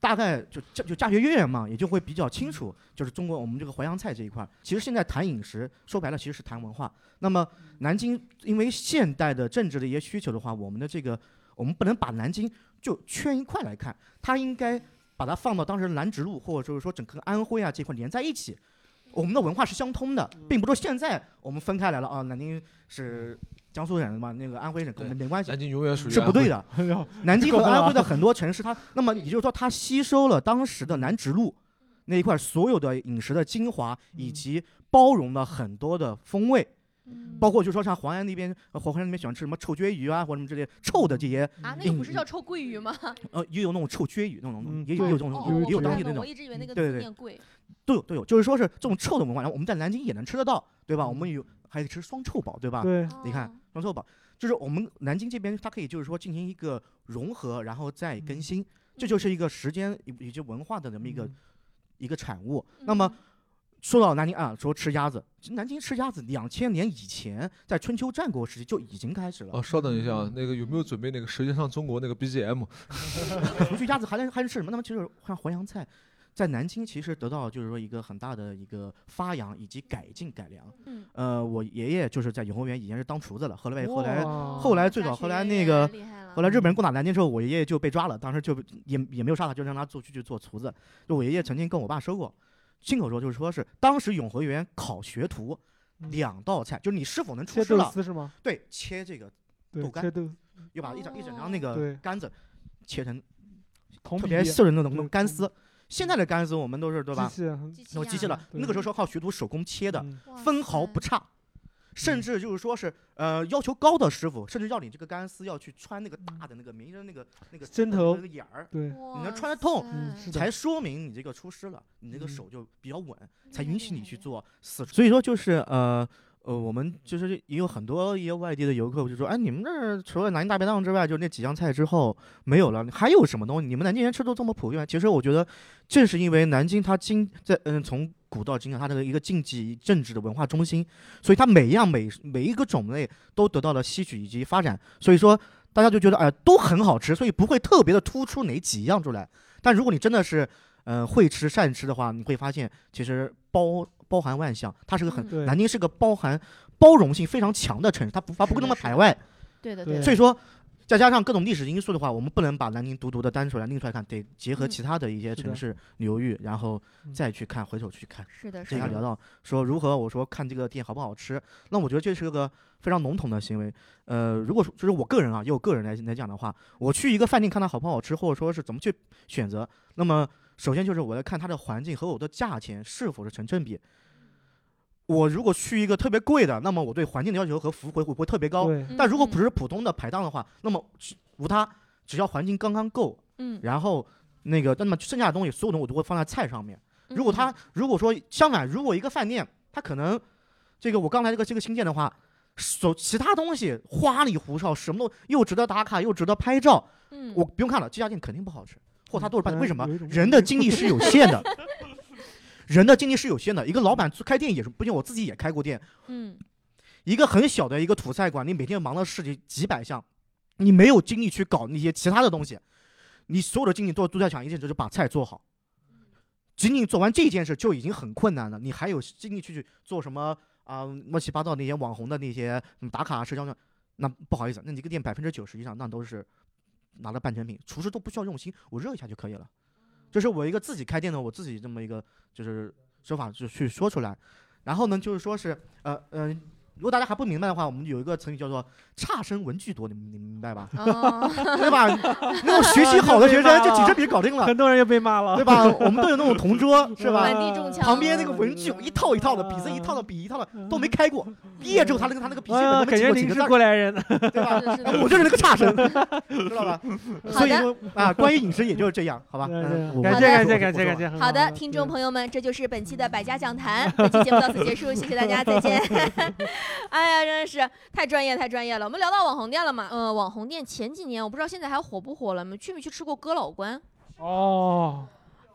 [SPEAKER 2] 大概就就就家学渊源嘛，也就会比较清楚，就是中国我们这个淮扬菜这一块儿。其实现在谈饮食，说白了其实是谈文化。那么南京因为现代的政治的一些需求的话，我们的这个我们不能把南京就圈一块来看，它应该把它放到当时南直路或者就是说整个安徽啊这块连在一起。我们的文化是相通的，
[SPEAKER 6] 嗯
[SPEAKER 2] 并不是说现在我们分开来了啊，南京是江苏省的嘛，那个安徽省跟我们没关系
[SPEAKER 6] 南，京永远属于
[SPEAKER 2] 是不对
[SPEAKER 6] 的。
[SPEAKER 2] 的。
[SPEAKER 7] 哎呦，
[SPEAKER 2] 南京和
[SPEAKER 7] 够了啊
[SPEAKER 2] 安徽的很多城市，它那么也就是说，它吸收了当时的南直路那一块所有的饮食的精华，
[SPEAKER 7] 嗯
[SPEAKER 2] 以及包容了很多的风味，
[SPEAKER 5] 嗯
[SPEAKER 2] 包括就说像淮安那边，呃淮安那边喜欢吃什么臭鳜鱼啊，或者什么之类臭
[SPEAKER 7] 嗯
[SPEAKER 2] 的这些，
[SPEAKER 5] 啊，那个不是叫臭鳜鱼吗？
[SPEAKER 2] 呃，也有那种臭鳜鱼那种那种，
[SPEAKER 7] 嗯
[SPEAKER 2] 也有
[SPEAKER 7] 对
[SPEAKER 2] 也有这种
[SPEAKER 5] 哦，
[SPEAKER 7] 有
[SPEAKER 5] 哦
[SPEAKER 2] 也有
[SPEAKER 5] 我
[SPEAKER 2] 当
[SPEAKER 5] 看
[SPEAKER 2] 地
[SPEAKER 5] 懂
[SPEAKER 2] 的那种嗯
[SPEAKER 5] 我。一直以为那个
[SPEAKER 2] 对对
[SPEAKER 5] 字
[SPEAKER 2] 对
[SPEAKER 5] 念贵。
[SPEAKER 2] 都有都有，就是说是这种臭的文化，然后我们在南京也能吃得到，对吧？我
[SPEAKER 6] 嗯
[SPEAKER 2] 们有还得吃双臭宝，对吧？
[SPEAKER 7] 对，
[SPEAKER 2] 你看
[SPEAKER 5] 哦，
[SPEAKER 2] 双臭宝就是我们南京这边，它可以就是说进行一个融合，然后再
[SPEAKER 6] 嗯
[SPEAKER 2] 更新，这就是一个时间以以及文化的这么一个、一个产物。
[SPEAKER 5] 嗯
[SPEAKER 2] 那么说到南京啊，说吃鸭子，其实南京吃鸭子两千年以前，在春秋战国时期就已经开始了
[SPEAKER 6] 哦，，稍等一下，啊，那个有没有准备那个《舌尖上中国》那个 BGM？
[SPEAKER 2] 除去鸭子还能还能吃什么？那么其实像淮扬菜。在南京其实得到就是说一个很大的一个发扬以及改进改良，
[SPEAKER 5] 嗯，
[SPEAKER 2] 呃，我爷爷就是在永和园以前是当厨子了，后来后来
[SPEAKER 7] 哇
[SPEAKER 2] 后来最早后来那个后来日
[SPEAKER 5] 本
[SPEAKER 2] 本人攻打南京之后，我爷爷就被抓了，当时就也也没有杀他，就让他做去去做厨子。就我爷爷曾经跟我爸说过，亲口说就是说是当时永和园考学徒，
[SPEAKER 7] 嗯
[SPEAKER 2] 两道菜就是你是否能出
[SPEAKER 7] 切
[SPEAKER 2] 师
[SPEAKER 7] 豆
[SPEAKER 2] 了，
[SPEAKER 7] 丝是吗？
[SPEAKER 2] 对，切这个
[SPEAKER 7] 对
[SPEAKER 2] 豆，干
[SPEAKER 7] 切豆
[SPEAKER 2] 又把一整一整
[SPEAKER 5] 哦
[SPEAKER 2] 张那个
[SPEAKER 7] 对
[SPEAKER 2] 杆子切成
[SPEAKER 7] 铜
[SPEAKER 2] 特
[SPEAKER 7] 皮
[SPEAKER 2] 别
[SPEAKER 7] 机
[SPEAKER 2] 细的那种
[SPEAKER 7] 对
[SPEAKER 2] 干
[SPEAKER 7] 铜
[SPEAKER 2] 丝。现在的干丝我们都是对吧？
[SPEAKER 7] 器啊
[SPEAKER 2] 那种机器了，
[SPEAKER 7] 对
[SPEAKER 2] 那个时候是要靠学徒手工切的，
[SPEAKER 7] 嗯
[SPEAKER 2] 分毫不差。甚至就是说是，呃，要求高的师傅，甚至要你这个干丝要去穿那个大的那个明着那个那个
[SPEAKER 7] 针嗯头
[SPEAKER 2] 那个眼儿，
[SPEAKER 5] 你
[SPEAKER 7] 对，
[SPEAKER 2] 你能穿得透
[SPEAKER 7] 嗯，是
[SPEAKER 2] 才
[SPEAKER 7] 的，
[SPEAKER 2] 说明你这个出师了，你这个
[SPEAKER 7] 嗯
[SPEAKER 2] 手就比较稳，才允许你去做四川。所以说就是呃呃，我们就是也有很多一些外地的游客就说，哎，你们这儿除了南京大排档之外，就那几样菜之后没有了，还有什么东西？你们南京人吃都这么普遍？其实我觉得，正是因为南京它经在嗯从古到今啊，它这个一个竞技政治的文化中心，所以它每样每每一个种类都得到了吸取以及发展，所以说。大家就觉得哎、都很好吃，所以不会特别的突出哪几样出来。但如果你真的是，呃，会吃善吃的话，你会发现其实包包含万象，它是个
[SPEAKER 5] 嗯
[SPEAKER 2] 很
[SPEAKER 7] 对
[SPEAKER 2] 南京是个包含包容性非常强的城市，它不它不
[SPEAKER 5] 是
[SPEAKER 2] 那
[SPEAKER 5] 的
[SPEAKER 2] 么
[SPEAKER 5] 是
[SPEAKER 2] 排
[SPEAKER 5] 的
[SPEAKER 2] 外，
[SPEAKER 5] 对的，
[SPEAKER 7] 对
[SPEAKER 5] 对
[SPEAKER 2] 所
[SPEAKER 5] 的，
[SPEAKER 2] 以说，再加上各种历史因素的话，我们不能把南宁独独的单出来拎出来看，得结合
[SPEAKER 5] 嗯
[SPEAKER 2] 其他的一些
[SPEAKER 7] 是
[SPEAKER 2] 城
[SPEAKER 7] 的
[SPEAKER 2] 市流域，然后
[SPEAKER 7] 嗯
[SPEAKER 2] 再去看，回首去看。
[SPEAKER 5] 是的，
[SPEAKER 2] 这
[SPEAKER 5] 是
[SPEAKER 2] 下聊
[SPEAKER 5] 的，
[SPEAKER 2] 到说如何，我说看这个店好不好吃，那我觉得这是个非常笼统的行为。呃，如果说就是我个人啊，以我个人来来讲的话，我去一个饭店看它好不好吃，或者说是怎么去选择，那么首先就是我要看它的环境和我的价钱是否是成正比。我如果去一个特别贵的，那么我对环境的要求和服务会会不会特别高？
[SPEAKER 7] 对，
[SPEAKER 5] 嗯
[SPEAKER 2] 但如果不
[SPEAKER 5] 嗯
[SPEAKER 2] 是普通的排档的话，那么只无他，只要环境刚刚够，
[SPEAKER 5] 嗯，
[SPEAKER 2] 然后那个那么剩下的东西，所有东西我都会放在菜上面。如果
[SPEAKER 5] 嗯
[SPEAKER 2] 他如果说相反，如果一个饭店，他可能这个我刚才这个这个新建的话，手其他东西花里胡哨，什么都又值得打卡又值得拍照，
[SPEAKER 5] 嗯
[SPEAKER 2] 我不用看了，这家店肯定不好吃，或他都是半
[SPEAKER 7] 嗯
[SPEAKER 2] 为什么
[SPEAKER 7] 有一种？
[SPEAKER 2] 人的精力是有限的。人的精力是有限的，一个老板开店也是，毕竟我自己也开过店，
[SPEAKER 5] 嗯？
[SPEAKER 2] 一个很小的一个土菜馆，你每天忙的事情几百项，你没有精力去搞那些其他的东西，你所有的精力都都在想一件事，就是把菜做好。仅仅做完这件事就已经很困难了，你还有精力去做什么啊、乱七八糟那些网红的那些嗯打卡社交的？那不好意思，那你一个店百分之九十以上那都是拿了半成品，厨师都不需要用心，我热一下就可以了。这是我一个自己开店的我自己这么一个就是说法就去说出来。然后呢，就是说是呃呃，如果大家还不明白的话，我们有一个成语叫做“差生文具多”，你们你们明白吧
[SPEAKER 5] 哦，
[SPEAKER 2] 对吧？那种学习 好的学生就几支笔搞定了，
[SPEAKER 7] 很多人又被骂了
[SPEAKER 2] 对。吧？我们都有那种同 桌，是吧？
[SPEAKER 5] 满地中枪
[SPEAKER 2] 旁边那个文具一套一套的，笔子一套的，
[SPEAKER 7] 嗯
[SPEAKER 2] 笔一套的都没开过。毕业之后，他那个他那个笔记
[SPEAKER 7] 哎
[SPEAKER 2] 本
[SPEAKER 7] 呀，
[SPEAKER 2] 都没记过
[SPEAKER 7] 感觉
[SPEAKER 2] 几
[SPEAKER 7] 您
[SPEAKER 2] 个
[SPEAKER 7] 是
[SPEAKER 2] 字儿，
[SPEAKER 7] 过来人，
[SPEAKER 2] 对吧？
[SPEAKER 5] 是的，是
[SPEAKER 2] 哎
[SPEAKER 5] 的，
[SPEAKER 2] 我就是那个差生，知道吧？
[SPEAKER 5] 好
[SPEAKER 2] 所以
[SPEAKER 5] 的
[SPEAKER 2] 说啊，关于饮食也就是这样，好吧？嗯
[SPEAKER 7] 嗯
[SPEAKER 2] 我
[SPEAKER 7] 感
[SPEAKER 5] 好
[SPEAKER 7] 谢
[SPEAKER 5] 的
[SPEAKER 7] 感谢感谢感。谢。很
[SPEAKER 5] 好的，
[SPEAKER 7] 玩
[SPEAKER 5] 听众朋友们，这就是本期的百家讲坛，本期节目到此结束，谢谢大家，再见。 哎呀，真的是太专业太专业了。我们聊到网红店了嘛？嗯、网红店前几年我不知道现在还火不火了，你们去没去吃过哥老关？
[SPEAKER 7] 哦，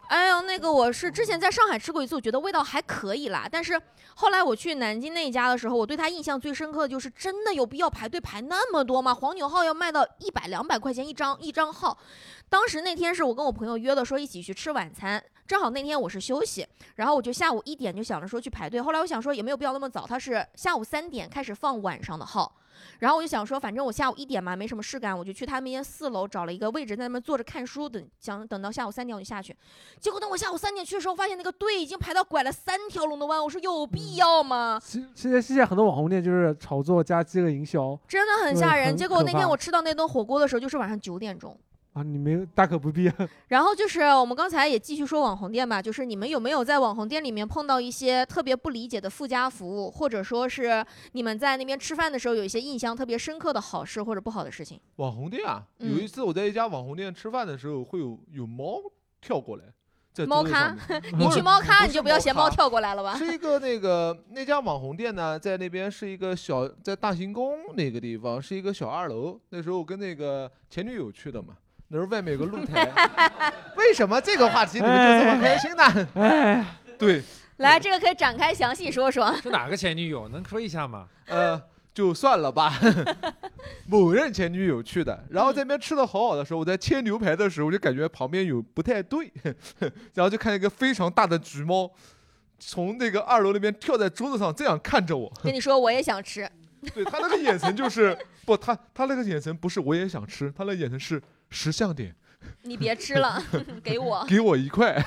[SPEAKER 5] 哎呦，那个我是之前在上海吃过一次，我觉得味道还可以啦。但是后来我去南京那一家的时候，我对他印象最深刻的就是，真的有必要排队排那么多吗？黄牛号要卖到一百两百块钱一张一张号。当时那天是我跟我朋友约的，说一起去吃晚餐，正好那天我是休息，然后我就下午一点就想着说去排队。后来我想说也没有必要那么早，他是下午三点开始放晚上的号。然后我就想说，反正我下午一点嘛，没什么事干，我就去他们家四楼找了一个位置，在那边坐着看书，等想等到下午三点我就下去。结果等我下午三点去的时候，发现那个队已经排到拐了三条龙的弯，我说有必要吗？
[SPEAKER 7] 其现在现在很多网红店就是炒作加饥饿营销
[SPEAKER 5] 真的很
[SPEAKER 7] 对
[SPEAKER 5] 吓人。
[SPEAKER 7] 很
[SPEAKER 5] 结果
[SPEAKER 7] 可
[SPEAKER 5] 那天
[SPEAKER 7] 怕
[SPEAKER 5] 我吃到那顿火锅的时候，就是晚上九点钟。
[SPEAKER 7] 啊，你没有大可不必。啊
[SPEAKER 5] 然后就是我们刚才也继续说网红店吧，就是你们有没有在网红店里面碰到一些特别不理解的附加服务，或者说是你们在那边吃饭的时候有一些印象特别深刻的好事或者不好的事情？
[SPEAKER 6] 网红店啊，
[SPEAKER 5] 嗯
[SPEAKER 6] 有一次我在一家网红店吃饭的时候，会有有猫跳过来，在
[SPEAKER 5] 猫
[SPEAKER 6] 桌子上
[SPEAKER 5] 你
[SPEAKER 6] 面
[SPEAKER 5] 去猫咖
[SPEAKER 6] 不
[SPEAKER 5] 你
[SPEAKER 6] 是
[SPEAKER 5] 就不要嫌猫
[SPEAKER 6] 咖
[SPEAKER 5] 跳过来了吧？
[SPEAKER 6] 是一个那个那家网红店呢，在那边是一个小在大行宫那个地方是一个小二楼。那时候我跟那个前女友去的嘛，那时候外面有个露台。为什么这个话题你们就这么开心呢？
[SPEAKER 7] 哎，
[SPEAKER 6] 对，
[SPEAKER 5] 来，这个可以展开详细说说。
[SPEAKER 8] 是哪个前女友？能说一下吗？
[SPEAKER 6] 呃，就算了吧。某任前女友去的，然后在那边吃的好好的时候，我在切牛排的时候，我就感觉旁边有不太对， 然后就看一个非常大的橘猫从那个二楼那边跳在桌子上，这样看着我。
[SPEAKER 5] 跟你说，我也想吃。
[SPEAKER 6] 对他那个眼神就是 不，他他那个眼神不是我也想吃，他那眼神是识相点，
[SPEAKER 5] 你别吃了， 给我。
[SPEAKER 6] 给我一块。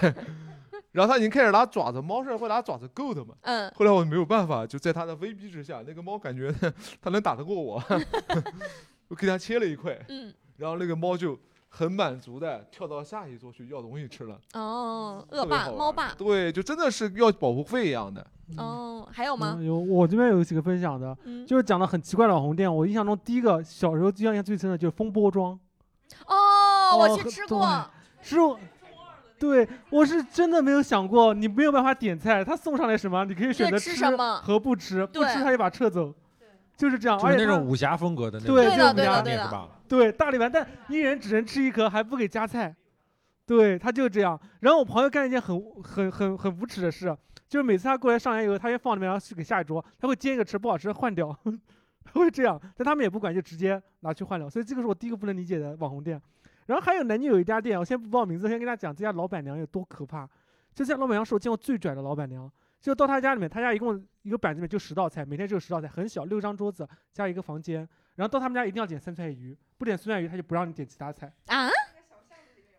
[SPEAKER 6] 然后他已经开始拿爪子，猫是会拿爪子够的嘛。
[SPEAKER 5] 嗯，
[SPEAKER 6] 后来我没有办法，就在他的威逼之下，那个猫感觉 它能打得过我， 我给它切了一块，
[SPEAKER 5] 嗯，
[SPEAKER 6] 然后那个猫就很满足的跳到下一桌去要东西吃了。
[SPEAKER 5] 哦，
[SPEAKER 6] 特
[SPEAKER 5] 恶
[SPEAKER 6] 别
[SPEAKER 5] 霸
[SPEAKER 6] 好玩
[SPEAKER 5] 猫霸，
[SPEAKER 6] 对，就真的是要保护费一样的。
[SPEAKER 5] 哦，还有吗
[SPEAKER 7] 嗯？有我这边有几个分享的，
[SPEAKER 5] 嗯，
[SPEAKER 7] 就是讲的很奇怪的网红店。我印象中第一个小时候印象最深的就是风波庄，
[SPEAKER 5] 哦，我
[SPEAKER 7] 哦
[SPEAKER 5] 去
[SPEAKER 7] 很
[SPEAKER 5] 吃
[SPEAKER 7] 对
[SPEAKER 5] 过，
[SPEAKER 7] 是我。对，我是真的没有想过，你没有办法点菜，他送上来什么，你可以选择
[SPEAKER 5] 对吃什么
[SPEAKER 7] 和不吃，不
[SPEAKER 5] 对
[SPEAKER 7] 吃他就把撤走，就是这样。
[SPEAKER 8] 就
[SPEAKER 7] 而
[SPEAKER 8] 是
[SPEAKER 7] 且
[SPEAKER 8] 那
[SPEAKER 7] 他
[SPEAKER 8] 种武侠风格的那种
[SPEAKER 7] 对
[SPEAKER 8] 就是
[SPEAKER 7] 对的
[SPEAKER 8] 拉
[SPEAKER 5] 对的
[SPEAKER 8] 面
[SPEAKER 5] 对的
[SPEAKER 8] 是 吧？
[SPEAKER 7] 对，大力丸，但一人只能吃一颗，还不给加菜。对，他就这样。然后我朋友干一件很很很很无耻的事，就是每次他过来上来以后，他先放里面，然后去给下一桌，他会煎一个吃，不好吃换掉，他会这样。但他们也不管，就直接拿去换掉。所以这个是我第一个不能理解的网红店。然后还有南京有一家店，我先不报名字，先跟大家讲这家老板娘有多可怕。就这家老板娘是我见过最拽的老板娘，就到他家里面，他家一共一个板子里面就十道菜，每天只有十道菜，很小，六张桌子加一个房间。然后到他们家一定要点酸菜鱼，不点酸菜鱼他就不让你点其他菜。
[SPEAKER 5] 啊？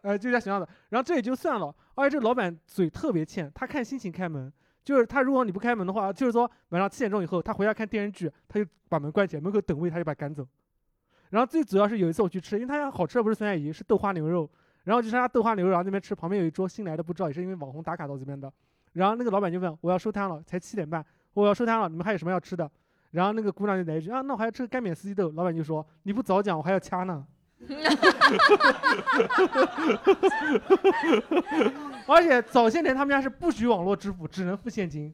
[SPEAKER 7] 呃，就在小巷子。然后这也就算了，而且这老板嘴特别欠，他看心情开门。就是他，如果你不开门的话，就是说晚上七点钟以后，他回家看电视剧，他就把门关起来，门口等位他就把他赶走。然后最主要是有一次我去吃，因为他家好吃的不是酸菜鱼，是豆花牛肉。然后就吃他豆花牛肉，然后那边吃，旁边有一桌新来的，不知道也是因为网红打卡到这边的。然后那个老板就问我要收摊了，才七点半，我要收摊了，你们还有什么要吃的？然后那个姑娘就来一句啊，那我还要吃个干煸四季豆。老板就说你不早讲，我还要掐呢。 而且早些年他们家是不许网络支付，只能付现金。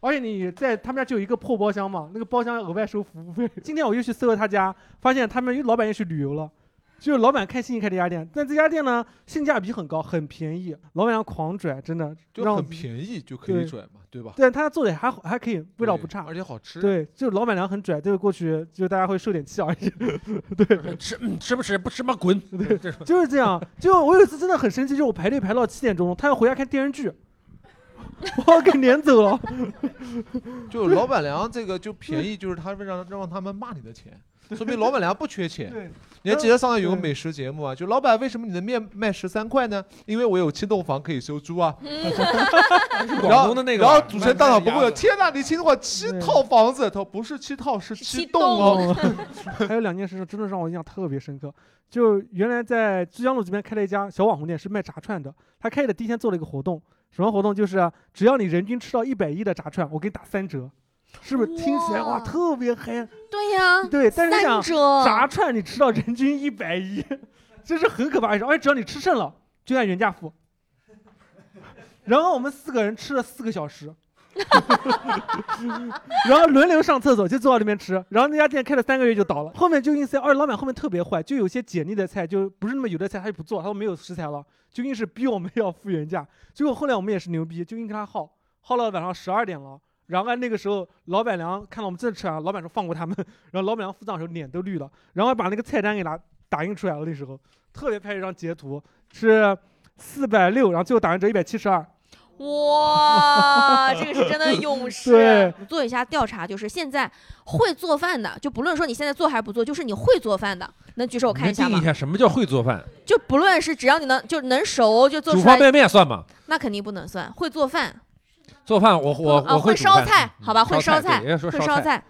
[SPEAKER 7] 而且你在他们家就有一个破包厢嘛，那个包厢额外收服务费。今天我又去搜了他家，发现他们老板又去旅游了。就是老板看心情开这家店，但这家店呢性价比很高，很便宜，老板娘狂拽，真的
[SPEAKER 6] 就
[SPEAKER 7] 让
[SPEAKER 6] 很便宜就可以
[SPEAKER 7] 对
[SPEAKER 6] 拽嘛，对吧？
[SPEAKER 7] 对，他做的还好，还可以，味道不差，
[SPEAKER 6] 而且好吃。
[SPEAKER 7] 对，就老板娘很拽，就是过去就大家会受点气而已。对，
[SPEAKER 8] 吃嗯吃不吃不吃嘛滚。
[SPEAKER 7] 对， 就是这样。就我有一次真的很生气，就是我排队排到七点钟，他要回家看电视剧，把我给撵走了。
[SPEAKER 6] 就老板娘这个就便宜，就是他们让让他们骂你的钱，说明老板娘不缺 钱。
[SPEAKER 7] 对，
[SPEAKER 6] 你还记得上次有个美食节目啊？就老板为什么你的面卖十三块呢？因为我有七栋房可以收租啊。 然
[SPEAKER 8] 广
[SPEAKER 6] 后
[SPEAKER 8] 东的那个吧，
[SPEAKER 6] 然后主持人大脑不过
[SPEAKER 8] 卖
[SPEAKER 6] 了，天哪，你七栋七套房子，他说不是七套，是七栋 哦。
[SPEAKER 7] 还有两件事情真的让我印象特别深刻，就原来在珠江路这边开了一家小网红店，是卖炸串的。他开业的第一天做了一个活动，什么活动？就是啊只要你人均吃到一百一的炸串，我给你打三折。是不是听起来哇
[SPEAKER 5] 哇
[SPEAKER 7] 特别嗨？
[SPEAKER 5] 对呀，
[SPEAKER 7] 对，但是你
[SPEAKER 5] 三
[SPEAKER 7] 想
[SPEAKER 5] 折
[SPEAKER 7] 炸串你吃到人均一百一，这是很可怕的事。而哎且只要你吃剩了，就按原价付。然后我们四个人吃了四个小时， 然后轮流上厕所，就坐到那边吃。然后那家店开了三个月就倒了，后面就硬塞。而且老板后面特别坏，就有些解腻的菜，就不是那么油的菜，他就不做，他说没有食材了，就硬是逼我们要付原价。结果后来我们也是牛逼，就硬跟他耗，耗到晚上十二点了。然后按那个时候，老板娘看到我们真的吃啊完了，老板说放过他们。 然后老板娘付账的时候脸都绿了，然后还把那个菜单给拿打印出来了。那时候特别拍一张截图，是四百六，然后最后打完折一百七十二。
[SPEAKER 5] 哇，这个是真 的勇士
[SPEAKER 7] 对。
[SPEAKER 5] 做一下调查，就是现在会做饭的，就不论说你现在做还是不做，就是你会做饭的，能举手我
[SPEAKER 8] 你
[SPEAKER 5] 看
[SPEAKER 8] 能
[SPEAKER 5] 一下
[SPEAKER 8] 定
[SPEAKER 5] 吗
[SPEAKER 8] 一？下什么叫会做饭？
[SPEAKER 5] 就不论是只要你能就能熟就做
[SPEAKER 8] 煮
[SPEAKER 5] 出
[SPEAKER 8] 方
[SPEAKER 5] 来，
[SPEAKER 8] 便面算吗？
[SPEAKER 5] 那肯定不能算会做饭。
[SPEAKER 8] 做饭我我
[SPEAKER 5] 啊
[SPEAKER 8] 我
[SPEAKER 5] 会
[SPEAKER 8] 煮
[SPEAKER 5] 烧
[SPEAKER 8] 饭嗯
[SPEAKER 5] 菜，好吧，会
[SPEAKER 8] 烧
[SPEAKER 5] 菜，
[SPEAKER 8] 对人家说
[SPEAKER 5] 会
[SPEAKER 8] 烧菜
[SPEAKER 5] 菜。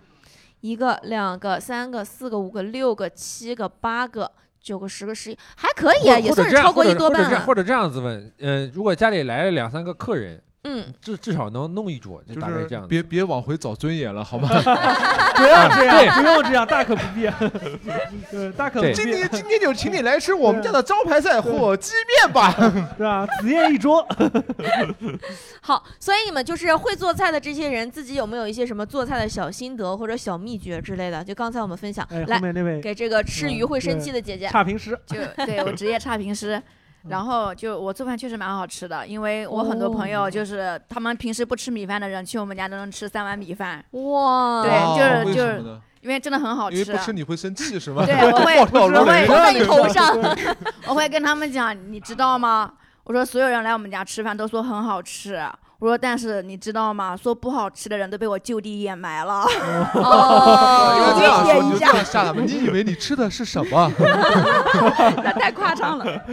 [SPEAKER 5] 一个、两个、三个、四个、五个、六个、七个、八个、九个、十个、十一，还可以啊，
[SPEAKER 8] 或
[SPEAKER 5] 也
[SPEAKER 8] 或者
[SPEAKER 5] 算是
[SPEAKER 8] 这样
[SPEAKER 5] 超过
[SPEAKER 8] 或
[SPEAKER 5] 一
[SPEAKER 8] 者
[SPEAKER 5] 多
[SPEAKER 8] 或者
[SPEAKER 5] 半
[SPEAKER 8] 这样
[SPEAKER 5] 了。
[SPEAKER 8] 或者这样子问，呃，如果家里来了两三个客人，
[SPEAKER 5] 嗯，
[SPEAKER 8] 至至少能弄一桌，就
[SPEAKER 6] 就
[SPEAKER 8] 大概这
[SPEAKER 6] 是
[SPEAKER 8] 样子。
[SPEAKER 6] 别别往回找尊严了， 好吗？
[SPEAKER 7] 不要这
[SPEAKER 8] 对
[SPEAKER 7] 样，不用这样，大可不必。啊 对，大可不必，
[SPEAKER 8] 对
[SPEAKER 7] 啊
[SPEAKER 6] 今
[SPEAKER 7] 对
[SPEAKER 6] 天今天就请你来 吃我们家的招牌菜火鸡面吧。
[SPEAKER 7] 吧？紫宴一桌，
[SPEAKER 5] 好，所以你们就是会做菜的这些人，自己有没有一些什么做菜的小心得或者小秘诀之类的？就刚才我们分享，
[SPEAKER 7] 哎，后
[SPEAKER 5] 来
[SPEAKER 7] 面那位
[SPEAKER 5] 给这个吃鱼
[SPEAKER 7] 嗯
[SPEAKER 5] 会生
[SPEAKER 7] 对
[SPEAKER 5] 气的姐姐，
[SPEAKER 7] 差评师，
[SPEAKER 1] 就对我职业差评师。 然后就我做饭确实蛮好吃的，因为我很多朋友就是 他们平时不吃米饭的人，去我们家都能吃三碗米饭，
[SPEAKER 5] 哇，
[SPEAKER 1] 对
[SPEAKER 6] 哦
[SPEAKER 1] 就是
[SPEAKER 6] 为
[SPEAKER 1] 就
[SPEAKER 6] 什
[SPEAKER 1] 是
[SPEAKER 6] 么呢？
[SPEAKER 1] 因为真的很好啊
[SPEAKER 6] 因为不吃
[SPEAKER 1] 对，
[SPEAKER 6] 你会生 气是吗？
[SPEAKER 1] 我 会
[SPEAKER 6] 跳楼
[SPEAKER 1] 我会
[SPEAKER 5] 我
[SPEAKER 1] 我
[SPEAKER 5] 在
[SPEAKER 1] 会
[SPEAKER 5] 你 头上，
[SPEAKER 1] 我会跟他们讲，你知道吗？我说所有人来我们家吃饭都说很好吃，我说但是你知道吗？说不好吃的人都被我就地掩埋了。
[SPEAKER 5] 哦，
[SPEAKER 6] 因为这样说，
[SPEAKER 1] 理解一
[SPEAKER 6] 你就这
[SPEAKER 1] 下
[SPEAKER 6] 样吓他们。你以为你吃的是什 么？
[SPEAKER 1] 那 太夸张了。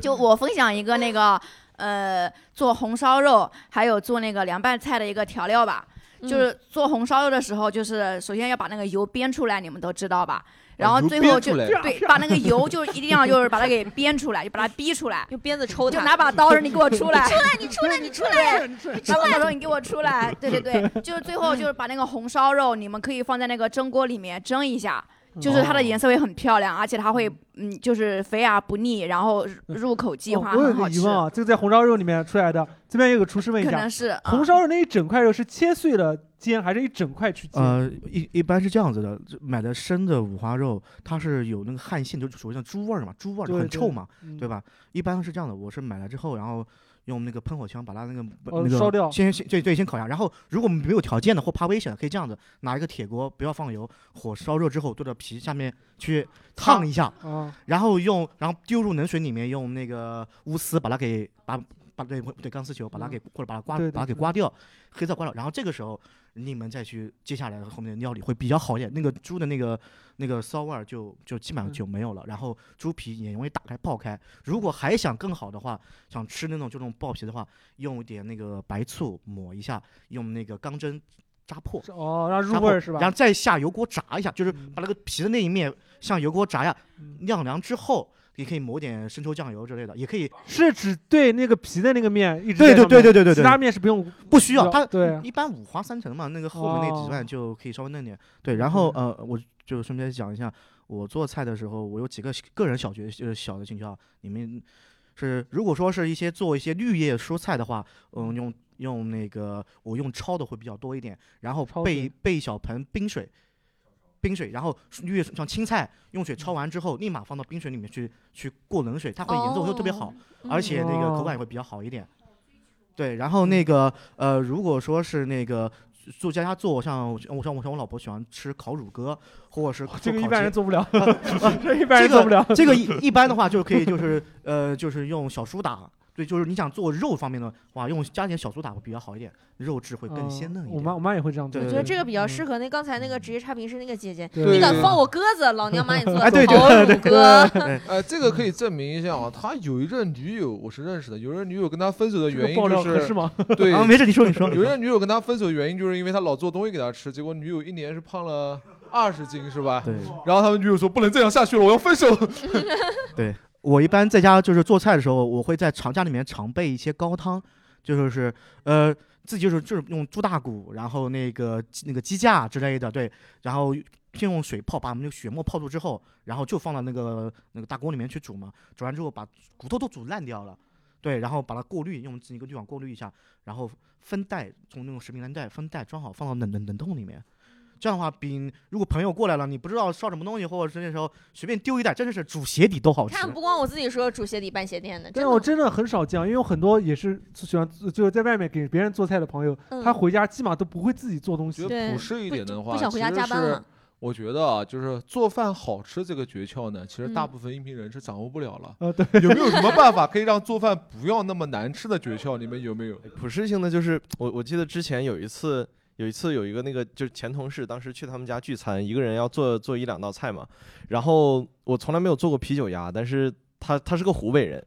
[SPEAKER 1] 就我分享一个那个呃，做红烧肉还有做那个凉拌菜的一个调料吧。
[SPEAKER 5] 嗯
[SPEAKER 1] 就是做红烧肉的时候，就是首先要把那个油煸出来，你们都知道吧？然
[SPEAKER 5] 哦
[SPEAKER 1] 后
[SPEAKER 6] 油
[SPEAKER 1] 最
[SPEAKER 6] 煸
[SPEAKER 1] 后
[SPEAKER 6] 出
[SPEAKER 1] 就
[SPEAKER 6] 来
[SPEAKER 1] 对，把那个油就是一定要就是把它给煸出来， 就把它逼出来，
[SPEAKER 5] 用鞭子抽
[SPEAKER 1] 就
[SPEAKER 5] 他，
[SPEAKER 1] 拿把刀，说你给我出来，
[SPEAKER 5] 你出来，你出来，
[SPEAKER 1] 然后我说你给我出来，对对对，就是最后就是把那个红烧肉，你们可以放在那个蒸锅里面蒸一下，就是
[SPEAKER 7] 哦
[SPEAKER 1] 它的颜色会很漂亮，而且它会嗯就是肥而不腻，然后入口即化，
[SPEAKER 7] 哦我有
[SPEAKER 1] 很
[SPEAKER 7] 个
[SPEAKER 1] 好
[SPEAKER 7] 疑
[SPEAKER 1] 吃。
[SPEAKER 7] 问啊，这个在红烧肉里面出来的，这边有个厨师问一
[SPEAKER 1] 可
[SPEAKER 7] 下
[SPEAKER 1] 能，是
[SPEAKER 5] 嗯
[SPEAKER 7] 红烧肉那一整块肉是切碎了煎，还是一整块去煎？
[SPEAKER 2] 呃，一一般是这样子的，这买的生的五花肉，它是有那个汗腺，就属于像猪味儿嘛，猪味儿
[SPEAKER 7] 对
[SPEAKER 2] 很
[SPEAKER 7] 对
[SPEAKER 2] 臭嘛，
[SPEAKER 7] 嗯
[SPEAKER 2] 对吧？一般是这样的，我是买来之后，然后用那个喷火枪把它那个、
[SPEAKER 7] 哦
[SPEAKER 2] 那个
[SPEAKER 7] 烧掉
[SPEAKER 2] 先先对对先烤一下，然后如果没有条件的或怕危险的，可以这样子，拿一个铁锅，不要放油，火烧热之后，对着皮下面去烫一下，
[SPEAKER 7] 啊，
[SPEAKER 2] 然后用然后丢入冷水里面，用那个钨丝把它给把把对对钢丝球把它
[SPEAKER 7] 嗯
[SPEAKER 2] 给或者把它刮
[SPEAKER 7] 对对
[SPEAKER 2] 把它给
[SPEAKER 7] 对
[SPEAKER 2] 刮掉，黑色刮掉，然后这个时候你们再去接下来后面的料理会比较好一点，那个猪的那个那个骚味儿就就基本
[SPEAKER 7] 嗯
[SPEAKER 2] 上就没有了，然后猪皮也容易打开爆开。如果还想更好的话，想吃那种就那种爆皮的话，用一点那个白醋抹一下，用那个钢针扎破，
[SPEAKER 7] 哦，让
[SPEAKER 2] 然
[SPEAKER 7] 入
[SPEAKER 2] 后
[SPEAKER 7] 味儿是吧？嗯
[SPEAKER 2] 然后再下油锅炸一下，就是把那个皮的那一面像油锅炸呀，晾凉之后，也可以抹点生抽酱油之类的，也可以。
[SPEAKER 7] 是只对那个皮的那个面一直
[SPEAKER 2] 对
[SPEAKER 7] 在
[SPEAKER 2] 对对
[SPEAKER 7] 上面
[SPEAKER 2] 对对对
[SPEAKER 7] 其他面是不用
[SPEAKER 2] 不需要它
[SPEAKER 7] 对
[SPEAKER 2] 一般五花三 层嘛，那个后面那几
[SPEAKER 7] 哦嗯
[SPEAKER 2] 段就可以稍微嫩点。对，然后呃，我就顺便讲一下，我做菜的时候，我有几个小个人小诀，就是小的兴趣啊。你们是如果说是一些做一些绿叶蔬菜的话，嗯，用用那个我用焯的会比较多一点，然后
[SPEAKER 7] 焯
[SPEAKER 2] 备
[SPEAKER 7] 水
[SPEAKER 2] 备一小盆冰水。冰水，然后绿叶像青菜，用水焯完之后，立马放到冰水里面去去过冷水，它会颜色会特别好，
[SPEAKER 7] 哦
[SPEAKER 2] 而且那个口感也会比较好一点。对，然
[SPEAKER 7] 嗯
[SPEAKER 2] 后那个呃，如果说是那个做家家做，像我像我像我老婆喜欢吃烤乳鸽，或者是
[SPEAKER 7] 哦这个
[SPEAKER 2] 烤
[SPEAKER 7] 一般
[SPEAKER 2] 鸡
[SPEAKER 7] 人做不了，
[SPEAKER 2] 呃
[SPEAKER 7] 这一般人做不了。
[SPEAKER 2] 这 个一一般的话就可以就是呃就是用小苏打，对，就是你想做肉方面的话，用加点小苏打会比较好一点，肉质会更鲜嫩
[SPEAKER 7] 嗯
[SPEAKER 2] 一
[SPEAKER 7] 我
[SPEAKER 2] 点。
[SPEAKER 7] 妈我妈也会这样做，
[SPEAKER 2] 对嗯
[SPEAKER 5] 我觉得这个比较适合那刚才那个职业差评是那个姐姐，
[SPEAKER 7] 对
[SPEAKER 5] 你敢
[SPEAKER 6] 对
[SPEAKER 5] 放我鸽子，老娘把你 做
[SPEAKER 2] 哎对
[SPEAKER 5] 成烤乳鸽。
[SPEAKER 6] 哎，这个可以证明一下啊，他有一任女友我是认识的，有一任女友跟他分手的
[SPEAKER 7] 这个
[SPEAKER 6] 原因
[SPEAKER 7] 爆料
[SPEAKER 6] 就
[SPEAKER 7] 合适
[SPEAKER 6] 是
[SPEAKER 7] 吗？
[SPEAKER 6] 对
[SPEAKER 2] 啊，没事，你说你说，你
[SPEAKER 6] 有
[SPEAKER 2] 说
[SPEAKER 6] 任女友跟他分手的原因就是因为他老做东西给他吃，结果女友一年是胖了二十斤，是吧？
[SPEAKER 2] 对。
[SPEAKER 6] 然后他们女友说不能这样下去了，我要分 手。
[SPEAKER 2] 对我一般在家就是做菜的时候，我会在常家里面常备一些高汤，就是呃自己就是就是用猪大骨，然后那个鸡那个鸡架之类的，对，然后先用水泡，把我们那个血沫泡住之后，然后就放到那个那个大锅里面去煮嘛，煮完之后把骨头都煮烂掉了。对，然后把它过滤，用自己一个滤网过滤一下，然后分袋从那种食品篮袋分袋装好，放到冷冷冷冻里面。这样的话，比如果朋友过来了，你不知道烧什么东西，或者是那时候随便丢一袋，真的是煮鞋底都好
[SPEAKER 5] 你
[SPEAKER 2] 吃。
[SPEAKER 5] 看，不光我自己说煮鞋底拌鞋垫的，
[SPEAKER 7] 但
[SPEAKER 5] 真
[SPEAKER 7] 是我
[SPEAKER 5] 的，
[SPEAKER 7] 真的很少这样，因为我很多也是喜欢就是在外面给别人做菜的朋友，
[SPEAKER 5] 嗯
[SPEAKER 7] 他回家基本上都不会自己做东西
[SPEAKER 6] 觉。得
[SPEAKER 5] 对
[SPEAKER 6] 朴实一点的话，
[SPEAKER 5] 不想回家加班了。。
[SPEAKER 6] 我觉得啊，就是做饭好吃这个诀窍呢，其实大
[SPEAKER 5] 嗯
[SPEAKER 6] 部分音频人是掌握不了了。
[SPEAKER 2] 啊
[SPEAKER 7] 呃，对，
[SPEAKER 6] 有没有什么办法可以让做饭不要那么难吃的诀窍？你们有没有？
[SPEAKER 10] 哎普适性的就是我我记得之前有一次有一次有一个那个就是前同事，当时去他们家聚餐，一个人要做做一两道菜嘛，然后我从来没有做过啤酒鸭，但是他他是个湖北 人，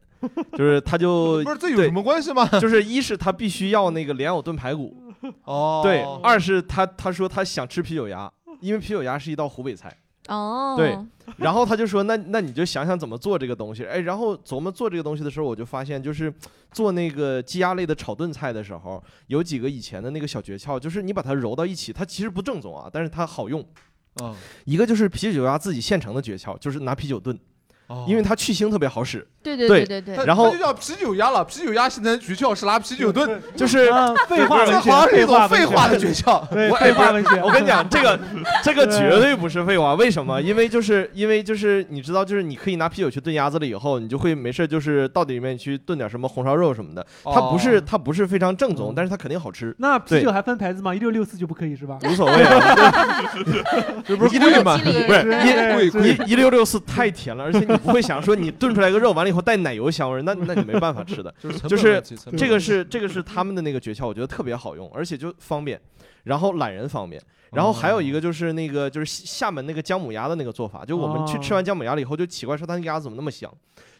[SPEAKER 10] 就是他就
[SPEAKER 6] 不是这有
[SPEAKER 10] 对
[SPEAKER 6] 什么关系吗？
[SPEAKER 10] 就是一是他必须要那个莲藕炖排骨，
[SPEAKER 6] 哦，
[SPEAKER 10] 对，二是他他说他想吃啤酒鸭，因为啤酒鸭是一道湖北菜。
[SPEAKER 5] 哦，
[SPEAKER 10] 对然后他就说：“那那你就想想怎么做这个东西。”哎，然后琢磨做这个东西的时候，我就发现，就是做那个鸡鸭类的炒炖菜的时候，有几个以前的那个小诀窍，就是你把它揉到一起，它其实不正宗啊，但是它好用。
[SPEAKER 6] 嗯，
[SPEAKER 10] 一个就是啤酒鸭自己现成的诀窍，就是拿啤酒炖，
[SPEAKER 6] 哦
[SPEAKER 10] 因为它去腥特别好使。
[SPEAKER 5] 对对
[SPEAKER 10] 对
[SPEAKER 5] 对对
[SPEAKER 6] 它
[SPEAKER 10] 然后
[SPEAKER 6] 它就叫啤酒鸭了，啤酒鸭现在的诀窍是拿啤酒炖，
[SPEAKER 10] 就是
[SPEAKER 7] 啊，废话
[SPEAKER 6] 这
[SPEAKER 7] 文
[SPEAKER 6] 好像是
[SPEAKER 7] 学，
[SPEAKER 6] 一
[SPEAKER 7] 废
[SPEAKER 6] 种
[SPEAKER 7] 话
[SPEAKER 6] 废话的
[SPEAKER 7] 文
[SPEAKER 6] 诀
[SPEAKER 7] 学
[SPEAKER 6] 窍。
[SPEAKER 7] 对
[SPEAKER 10] 我哎
[SPEAKER 7] 废话文学。
[SPEAKER 10] 我跟你 讲，这个这个绝对不是废话。为什么？因为就是因为就是你知道，就是你可以拿啤酒去炖鸭子了以后，你就会没事就是到底里面去炖点什么红烧肉什么的。它不是它不是非常正宗，但是它肯定好吃，
[SPEAKER 7] 哦嗯那啤酒
[SPEAKER 10] 对
[SPEAKER 7] 还分牌子吗？一六六四就不可以是吧？
[SPEAKER 10] 无所谓啊。
[SPEAKER 6] 这不是
[SPEAKER 10] 一定
[SPEAKER 6] 贵吗？
[SPEAKER 5] 机灵
[SPEAKER 10] 不是
[SPEAKER 7] 对
[SPEAKER 10] 一
[SPEAKER 7] 对对
[SPEAKER 10] 一一六 六四太甜了，而且你不会想说你炖出来个肉完了以后带奶油香味 儿，那那你没办法吃的。
[SPEAKER 6] 就是成
[SPEAKER 10] 就
[SPEAKER 6] 本
[SPEAKER 10] 是
[SPEAKER 6] 问题成本
[SPEAKER 10] 这
[SPEAKER 6] 问
[SPEAKER 10] 个是这个是他们的那个诀窍，我觉得特别好用，而且就方便，然后懒人方便。然后还有
[SPEAKER 6] 哦
[SPEAKER 10] 一个就是那个就是厦厦门那个姜母鸭的那个做法，就我们去吃完姜母鸭了以后就奇怪说他那个鸭子怎么那么香，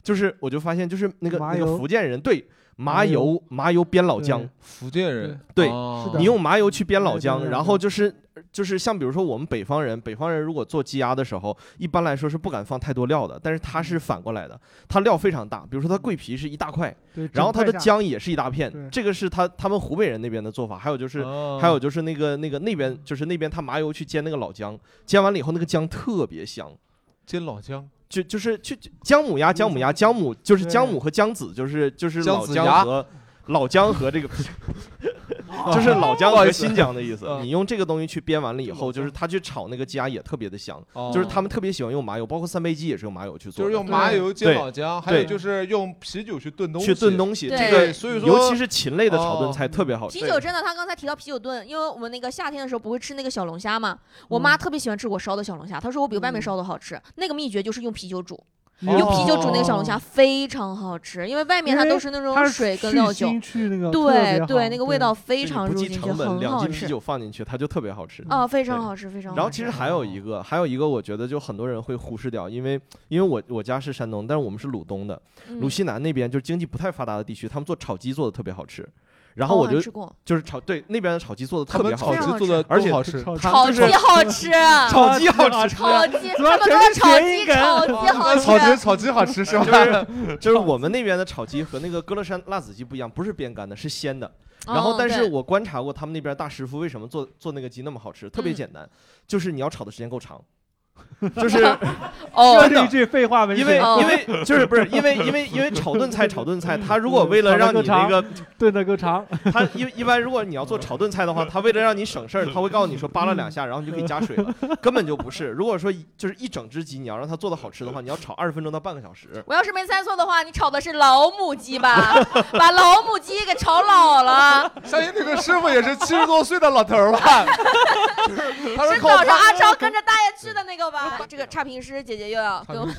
[SPEAKER 10] 就是我就发现就是那个
[SPEAKER 7] 麻
[SPEAKER 10] 那个
[SPEAKER 7] 油
[SPEAKER 10] 福建人对麻
[SPEAKER 7] 麻油
[SPEAKER 10] 油麻油煸老
[SPEAKER 7] 对
[SPEAKER 10] 姜，
[SPEAKER 6] 题福建人
[SPEAKER 10] 对
[SPEAKER 6] 哦
[SPEAKER 7] 是的
[SPEAKER 10] 你用麻油去煸老
[SPEAKER 7] 对对对
[SPEAKER 10] 姜，
[SPEAKER 7] 对
[SPEAKER 10] 然后就是就是像比如说我们北方人，北方人如果做鸡鸭的时候，一般来说是不敢放太多料的，但是它是反过来的，它料非常大，比如说它桂皮是一大块，
[SPEAKER 7] 对，
[SPEAKER 10] 然后它的
[SPEAKER 7] 整块下
[SPEAKER 10] 姜也是一大片
[SPEAKER 7] 对，
[SPEAKER 10] 这个是他他们湖北人那边的做法，还有就是。
[SPEAKER 6] 哦
[SPEAKER 10] 还有就是那个那个那
[SPEAKER 7] 嗯
[SPEAKER 10] 边就是那边他麻油去煎那个老姜，煎完了以后那个姜特别香，
[SPEAKER 6] 煎老姜，
[SPEAKER 10] 就就是去就姜母鸭姜母鸭姜母就是
[SPEAKER 7] 对
[SPEAKER 10] 姜母和姜子就是就是
[SPEAKER 6] 姜
[SPEAKER 10] 老
[SPEAKER 6] 子
[SPEAKER 10] 姜
[SPEAKER 6] 牙
[SPEAKER 10] 和老姜和 这个就是老姜
[SPEAKER 6] 不好意
[SPEAKER 10] 和
[SPEAKER 6] 思
[SPEAKER 10] 新姜的意思。
[SPEAKER 6] 嗯
[SPEAKER 10] 你用这个东西去煸完了以后，
[SPEAKER 6] 老姜
[SPEAKER 10] 就是它去炒那个鸡鸭也特别的香，
[SPEAKER 6] 哦
[SPEAKER 10] 就是他们特别喜欢用麻油，包括三杯鸡也是用麻油去做
[SPEAKER 6] 就
[SPEAKER 10] 的，
[SPEAKER 6] 是用麻油煎
[SPEAKER 10] 对
[SPEAKER 6] 老姜，还有
[SPEAKER 10] 对
[SPEAKER 6] 就是用啤酒去炖东西，
[SPEAKER 10] 去炖东西。
[SPEAKER 5] 对
[SPEAKER 10] 这
[SPEAKER 6] 对，
[SPEAKER 10] 个
[SPEAKER 6] 所以说
[SPEAKER 10] 尤其是禽类的炒炖菜
[SPEAKER 6] 哦
[SPEAKER 10] 特别好吃。
[SPEAKER 5] 啤酒真的，他刚才提到啤酒炖，因为我们那个夏天的时候不会吃那个小龙嗯虾嘛，我妈特别喜欢吃我烧的小龙虾，她说我比外面烧的好吃。那个秘诀就是用啤酒煮，用啤酒煮那个小龙虾，非常好吃，哦因为外面它都是那种水跟料酒，
[SPEAKER 7] 去那个
[SPEAKER 5] 对对，那个味道非
[SPEAKER 10] 就
[SPEAKER 5] 常
[SPEAKER 10] 你不
[SPEAKER 5] 入
[SPEAKER 10] 计
[SPEAKER 5] 进去，
[SPEAKER 10] 成本，
[SPEAKER 5] 很
[SPEAKER 10] 两
[SPEAKER 5] 好
[SPEAKER 10] 斤啤
[SPEAKER 5] 吃
[SPEAKER 10] 酒放进去，它就特别好吃。
[SPEAKER 5] 啊，非常
[SPEAKER 10] 对
[SPEAKER 5] 好吃，非常好吃。哦
[SPEAKER 10] 然后其实还有一个，还有一个，我觉得就很多人会忽视掉，因为因为我我家是山东，但是我们是鲁东的，鲁
[SPEAKER 5] 嗯
[SPEAKER 10] 西南那边就是经济不太发达的地区，他们做炒鸡做的特别好吃。然后
[SPEAKER 5] 哦
[SPEAKER 10] 我
[SPEAKER 5] 还
[SPEAKER 10] 就
[SPEAKER 5] 吃过
[SPEAKER 10] 就是炒对那边的炒鸡做的
[SPEAKER 6] 他
[SPEAKER 10] 特
[SPEAKER 6] 们
[SPEAKER 10] 别好
[SPEAKER 6] 炒
[SPEAKER 10] 吃，
[SPEAKER 6] 鸡做的
[SPEAKER 10] 而且
[SPEAKER 6] 好吃，
[SPEAKER 10] 他
[SPEAKER 5] 炒
[SPEAKER 10] 就
[SPEAKER 5] 鸡
[SPEAKER 10] 是
[SPEAKER 5] 好吃，啊
[SPEAKER 10] 炒鸡好吃，
[SPEAKER 5] 炒鸡，
[SPEAKER 7] 主要
[SPEAKER 5] 他们都
[SPEAKER 7] 全是
[SPEAKER 5] 是炒
[SPEAKER 7] 谐
[SPEAKER 5] 鸡，
[SPEAKER 7] 音梗
[SPEAKER 5] 炒鸡 好
[SPEAKER 6] 炒鸡
[SPEAKER 5] 吃。
[SPEAKER 6] 炒鸡好吃是吧？
[SPEAKER 10] 就是就是我们那边的炒鸡和那个歌乐山辣子鸡不一样，不是边干的，是鲜的。
[SPEAKER 7] 哦
[SPEAKER 10] 然后，
[SPEAKER 5] 嗯
[SPEAKER 10] 但是
[SPEAKER 5] 对
[SPEAKER 10] 我观察过他们那边大师傅为什么做做那个鸡那么好吃，特别
[SPEAKER 5] 嗯
[SPEAKER 10] 简单，就是你要炒的时间够 长， 就是
[SPEAKER 7] 又
[SPEAKER 5] 哦
[SPEAKER 10] 真
[SPEAKER 7] 是
[SPEAKER 10] 的
[SPEAKER 7] 一句废话文学，
[SPEAKER 10] 因为
[SPEAKER 5] 哦
[SPEAKER 10] 因为就是不是因为因为因为炒炖菜炒炖菜，他如果为了 让你那个
[SPEAKER 7] 炖的够长，
[SPEAKER 10] 他一一般如果你要做炒炖菜的话，他为了让你省事儿，他会告诉你说扒拉两下，然后你就可以加水了，根本就不是。如果说一就是一整只鸡，你要让它做的好吃的话，你要炒二十分钟到半个小时。
[SPEAKER 5] 我要是没猜错的话，你炒的是老母鸡吧？ 把老母鸡给炒老了，
[SPEAKER 6] 相信那个师傅也是七十多岁的老头 儿吧？他是
[SPEAKER 5] 是
[SPEAKER 6] 靠
[SPEAKER 5] 早上
[SPEAKER 6] 他
[SPEAKER 5] 阿超跟着大爷去的那个吧？这个差评师姐姐又要跟我们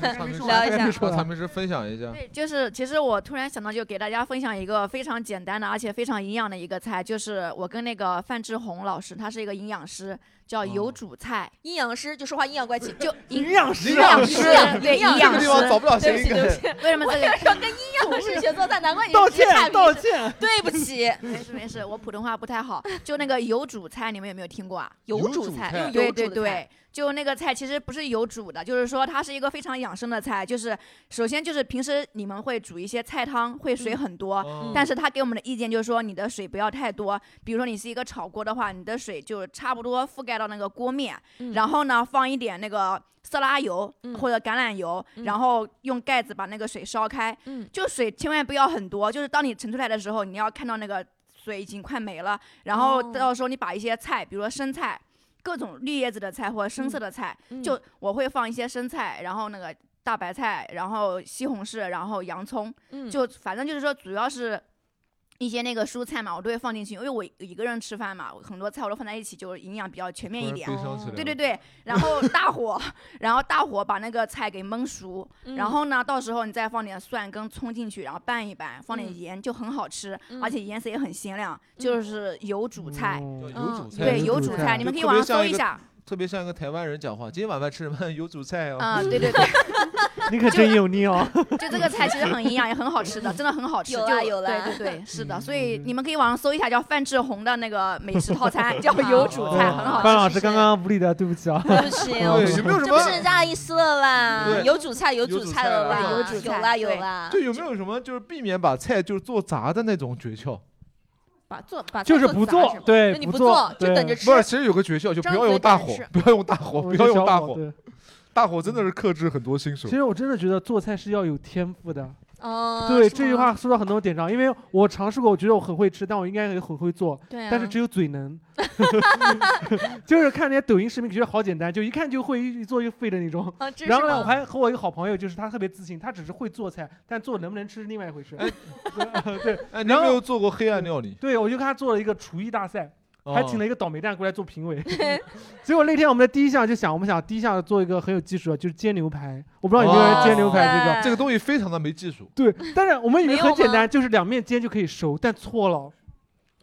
[SPEAKER 5] 聊一下，
[SPEAKER 6] 说他们是分享一下，
[SPEAKER 1] 对， 就是其实我突然想到，就给大家分享一个非常简单的，而且非常营养的一个菜，就是我跟那个范志红老师，他是一个营养师，叫有
[SPEAKER 7] 哦
[SPEAKER 1] 煮菜，
[SPEAKER 5] 阴阳师就说话阴阳怪气，就
[SPEAKER 1] 就营养
[SPEAKER 6] 师营养
[SPEAKER 1] 师
[SPEAKER 5] 师啊
[SPEAKER 1] 对
[SPEAKER 5] 营养
[SPEAKER 1] 营
[SPEAKER 6] 这个
[SPEAKER 1] 养
[SPEAKER 6] 地
[SPEAKER 1] 师。
[SPEAKER 6] 方找不了谐
[SPEAKER 5] 对
[SPEAKER 6] 音
[SPEAKER 5] 不起对
[SPEAKER 1] 为什
[SPEAKER 5] 不起，
[SPEAKER 6] 梗。
[SPEAKER 1] 么
[SPEAKER 5] 我
[SPEAKER 1] 这
[SPEAKER 5] 有
[SPEAKER 1] 个？
[SPEAKER 5] 时候跟阴阳师学做菜， 难怪你
[SPEAKER 7] 道
[SPEAKER 5] 直接差
[SPEAKER 7] 歉道
[SPEAKER 5] 评师。
[SPEAKER 7] 歉，
[SPEAKER 5] 对不 起，
[SPEAKER 1] 没事没事，我普通话不太好。就那个有煮菜，你们有没有听过啊？
[SPEAKER 5] 有
[SPEAKER 6] 有
[SPEAKER 5] 主
[SPEAKER 6] 主
[SPEAKER 5] 菜，
[SPEAKER 6] 菜
[SPEAKER 5] 用
[SPEAKER 1] 对
[SPEAKER 5] 有主
[SPEAKER 1] 对
[SPEAKER 5] 的菜
[SPEAKER 1] 对，就那个菜其实不是有煮的，就是说它是一个非常养生的菜。就是首先就是平时你们会煮一些菜汤，会水
[SPEAKER 5] 嗯
[SPEAKER 1] 很多，
[SPEAKER 6] 哦
[SPEAKER 5] 嗯
[SPEAKER 1] 但是他给我们的意见就是说，你的水不要太多。比如说你是一个炒锅的话，你的水就差不多覆盖到那个锅面，
[SPEAKER 5] 嗯
[SPEAKER 1] 然后呢放一点那个色拉油、
[SPEAKER 5] 嗯
[SPEAKER 1] 或者橄榄油，
[SPEAKER 5] 嗯
[SPEAKER 1] 然后用盖子把那个水烧开。
[SPEAKER 5] 嗯
[SPEAKER 1] 就水千万不要很多，就是当你盛出来的时候，你要看到那个水已经快没了，然后
[SPEAKER 5] 哦
[SPEAKER 1] 到时候你把一些菜，比如说生菜。各种绿叶子的菜或者深色的菜，
[SPEAKER 5] 嗯
[SPEAKER 1] 就我会放一些生菜，然后那个大白菜，然后西红柿，然后洋葱，
[SPEAKER 5] 嗯
[SPEAKER 1] 就反正就是说，主要是一些那个蔬菜嘛，我都会放进去，因为我一个人吃饭嘛，我很多菜我都放在一起，就是营养比较全面一点
[SPEAKER 6] 突。然悲伤起来了
[SPEAKER 1] 对对对，然后 大火，然后大火把那个菜给焖熟，
[SPEAKER 5] 嗯
[SPEAKER 1] 然后呢，到时候你再放点蒜跟葱进去，然后拌一拌，放
[SPEAKER 5] 嗯
[SPEAKER 1] 点盐就很好吃，而
[SPEAKER 5] 嗯
[SPEAKER 1] 且颜色也很鲜亮，
[SPEAKER 5] 嗯
[SPEAKER 1] 就是有煮菜，
[SPEAKER 6] 哦有主菜，
[SPEAKER 1] 嗯对，
[SPEAKER 7] 有
[SPEAKER 1] 有
[SPEAKER 7] 煮
[SPEAKER 1] 煮
[SPEAKER 7] 菜
[SPEAKER 1] 菜，你
[SPEAKER 6] 就
[SPEAKER 1] 们可以
[SPEAKER 6] 特
[SPEAKER 1] 网
[SPEAKER 6] 别
[SPEAKER 1] 上搜
[SPEAKER 6] 像一
[SPEAKER 1] 一
[SPEAKER 6] 个
[SPEAKER 1] 下，
[SPEAKER 6] 特别像一个台湾人讲话。今天晚饭吃什么？ 有主菜哦。
[SPEAKER 1] 嗯，对对对，
[SPEAKER 7] 你可真油腻哦，
[SPEAKER 1] 就这个菜其实很营养，也很好吃的，真的很好吃。
[SPEAKER 5] 有
[SPEAKER 1] 就
[SPEAKER 5] 啦有啦
[SPEAKER 1] 对对对，是的。
[SPEAKER 6] 嗯
[SPEAKER 1] 所以你们可以网上搜一下叫范志红的那个美食套餐，叫有主菜，
[SPEAKER 6] 哦
[SPEAKER 1] 很好吃。
[SPEAKER 7] 范老师刚刚无理的，对不起啊，
[SPEAKER 5] 对不起，
[SPEAKER 6] 对，有没有什
[SPEAKER 5] 这不是
[SPEAKER 6] 么
[SPEAKER 5] 人？家的意思了啦，
[SPEAKER 6] 对
[SPEAKER 5] 有主菜有
[SPEAKER 6] 有
[SPEAKER 5] 主
[SPEAKER 6] 主
[SPEAKER 5] 菜
[SPEAKER 6] 菜
[SPEAKER 5] 了
[SPEAKER 6] 了
[SPEAKER 5] 啦，
[SPEAKER 1] 有主菜
[SPEAKER 5] 啦有
[SPEAKER 1] 对
[SPEAKER 5] 啦，
[SPEAKER 6] 对，有没有什么就是避免把菜就是做砸的那种诀窍？
[SPEAKER 5] 把做把菜
[SPEAKER 7] 就是
[SPEAKER 5] 做
[SPEAKER 7] 不
[SPEAKER 5] 杂
[SPEAKER 7] 做
[SPEAKER 5] 是，吗
[SPEAKER 7] 对
[SPEAKER 5] 就，你
[SPEAKER 7] 不
[SPEAKER 5] 做就
[SPEAKER 7] 对
[SPEAKER 5] 等着吃
[SPEAKER 6] 不。是，其实有个诀窍，就不要用大火
[SPEAKER 5] 张嘴，
[SPEAKER 6] 不要用大火，不要用大火，
[SPEAKER 7] 对
[SPEAKER 6] 大火真的是克制很多新手
[SPEAKER 7] 其。实我真的觉得做菜是要有天赋的，
[SPEAKER 5] 嗯，
[SPEAKER 7] 对
[SPEAKER 5] 是
[SPEAKER 7] 这句
[SPEAKER 5] 吗
[SPEAKER 7] 话，说到很多点上，因为我尝试过，我觉得我很会吃，但我应该也很会做，
[SPEAKER 5] 对啊，
[SPEAKER 7] 但是只有 嘴能， 就是看那些抖音视频，觉得好简单，就一看就会一做一废的那种。
[SPEAKER 5] 啊， 这是
[SPEAKER 7] 然后呢，我
[SPEAKER 5] 吗
[SPEAKER 7] 还和我一个好朋友，就是他特别自信，他只是会做菜，但做能不能吃是另外一回事。
[SPEAKER 6] 哎
[SPEAKER 7] 对
[SPEAKER 6] 哎，你
[SPEAKER 7] 然
[SPEAKER 6] 有
[SPEAKER 7] 后
[SPEAKER 6] 没有做过黑暗料理？
[SPEAKER 7] 对，我就跟他做了一个厨艺大赛，还请了
[SPEAKER 6] 哦
[SPEAKER 7] 一个倒 霉蛋过来做评委。结果那天我们的第一项就想，我们想第一项做一个很有技术的，就是煎牛排。我不知道有没有人
[SPEAKER 6] 哇
[SPEAKER 7] 哦煎牛排这个。
[SPEAKER 5] 塞
[SPEAKER 6] 这个东西非常的没技术。
[SPEAKER 7] 对，但是我们以
[SPEAKER 5] 没
[SPEAKER 7] 为
[SPEAKER 5] 有
[SPEAKER 7] 很简
[SPEAKER 5] 吗
[SPEAKER 7] 单，就是两面煎就可以熟，但错了，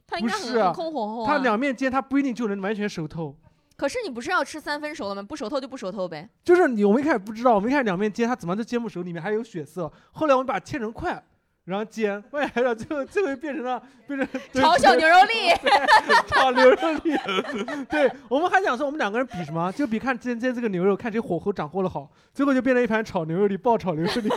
[SPEAKER 5] 它应该
[SPEAKER 7] 不
[SPEAKER 5] 很
[SPEAKER 7] 是啊
[SPEAKER 5] 很空火候啊。
[SPEAKER 7] 它两面煎它不一定就能完全熟透。
[SPEAKER 5] 可是你不是要吃三分熟的吗？不熟透就不熟透呗。
[SPEAKER 7] 就是你我们一开始不知道，我们一开始两面煎它怎么都煎不熟，里面还有血色。后来我们把它切成块，然后煎，外来了最后最后变成了变成对
[SPEAKER 5] 炒小牛肉粒，
[SPEAKER 7] 炒牛肉粒。对，我们还想说我们两个人比什么，就比看煎煎这个牛肉，看谁火候掌握的好。最后就变成一盘炒牛肉粒，爆炒牛肉粒，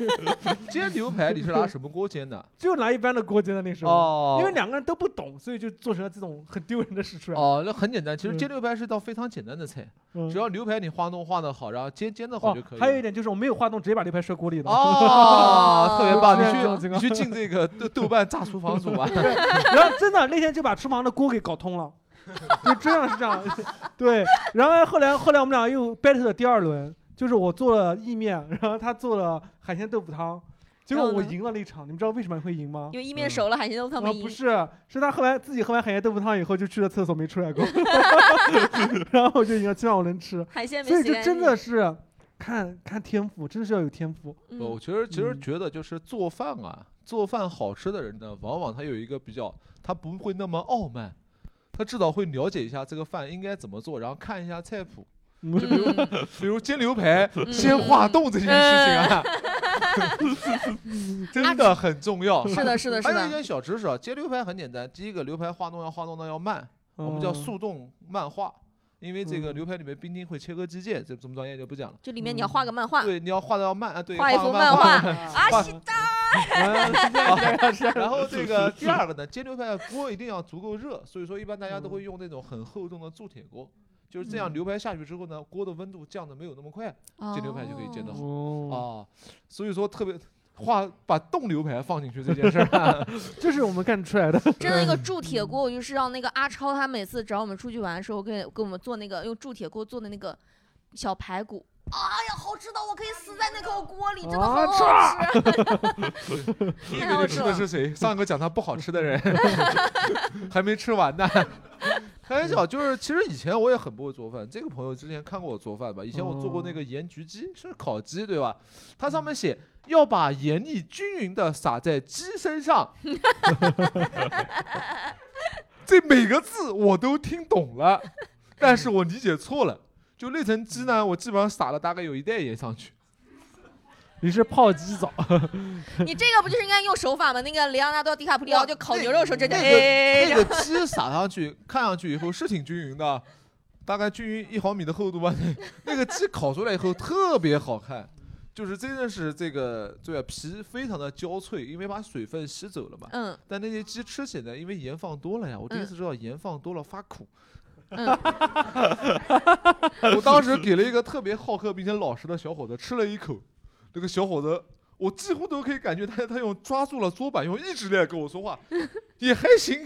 [SPEAKER 6] 煎牛排你是拿什么锅煎的？
[SPEAKER 7] 就拿一般的锅煎的那时候。
[SPEAKER 6] 哦
[SPEAKER 7] 因为两个人都不懂，所以就做成了这种很丢人的事出来。
[SPEAKER 6] 哦，那很简单，其实
[SPEAKER 7] 嗯
[SPEAKER 6] 煎牛排是道非常简单的菜，
[SPEAKER 7] 嗯
[SPEAKER 6] 只要牛排你化弄化的好，然后煎煎的好
[SPEAKER 7] 哦
[SPEAKER 6] 就可以，了。
[SPEAKER 7] 还有一点就是我没有化冻，直接把牛排摔锅里了。
[SPEAKER 6] 哦，特别棒！
[SPEAKER 7] 这样
[SPEAKER 6] 你去
[SPEAKER 7] 这个
[SPEAKER 6] 你去进这个豆豆瓣炸厨房组 吧。
[SPEAKER 7] 然后真的那天就把厨房的锅给 搞通了，就真的是这样。对，然后后来后来我们俩又 battle 了第二轮，就是我做了意面，然后他做了海鲜豆腐汤，结果
[SPEAKER 5] 然后
[SPEAKER 7] 我
[SPEAKER 5] 呢
[SPEAKER 7] 赢了那场。你们知道为什么会赢吗
[SPEAKER 5] 因？为一
[SPEAKER 6] 嗯
[SPEAKER 5] 面熟了，海鲜豆腐汤
[SPEAKER 7] 啊
[SPEAKER 5] 没，
[SPEAKER 7] 不
[SPEAKER 5] 赢。
[SPEAKER 7] 是，是他后来自己喝完海鲜豆腐汤以后就去了厕 所 没出来过，然后我就赢了，起码我能吃。
[SPEAKER 5] 海鲜没
[SPEAKER 7] 所以
[SPEAKER 5] 洗
[SPEAKER 7] 就
[SPEAKER 5] 干
[SPEAKER 7] 真
[SPEAKER 5] 净
[SPEAKER 7] 的是看看天赋，真的是要有天赋。
[SPEAKER 5] 嗯
[SPEAKER 6] 呃我其实其
[SPEAKER 7] 嗯
[SPEAKER 6] 实觉得就是做饭啊，做饭好吃的人呢，往往他有一个比较，他不会那么傲慢，他至少会了解一下这个饭应该怎么做，然后看一下菜谱，
[SPEAKER 7] 嗯
[SPEAKER 6] 就比如比如煎牛排
[SPEAKER 5] 嗯
[SPEAKER 6] 先化冻这件事情啊。 真的很重要，
[SPEAKER 5] 嗯是的是 的是的
[SPEAKER 6] 还有一点小知识啊，煎牛排很简单，第一个牛排化冻要化冻的要慢，我们叫
[SPEAKER 7] 哦嗯
[SPEAKER 6] 速冻慢化，因为这个牛排里面冰晶会切割肌腱，这这么专业就不讲了。
[SPEAKER 5] 就里面你要画个漫画，
[SPEAKER 6] 对，你要画的要慢啊，对，
[SPEAKER 5] 画一
[SPEAKER 6] 个
[SPEAKER 5] 幅
[SPEAKER 6] 漫
[SPEAKER 5] 漫画
[SPEAKER 6] 画
[SPEAKER 5] 啊，西藏
[SPEAKER 6] 啊然后这个第二个呢，煎牛排的锅一定要足够热，所以说一般大家都会用那种很厚重的铸铁锅，就是这样牛排下去之后呢，锅的温度降的没有那么快，煎牛排就可以煎得好啊。
[SPEAKER 7] 哦，
[SPEAKER 6] 所以说特别画把冻牛排放进去这件事儿，
[SPEAKER 7] 这是我们干出来的。
[SPEAKER 5] 真的那个铸铁锅，我就是让那个阿超他每次找我们出去玩的时候，给给我们做那个用铸铁锅做的那个小排骨。哎呀，好吃到我可以死在那口锅里，真的好好 吃。
[SPEAKER 6] 第一
[SPEAKER 5] 太
[SPEAKER 6] 个
[SPEAKER 5] 好
[SPEAKER 6] 就
[SPEAKER 5] 吃
[SPEAKER 6] 吃的
[SPEAKER 5] 了
[SPEAKER 6] 是谁？上一个讲他不好吃的人，还没吃完呢。开玩笑，就是其实以前我也很不会做饭。这个朋友之前看过我做饭吧？以前我做
[SPEAKER 7] 哦
[SPEAKER 6] 过那个盐焗鸡，是烤鸡对吧？它
[SPEAKER 7] 嗯
[SPEAKER 6] 上面写要把盐粒均匀的撒在鸡身 上，这每个字我都听懂了，但是我理解错了。就那层鸡呢，我基本上撒了大概有一袋盐上去。
[SPEAKER 7] 你是泡鸡澡，
[SPEAKER 5] 你这个不就是应该用手法吗？那个里昂纳多·迪卡普里奥就烤牛肉的时候，这就
[SPEAKER 6] 那
[SPEAKER 5] 哎，
[SPEAKER 6] 那个鸡撒上去，看上去以后是挺均匀的，大概均匀一毫米的厚度吧。 那个鸡烤出来以后特别好看，就是真的是这个对啊，皮非常的焦脆，因为把水分吸走了嘛。
[SPEAKER 5] 嗯
[SPEAKER 6] 但那些鸡吃起来，因为盐放多了呀，我第一次知道盐放多了发苦。
[SPEAKER 5] 嗯
[SPEAKER 6] 我当时给了一个特别好客并且老实的小伙子吃了一口，那个小伙子，我几乎都可以感觉他他用抓住了桌板，用意志力来跟我说话，也还 行。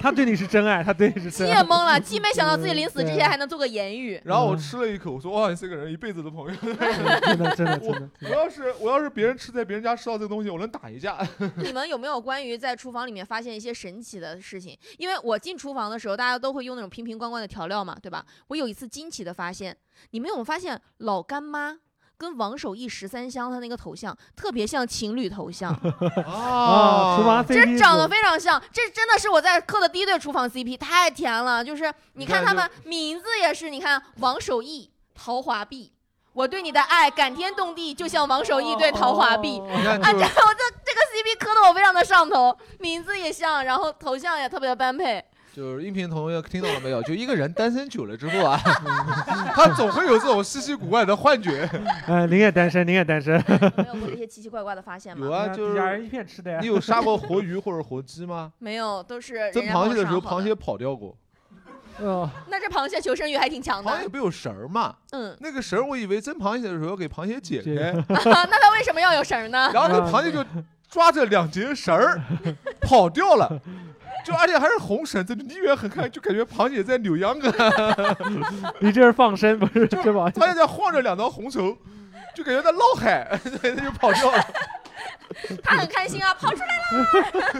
[SPEAKER 7] 他对你是真爱，他对你是
[SPEAKER 5] 鸡
[SPEAKER 7] 真
[SPEAKER 5] 也
[SPEAKER 7] 爱。
[SPEAKER 5] 懵 了，鸡没想到自己临死之前还能做个言语。
[SPEAKER 6] 然后我吃了一口，我说哇，你这个人一辈子的朋友。
[SPEAKER 7] 真的，真的，真的。
[SPEAKER 6] 我要是我要是别人吃在别人家吃到这个东西，我能打一架。
[SPEAKER 5] 你们有没有关于在厨房里面发现一些神奇的事情？因为我进厨房的时候，大家都会用那种瓶瓶罐罐的调料嘛，对吧？我有一次惊奇的发现，你们有没有发现老干妈跟王守义十三香他那个头像特别像情侣头像，
[SPEAKER 7] 啊，厨房 CP
[SPEAKER 5] 真长得
[SPEAKER 7] 组
[SPEAKER 5] 非常像。这真的是我在磕的第一对厨房 CP，太甜了。就是你看他们名字也是，你看王守义、陶华碧。我对你的爱感天动地，就像王守义对陶华碧。
[SPEAKER 6] 你看，
[SPEAKER 5] 啊，
[SPEAKER 6] 就
[SPEAKER 5] 这
[SPEAKER 6] 是
[SPEAKER 5] 我这这个 CP 磕的我非常的上头，名字也像，然后头像也特别的般配。
[SPEAKER 6] 就是音频同学听到了没有？就一个人单身久了之后啊， 他总会有这种稀奇古怪的幻 觉。
[SPEAKER 7] 哎，您也单身，您也单身。
[SPEAKER 5] 没有过这些奇奇怪怪的发现
[SPEAKER 6] 有
[SPEAKER 5] 吗？
[SPEAKER 6] 啊，就
[SPEAKER 7] 俩
[SPEAKER 6] 是
[SPEAKER 7] 人一片吃的呀
[SPEAKER 6] 你。有杀过 活鱼或者活鸡吗？
[SPEAKER 5] 没有，都是人家
[SPEAKER 6] 蒸螃蟹的时
[SPEAKER 5] 帮我
[SPEAKER 6] 候，
[SPEAKER 5] 上好
[SPEAKER 6] 螃蟹跑掉过。
[SPEAKER 7] 哦，
[SPEAKER 5] 那这螃蟹求生欲还挺强
[SPEAKER 6] 螃蟹
[SPEAKER 5] 的。
[SPEAKER 6] 不有绳儿嘛？
[SPEAKER 5] 嗯，
[SPEAKER 6] 那个绳儿，我以为蒸螃蟹的时候要给螃蟹解开，
[SPEAKER 7] 解
[SPEAKER 5] 那它为什么要有绳儿呢？
[SPEAKER 6] 然后那个螃蟹就抓着两节绳儿跑掉了，就而且还是红绳子，离远很看就感觉螃蟹在扭秧歌，
[SPEAKER 7] 你这是放生不是？这不好意思
[SPEAKER 6] 螃蟹在晃着两条红绳，就感觉在闹海， 它就跑掉了。
[SPEAKER 5] 它很开心啊，跑出来了，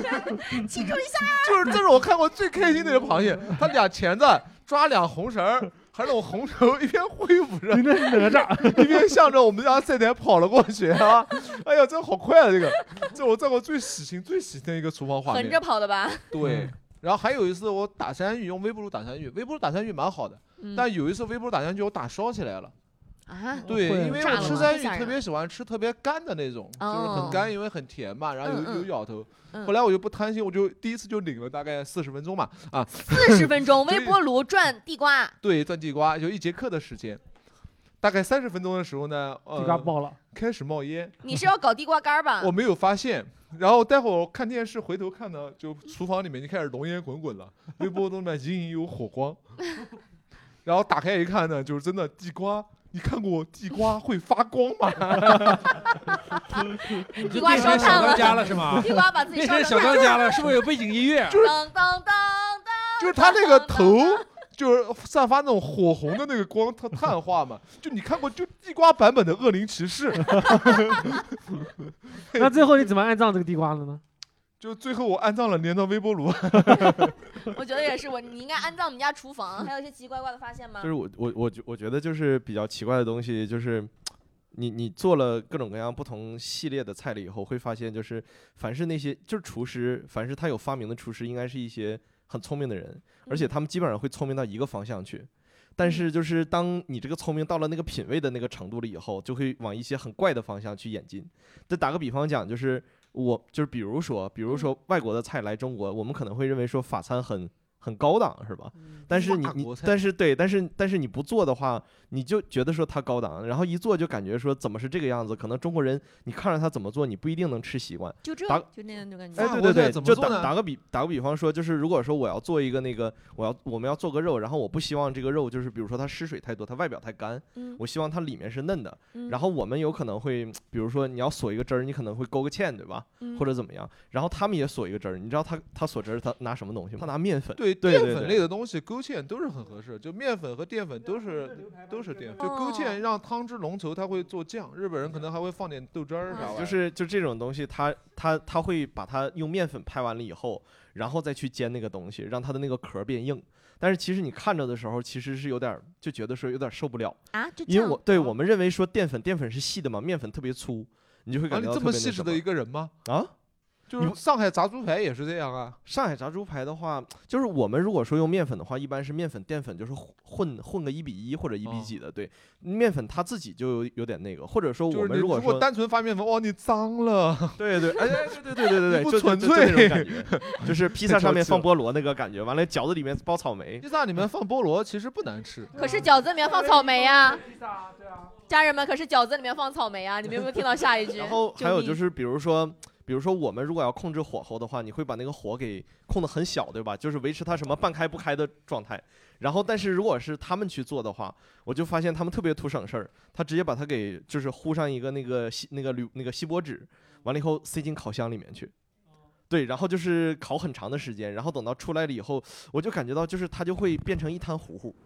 [SPEAKER 5] 庆祝一下。
[SPEAKER 6] 就是这是我看过最开心的一个螃蟹，它俩钳子抓俩红绳儿，还是那种红绳，一边挥舞着
[SPEAKER 7] 你，那是哪吒，
[SPEAKER 6] 一边向着我们家赛点跑了过去啊！哎呀，真好快啊！这个，这我见过最喜庆、最喜庆的一个厨房画
[SPEAKER 5] 横
[SPEAKER 6] 面
[SPEAKER 5] 着。跑的吧？
[SPEAKER 7] 嗯
[SPEAKER 6] 对，然后还有一次我打山芋，用微波炉打山芋，微波炉打山芋蛮好的，
[SPEAKER 5] 嗯
[SPEAKER 6] 但有一次微波炉打山芋我打烧起来了。
[SPEAKER 5] 啊，
[SPEAKER 6] 对，
[SPEAKER 7] 会啊
[SPEAKER 6] 因为
[SPEAKER 5] 炸
[SPEAKER 6] 我
[SPEAKER 5] 了
[SPEAKER 6] 吃
[SPEAKER 5] 吗
[SPEAKER 6] 山
[SPEAKER 5] 太
[SPEAKER 6] 芋
[SPEAKER 5] 吓人
[SPEAKER 6] 特别喜欢吃特别干的那种，就是
[SPEAKER 5] 哦
[SPEAKER 6] 很干，因为很甜嘛，然后
[SPEAKER 5] 嗯
[SPEAKER 6] 有有
[SPEAKER 5] 嗯
[SPEAKER 6] 咬头。
[SPEAKER 5] 嗯
[SPEAKER 6] 后来我就不贪心，我就第一次就领了大概四十分钟嘛，啊，
[SPEAKER 5] 四十分钟
[SPEAKER 6] 就是
[SPEAKER 5] 微波炉转地瓜，
[SPEAKER 6] 对，转地瓜就一节课的时间。大概三十分钟的时候呢，呃，
[SPEAKER 7] 地瓜爆了。
[SPEAKER 6] 开始冒烟，
[SPEAKER 5] 你是要搞地瓜干儿吧
[SPEAKER 6] 我？没有发现。然后待会儿我看电视，回头看呢，就厨房里面已经开始浓烟滚滚了，微波炉里面隐隐有火光。然后打开一看呢，就是真的地瓜。你看过地瓜会发光吗？
[SPEAKER 8] 你就
[SPEAKER 5] 地瓜
[SPEAKER 8] 变成
[SPEAKER 5] 烧
[SPEAKER 8] 小
[SPEAKER 5] 炭
[SPEAKER 8] 当
[SPEAKER 5] 了
[SPEAKER 8] 家了是吗？
[SPEAKER 5] 地瓜把自己
[SPEAKER 8] 变
[SPEAKER 5] 烧
[SPEAKER 8] 成小
[SPEAKER 5] 成
[SPEAKER 8] 当家了，是不是有背景音 乐？
[SPEAKER 5] 当当当当。
[SPEAKER 6] 就是它那个头，就是散发那种火红的那个光，它碳化嘛。就你看过就地瓜版本的《恶灵骑士》，
[SPEAKER 7] 那最后你怎么安葬这个地瓜了呢？
[SPEAKER 6] 就最后我安葬了，连到微波炉。
[SPEAKER 5] 我觉得也是，我你应该安葬我们家厨房。还有一些奇奇怪怪的发现吗？
[SPEAKER 10] 就是我我我觉我觉得就是比较奇怪的东西，就是你你做了各种各样不同系列的菜了以后，会发现就是凡是那些就是厨师，凡是他有发明的厨师，应该是一些很聪明的人，而且他们基本上会聪明到一个方向去。但是就是当你这个聪明到了那个品味的那个程度了以后，就会往一些很怪的方向去演进。再打个比方讲，就是我就是比如说，比如说外国的菜来中国，我们可能会认为说法餐很很高档，是吧？但是你
[SPEAKER 6] 法
[SPEAKER 10] 你
[SPEAKER 6] 国菜
[SPEAKER 10] 但是对，但是但是你不做的话，你就觉得说它高档，然后一做就感觉说怎么是这个样子？可能中国人你看着他怎么做，你不一定能吃习惯。
[SPEAKER 5] 就这
[SPEAKER 10] 打，
[SPEAKER 5] 就那种感觉。
[SPEAKER 10] 哎，
[SPEAKER 6] 法
[SPEAKER 10] 对
[SPEAKER 6] 国
[SPEAKER 10] 对
[SPEAKER 6] 菜
[SPEAKER 10] 对，
[SPEAKER 6] 怎么
[SPEAKER 10] 就
[SPEAKER 6] 做
[SPEAKER 10] 打
[SPEAKER 6] 呢
[SPEAKER 10] 打个比打个比方说，就是如果说我要做一个那个，我要我们要做个肉，然后我不希望这个肉就是比如说它失水太多，它外表太干，
[SPEAKER 5] 嗯
[SPEAKER 10] 我希望它里面是嫩的。
[SPEAKER 5] 嗯
[SPEAKER 10] 然后我们有可能会，比如说你要锁一个汁儿，你可能会勾个芡，对吧？或者
[SPEAKER 6] 嗯
[SPEAKER 10] 怎么样？然后他们也锁一个汁儿，你知道他他锁汁儿他拿什么东西吗？他拿面粉。
[SPEAKER 6] 对
[SPEAKER 10] 对
[SPEAKER 6] 淀
[SPEAKER 10] 对
[SPEAKER 6] 粉
[SPEAKER 10] 对
[SPEAKER 6] 类的东西，勾芡都是很合适。就面粉和淀粉都是都是淀粉，就
[SPEAKER 5] 哦
[SPEAKER 6] 勾芡让汤汁浓稠，它会做酱。日本人可能还会放点豆汁儿啥
[SPEAKER 5] 哦
[SPEAKER 6] 玩意儿。
[SPEAKER 10] 就是就这种东西，他他他会把它用面粉拍完了以后，然后再去煎那个东西，让它的那个壳儿变硬。但是其实你看着的时候，其实是有点儿就觉得说有点儿受不了，
[SPEAKER 5] 啊，就这
[SPEAKER 10] 因为
[SPEAKER 5] 样
[SPEAKER 10] 我对我们认为说淀粉淀粉是细的嘛，面粉特别粗，你就会
[SPEAKER 6] 啊，
[SPEAKER 10] 感
[SPEAKER 6] 你
[SPEAKER 10] 觉到
[SPEAKER 6] 这
[SPEAKER 10] 特别
[SPEAKER 6] 么
[SPEAKER 10] 那
[SPEAKER 6] 细致
[SPEAKER 10] 什
[SPEAKER 6] 的一
[SPEAKER 10] 么
[SPEAKER 6] 个人吗？
[SPEAKER 10] 啊。
[SPEAKER 6] 就是上海炸猪排也是这样啊。
[SPEAKER 10] 上海炸猪排的话，就是我们如果说用面粉的话，一般是面粉淀粉就是混混个一比一或者一比
[SPEAKER 6] 哦
[SPEAKER 10] 几的，对，面粉它自己就有有点那个，或者说
[SPEAKER 6] 就
[SPEAKER 10] 我
[SPEAKER 6] 是
[SPEAKER 10] 们
[SPEAKER 6] 你如
[SPEAKER 10] 果说
[SPEAKER 6] 单纯发面粉，哇，你脏了。
[SPEAKER 10] 对对，哎哎对对对对对对，
[SPEAKER 6] 不
[SPEAKER 10] 就就
[SPEAKER 6] 纯
[SPEAKER 10] 就那
[SPEAKER 6] 粹
[SPEAKER 10] 种感 觉，就是披萨上面放菠萝那个感觉，完了饺子里面包草莓
[SPEAKER 6] 披，萨里面放菠萝其实不难吃，
[SPEAKER 5] 可是饺子里面放草莓啊，家人们，可是饺子里面放草莓啊！你们有没有听到下一句？
[SPEAKER 10] 然后还有就
[SPEAKER 5] 命
[SPEAKER 10] 是比如说。比如说，我们如果要控制火候的话，你会把那个火给控得很小，对吧？就是维持它什么半开不开的状态。然后，但是如果是他们去做的话，我就发现他们特别图省事儿，他直接把它给就是糊上一个那个锡那个铝那个锡箔纸，完了以后塞进烤箱里面去。对，然后就是烤很长的时间，然后等到出来了以后，我就感觉到就是它就会变成一滩糊糊，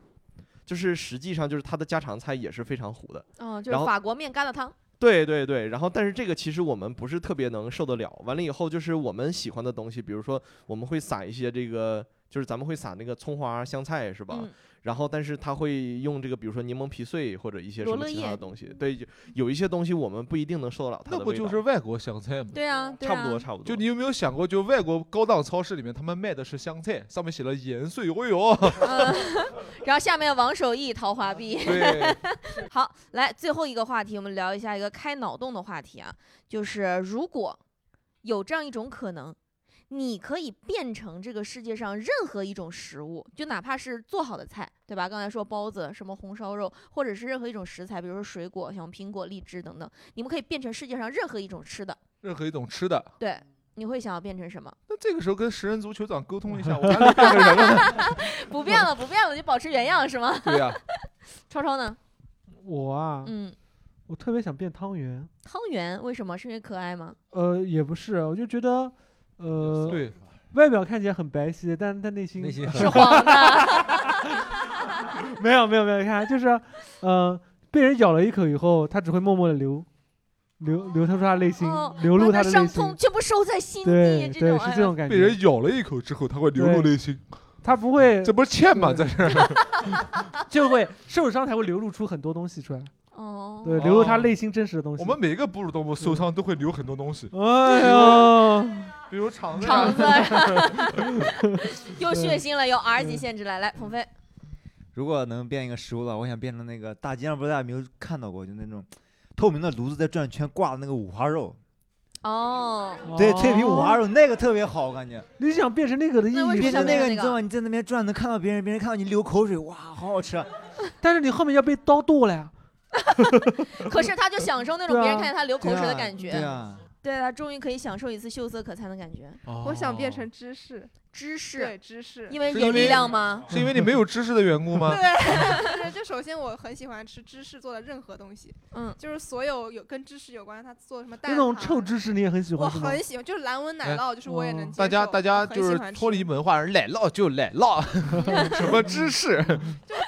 [SPEAKER 10] 就是实际上就是它的家常菜也是非常糊的。
[SPEAKER 5] 嗯，就是
[SPEAKER 10] 然后
[SPEAKER 5] 法国面疙瘩汤。
[SPEAKER 10] 对对对，然后但是这个其实我们不是特别能受得了。完了以后就是我们喜欢的东西，比如说我们会撒一些这个，就是咱们会撒那个葱花、香菜是吧？
[SPEAKER 5] 嗯
[SPEAKER 10] 然后但是他会用这个，比如说柠檬皮碎或者一些什
[SPEAKER 5] 罗
[SPEAKER 10] 么
[SPEAKER 5] 勒
[SPEAKER 10] 其他
[SPEAKER 5] 叶
[SPEAKER 10] 的东西。对，有有一些东西我们不一定能受得了它
[SPEAKER 6] 那
[SPEAKER 10] 的味道。
[SPEAKER 6] 不就是外国香菜吗？
[SPEAKER 5] 对啊，对
[SPEAKER 10] 差不多
[SPEAKER 5] 啊。
[SPEAKER 10] 差不多？
[SPEAKER 6] 就你有没有想过，就外国高档超市里面，他们卖的是香菜，上面写了盐碎，哦哟，
[SPEAKER 5] 然后下面王守义桃花币。
[SPEAKER 6] 对，
[SPEAKER 5] 好，来最后一个话题，我们聊一下一个开脑洞的话题啊，就是如果有这样一种可能，你可以变成这个世界上任何一种食物，就哪怕是做好的菜，对吧？刚才说包子、什么红烧肉，或者是任何一种食材，比如说水果，像苹果、荔枝等等，你们可以变成世界上任何一种吃的，
[SPEAKER 6] 任何一种吃的。
[SPEAKER 5] 对。你会想要变成什 么？
[SPEAKER 6] 那这个时候跟食人族酋长沟通一下，我还 能变成什么呢？
[SPEAKER 5] 不变了，不变了，就保持原样是吗？
[SPEAKER 6] 对呀、
[SPEAKER 5] 超超呢？
[SPEAKER 7] 我啊，
[SPEAKER 5] 嗯，
[SPEAKER 7] 我特别想变汤圆，
[SPEAKER 5] 汤圆为什么？是因为可爱吗？
[SPEAKER 7] 呃，也不是，我就觉得，呃，
[SPEAKER 6] 对，
[SPEAKER 7] 外表看起来很白皙，但是他内心
[SPEAKER 8] 内 心很
[SPEAKER 5] 是黄的。
[SPEAKER 7] 没有没有没有，看就是，呃，被人咬了一口以后，他只会默默的流，流流淌出他内心，
[SPEAKER 5] 哦，
[SPEAKER 7] 流露
[SPEAKER 5] 把
[SPEAKER 7] 他
[SPEAKER 5] 那
[SPEAKER 7] 的
[SPEAKER 5] 伤
[SPEAKER 7] 内心
[SPEAKER 5] 痛，全部收在心
[SPEAKER 7] 对
[SPEAKER 5] 底，这
[SPEAKER 7] 对，
[SPEAKER 5] 种
[SPEAKER 7] 是
[SPEAKER 5] 哎
[SPEAKER 7] 这
[SPEAKER 5] 呀
[SPEAKER 7] 种感
[SPEAKER 6] 被
[SPEAKER 7] 觉
[SPEAKER 6] 人，咬了一口之后，他会流露
[SPEAKER 7] 对
[SPEAKER 6] 内心，
[SPEAKER 7] 他不会
[SPEAKER 6] 这不是欠吗？在这儿，
[SPEAKER 7] 就会受伤才会流露出很多东西出来，
[SPEAKER 5] 哦，
[SPEAKER 7] 对，流露他
[SPEAKER 6] 哦
[SPEAKER 7] 内心真实的东西。
[SPEAKER 6] 我们每个哺乳动物受伤都会流很多东西，
[SPEAKER 7] 哎呦，
[SPEAKER 6] 比如肠子呀、
[SPEAKER 5] 肠子，啊 又血腥了，有 R 级限制了。来，鹏飞，
[SPEAKER 11] 如果能变一个食物的话，我想变成那个大街上不知道大家有没有看到过，就那种透明的炉子在转圈挂的那个五花肉，
[SPEAKER 5] 哦，
[SPEAKER 11] 对，脆皮五花
[SPEAKER 7] 哦，
[SPEAKER 11] 肉那个特别好，我感觉。
[SPEAKER 7] 你想变成那个的意
[SPEAKER 5] 那为什
[SPEAKER 7] 义
[SPEAKER 11] 变成
[SPEAKER 5] 么
[SPEAKER 7] 是
[SPEAKER 5] 想
[SPEAKER 11] 那
[SPEAKER 5] 变
[SPEAKER 11] 个，
[SPEAKER 5] 成
[SPEAKER 11] 你
[SPEAKER 5] 那
[SPEAKER 11] 知道吗？你在那边转，能看到别人，别人看到你流口水，哇，好好吃啊！
[SPEAKER 7] 但是你后面要被刀剁了呀。
[SPEAKER 5] 可是他就享受那种
[SPEAKER 7] 对啊
[SPEAKER 5] 别人看见他 流口
[SPEAKER 11] 对
[SPEAKER 5] 水的
[SPEAKER 11] 啊
[SPEAKER 5] 感觉，
[SPEAKER 11] 对啊，
[SPEAKER 5] 对他终于可以享受一次秀色可餐的感觉。
[SPEAKER 6] 哦
[SPEAKER 12] 我想变成芝士，
[SPEAKER 5] 芝士，
[SPEAKER 12] 对芝士，
[SPEAKER 5] 因为
[SPEAKER 6] 是
[SPEAKER 5] 有
[SPEAKER 6] 因为
[SPEAKER 5] 力量吗？
[SPEAKER 6] 是因为你没有知识的缘故
[SPEAKER 5] 啊
[SPEAKER 6] 吗？
[SPEAKER 12] 对，就首先我很喜欢吃芝士做的任何东西，
[SPEAKER 5] 嗯，
[SPEAKER 12] 就是所有有跟芝士有关，他做什么蛋
[SPEAKER 7] 那种
[SPEAKER 12] 挞
[SPEAKER 7] 臭芝士你也很喜
[SPEAKER 12] 我
[SPEAKER 7] 欢是吗？
[SPEAKER 12] 很喜欢，就是蓝纹
[SPEAKER 6] 哎
[SPEAKER 12] 奶酪，就是我也能接受。
[SPEAKER 6] 大家大家
[SPEAKER 12] 我很
[SPEAKER 6] 就
[SPEAKER 12] 喜
[SPEAKER 6] 是
[SPEAKER 12] 欢
[SPEAKER 6] 脱
[SPEAKER 12] 吃
[SPEAKER 6] 离文化，人奶酪就 奶酪，什么芝士，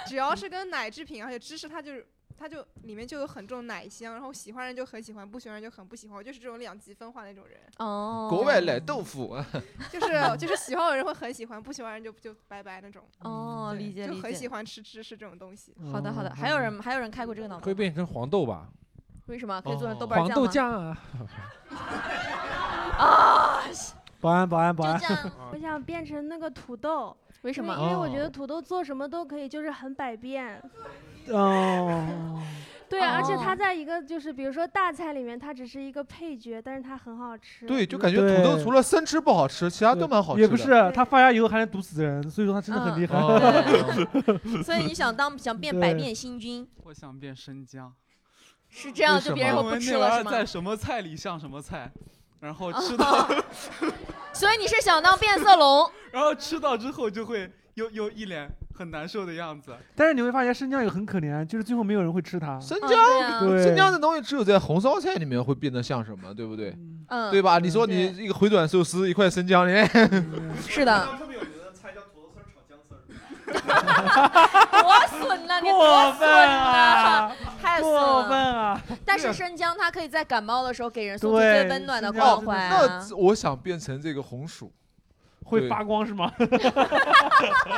[SPEAKER 12] 只要是跟奶制品，而且芝士它就是它就里面就有很重奶香，然后喜欢人就很喜欢，不喜欢人就很不喜欢。我就是这种两极分化的那种人。
[SPEAKER 5] 哦
[SPEAKER 6] 国外奶豆腐，
[SPEAKER 12] 就是就是喜欢的人会很喜欢，不喜欢人就就拜拜那种。嗯
[SPEAKER 5] 哦，理解
[SPEAKER 12] 就
[SPEAKER 5] 理
[SPEAKER 12] 很
[SPEAKER 5] 解
[SPEAKER 12] 喜。欢吃芝士这种东西。
[SPEAKER 5] 好哦的好的，还有人还有人开过这个脑 洞，
[SPEAKER 8] 会变成黄豆吧？
[SPEAKER 5] 为什么可以做成豆瓣
[SPEAKER 8] 黄
[SPEAKER 5] 酱吗？
[SPEAKER 8] 豆酱啊，
[SPEAKER 5] 啊，
[SPEAKER 7] 保安保安保安，
[SPEAKER 13] 我想变成那个土豆，
[SPEAKER 5] 为什么
[SPEAKER 13] 因为我
[SPEAKER 7] 哦
[SPEAKER 13] 觉得土豆做什么都可以，就是很百变。
[SPEAKER 7] 哦，
[SPEAKER 13] 对，啊而且它
[SPEAKER 5] 哦
[SPEAKER 13] 在一个就是比如说大菜里面，它只是一个配角，但是它很好吃。
[SPEAKER 5] 嗯
[SPEAKER 6] 对，就感觉土豆除了生吃不好吃，其他都蛮好吃的。
[SPEAKER 7] 也不是，他发芽以后还能毒死人，所以说他真的很厉害。
[SPEAKER 5] 嗯
[SPEAKER 6] 哦
[SPEAKER 5] 所以你想当想变
[SPEAKER 7] 对
[SPEAKER 5] 百变星君，
[SPEAKER 14] 我想变生姜，
[SPEAKER 5] 是这样就别人会
[SPEAKER 14] 我
[SPEAKER 5] 不
[SPEAKER 14] 们
[SPEAKER 5] 吃
[SPEAKER 14] 那玩意
[SPEAKER 5] 了是
[SPEAKER 14] 儿
[SPEAKER 5] 吗？
[SPEAKER 14] 在什么菜里像什么菜，然后吃到，
[SPEAKER 5] 所以你是想当变色龙？
[SPEAKER 14] 然后吃到之后就会又又一脸很难受的样子。
[SPEAKER 7] 但是你会发现生姜也很可怜，就是最后没有人会吃它。
[SPEAKER 6] 生
[SPEAKER 14] 对啊
[SPEAKER 12] 嗯
[SPEAKER 5] 哦
[SPEAKER 6] 姜，
[SPEAKER 7] 对
[SPEAKER 6] 生姜这东西只有在红烧菜里面会变得像什么，对不对？
[SPEAKER 5] 嗯
[SPEAKER 6] 对吧？你说你一个回转寿司，一块生姜，哎
[SPEAKER 12] 嗯
[SPEAKER 5] 是 的。
[SPEAKER 14] 特别有名的菜叫土豆丝炒姜丝儿。
[SPEAKER 7] 啊
[SPEAKER 5] 多损了，你多
[SPEAKER 7] 过
[SPEAKER 5] 损
[SPEAKER 7] 分
[SPEAKER 5] 了
[SPEAKER 7] 啊，
[SPEAKER 5] 太损
[SPEAKER 7] 过分
[SPEAKER 5] 了。
[SPEAKER 7] 啊！
[SPEAKER 5] 但是生姜它可以在感冒的时候给人送出最温暖的关怀啊。
[SPEAKER 6] 那我想变成这个红薯，
[SPEAKER 7] 会发光是吗？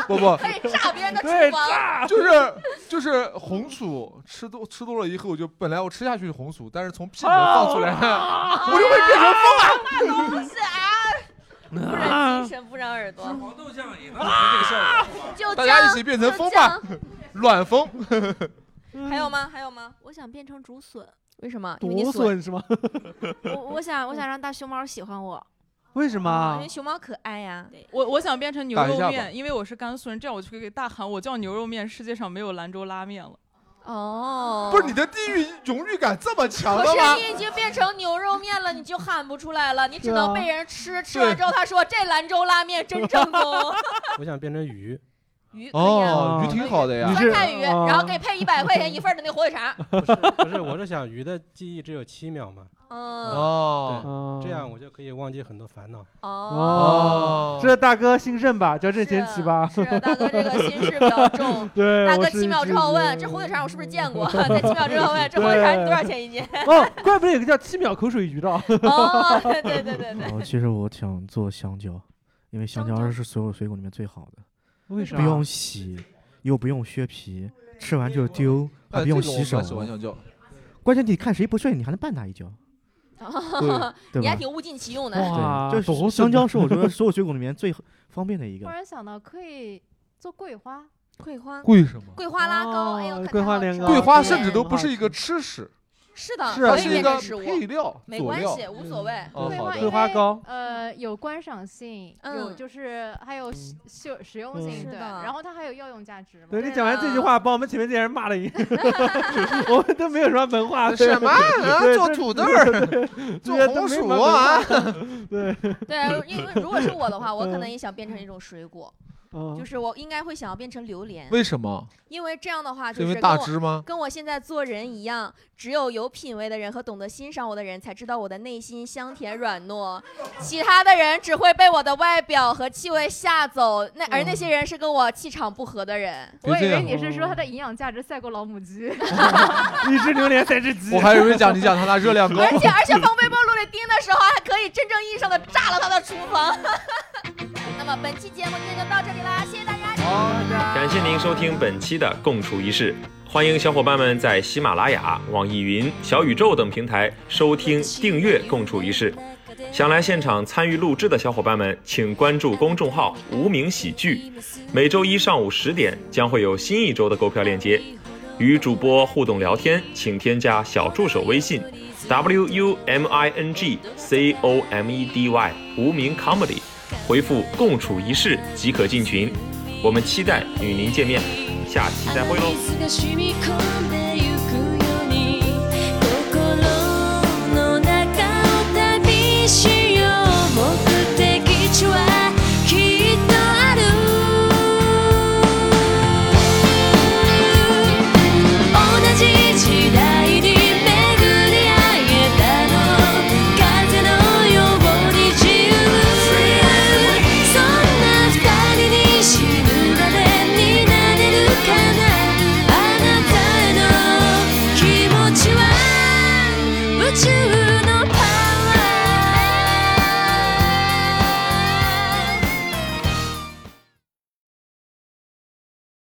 [SPEAKER 6] 不不，
[SPEAKER 5] 可以炸别人的厨
[SPEAKER 7] 对啊
[SPEAKER 5] 房，
[SPEAKER 6] 就是就是红薯吃多吃多了以后，就本来我吃下去是红薯，但是从屁股里面放出来，我就会变成
[SPEAKER 5] 风啊！ 东西啊，不染精神，不染耳 朵。
[SPEAKER 8] 黄豆酱也能达到这个
[SPEAKER 13] 啊
[SPEAKER 8] 效果。
[SPEAKER 5] 就
[SPEAKER 6] 大家一
[SPEAKER 5] 酱
[SPEAKER 6] 起变成
[SPEAKER 5] 就
[SPEAKER 6] 风吧
[SPEAKER 5] 酱，
[SPEAKER 6] 卵风。
[SPEAKER 5] 还有吗？还有吗？我想变成竹笋，嗯为什么？因为你
[SPEAKER 7] 毒
[SPEAKER 5] 损。
[SPEAKER 7] 笋 是吗？
[SPEAKER 15] 我我想我想让大熊猫喜欢我，
[SPEAKER 7] 为什
[SPEAKER 5] 因
[SPEAKER 7] 么
[SPEAKER 5] 为？熊猫可爱呀。
[SPEAKER 16] 我我想变成牛
[SPEAKER 7] 啊打一
[SPEAKER 16] 肉
[SPEAKER 7] 下吧
[SPEAKER 16] 面，因为我是甘肃人，这样我就可以大喊：我叫牛肉面，世界上没有兰州拉面了。
[SPEAKER 5] 哦，
[SPEAKER 6] 不是你的地域荣誉感这么强
[SPEAKER 5] 可
[SPEAKER 6] 的吗
[SPEAKER 5] 是？你已经变成牛肉面了，你就喊不出来了，你只
[SPEAKER 6] 对啊
[SPEAKER 5] 能被人吃。吃完之后，他说：“这兰州拉面真正 宗。
[SPEAKER 17] 我想变成鱼，
[SPEAKER 5] 鱼可以啊
[SPEAKER 6] 哦，鱼挺好的呀。
[SPEAKER 5] 酸菜鱼，
[SPEAKER 7] 哦
[SPEAKER 5] 然后给配一百块钱一份的那火腿肠。
[SPEAKER 17] 啊不是，我是想鱼的记忆只有七秒嘛。
[SPEAKER 6] 哦
[SPEAKER 17] 对这样我就可以忘记很多烦恼。
[SPEAKER 5] 哦
[SPEAKER 10] 哦
[SPEAKER 17] 啊
[SPEAKER 7] 哦，这大哥姓任吧，叫任贤齐吧？
[SPEAKER 5] 是大哥这个心事比较重
[SPEAKER 7] 对，
[SPEAKER 5] 大哥
[SPEAKER 7] 我是？”
[SPEAKER 5] 七秒之后问：“这火腿肠我是不是见过？” 在七秒之后问：“这火腿肠你多少钱一斤
[SPEAKER 7] 哦，怪不得有个叫七秒口水鱼的。
[SPEAKER 5] 哦，对对对对
[SPEAKER 2] 哦，
[SPEAKER 5] 对，
[SPEAKER 2] 其实我想做香蕉，因为香蕉是所有水果里面最好的，
[SPEAKER 7] 为啥
[SPEAKER 2] 不用洗，又不用削皮，吃完就丢，还
[SPEAKER 6] 哎
[SPEAKER 2] 不用
[SPEAKER 6] 这个我
[SPEAKER 2] 洗手
[SPEAKER 6] 蛮喜欢香蕉。
[SPEAKER 2] 关键你看谁不顺，你还能绊他 一跤。对
[SPEAKER 5] 你
[SPEAKER 2] 吧
[SPEAKER 5] 还挺物尽其用的。
[SPEAKER 2] 对，
[SPEAKER 7] 多
[SPEAKER 2] 就是
[SPEAKER 7] 损
[SPEAKER 2] 香蕉是我觉
[SPEAKER 7] 啊
[SPEAKER 2] 得所有水果里面最方便的一
[SPEAKER 9] 突
[SPEAKER 2] 个。
[SPEAKER 9] 然想到可以做桂花，
[SPEAKER 5] 桂花
[SPEAKER 2] 桂什么
[SPEAKER 5] 桂花拉糕，哎呦，可
[SPEAKER 7] 桂花
[SPEAKER 5] 太好
[SPEAKER 7] 年啊
[SPEAKER 5] 吃
[SPEAKER 7] 糕，
[SPEAKER 5] 了
[SPEAKER 6] 哦桂花甚至都不是一个吃食，
[SPEAKER 5] 是的，
[SPEAKER 6] 是啊
[SPEAKER 5] 可以
[SPEAKER 6] 是一
[SPEAKER 5] 变成
[SPEAKER 6] 个
[SPEAKER 5] 食物
[SPEAKER 6] 配料
[SPEAKER 5] 没
[SPEAKER 6] 佐
[SPEAKER 5] 关
[SPEAKER 6] 料
[SPEAKER 5] 系，无所谓。
[SPEAKER 6] 哦
[SPEAKER 9] 桂
[SPEAKER 6] 好
[SPEAKER 9] 花
[SPEAKER 6] 的
[SPEAKER 9] 因
[SPEAKER 6] 桂花
[SPEAKER 9] 为
[SPEAKER 6] 糕
[SPEAKER 9] 呃，有观赏性，有
[SPEAKER 5] 嗯
[SPEAKER 9] 就是还有实实实
[SPEAKER 6] 嗯
[SPEAKER 9] 用性，
[SPEAKER 5] 是的
[SPEAKER 9] 对，然后它还有药用价值嘛。
[SPEAKER 7] 对你讲完这句话，把我们前面这些人 骂了一，我们都没有什么文化。
[SPEAKER 6] 什么啊
[SPEAKER 7] 对
[SPEAKER 6] 做
[SPEAKER 7] 对
[SPEAKER 6] 土
[SPEAKER 7] 对
[SPEAKER 6] 豆儿
[SPEAKER 7] 对对
[SPEAKER 6] 做
[SPEAKER 7] 对都
[SPEAKER 6] 红
[SPEAKER 7] 没
[SPEAKER 6] 薯
[SPEAKER 7] 什么文化
[SPEAKER 6] 啊
[SPEAKER 7] 对，
[SPEAKER 5] 对，啊因为如果是我的话，我
[SPEAKER 7] 嗯
[SPEAKER 5] 可能也想变成一种水果，
[SPEAKER 7] 哦
[SPEAKER 6] 嗯
[SPEAKER 5] 就是我应该会想要变成榴莲。
[SPEAKER 6] 为什么？
[SPEAKER 5] 因为这样的话，
[SPEAKER 6] 是
[SPEAKER 5] 就
[SPEAKER 6] 因
[SPEAKER 5] 是
[SPEAKER 6] 为
[SPEAKER 5] 跟
[SPEAKER 6] 大
[SPEAKER 5] 我
[SPEAKER 6] 只吗
[SPEAKER 5] 跟我现在做人一样，只有有品位的人和懂得欣赏我的人，才知道我的内心香甜软糯，其他的人只会被我的外表和气味吓走。那而那些人是跟我气场不合的人。
[SPEAKER 9] 我以
[SPEAKER 6] 嗯这
[SPEAKER 9] 为
[SPEAKER 6] 样啊嗯
[SPEAKER 9] 你是说它的营养价值赛过老 母鸡，
[SPEAKER 7] 一只榴莲三只鸡。
[SPEAKER 6] 我还以为讲你讲它那热量高。
[SPEAKER 5] 而且而且放微波炉里叮的时候，还可以真正意义上的炸了他的厨房。 那么本期节目今天就到这里啦，谢谢大家。
[SPEAKER 18] 感谢您收听本期的《共处一室》，欢迎小伙伴们在喜马拉雅、网易云、小宇宙等平台收听、订阅《共处一室》。想来现场参与录制的小伙伴们，请关注公众号“无名喜剧”，每周一上午十点将会有新一周的购票链接。与主播互动聊天，请添加小助手微信 w u m i n g c o m e d y 无名 comedy，回复“共处一室”即可进群。我们期待与您见面，下期再会喽。
[SPEAKER 19] が染み込んで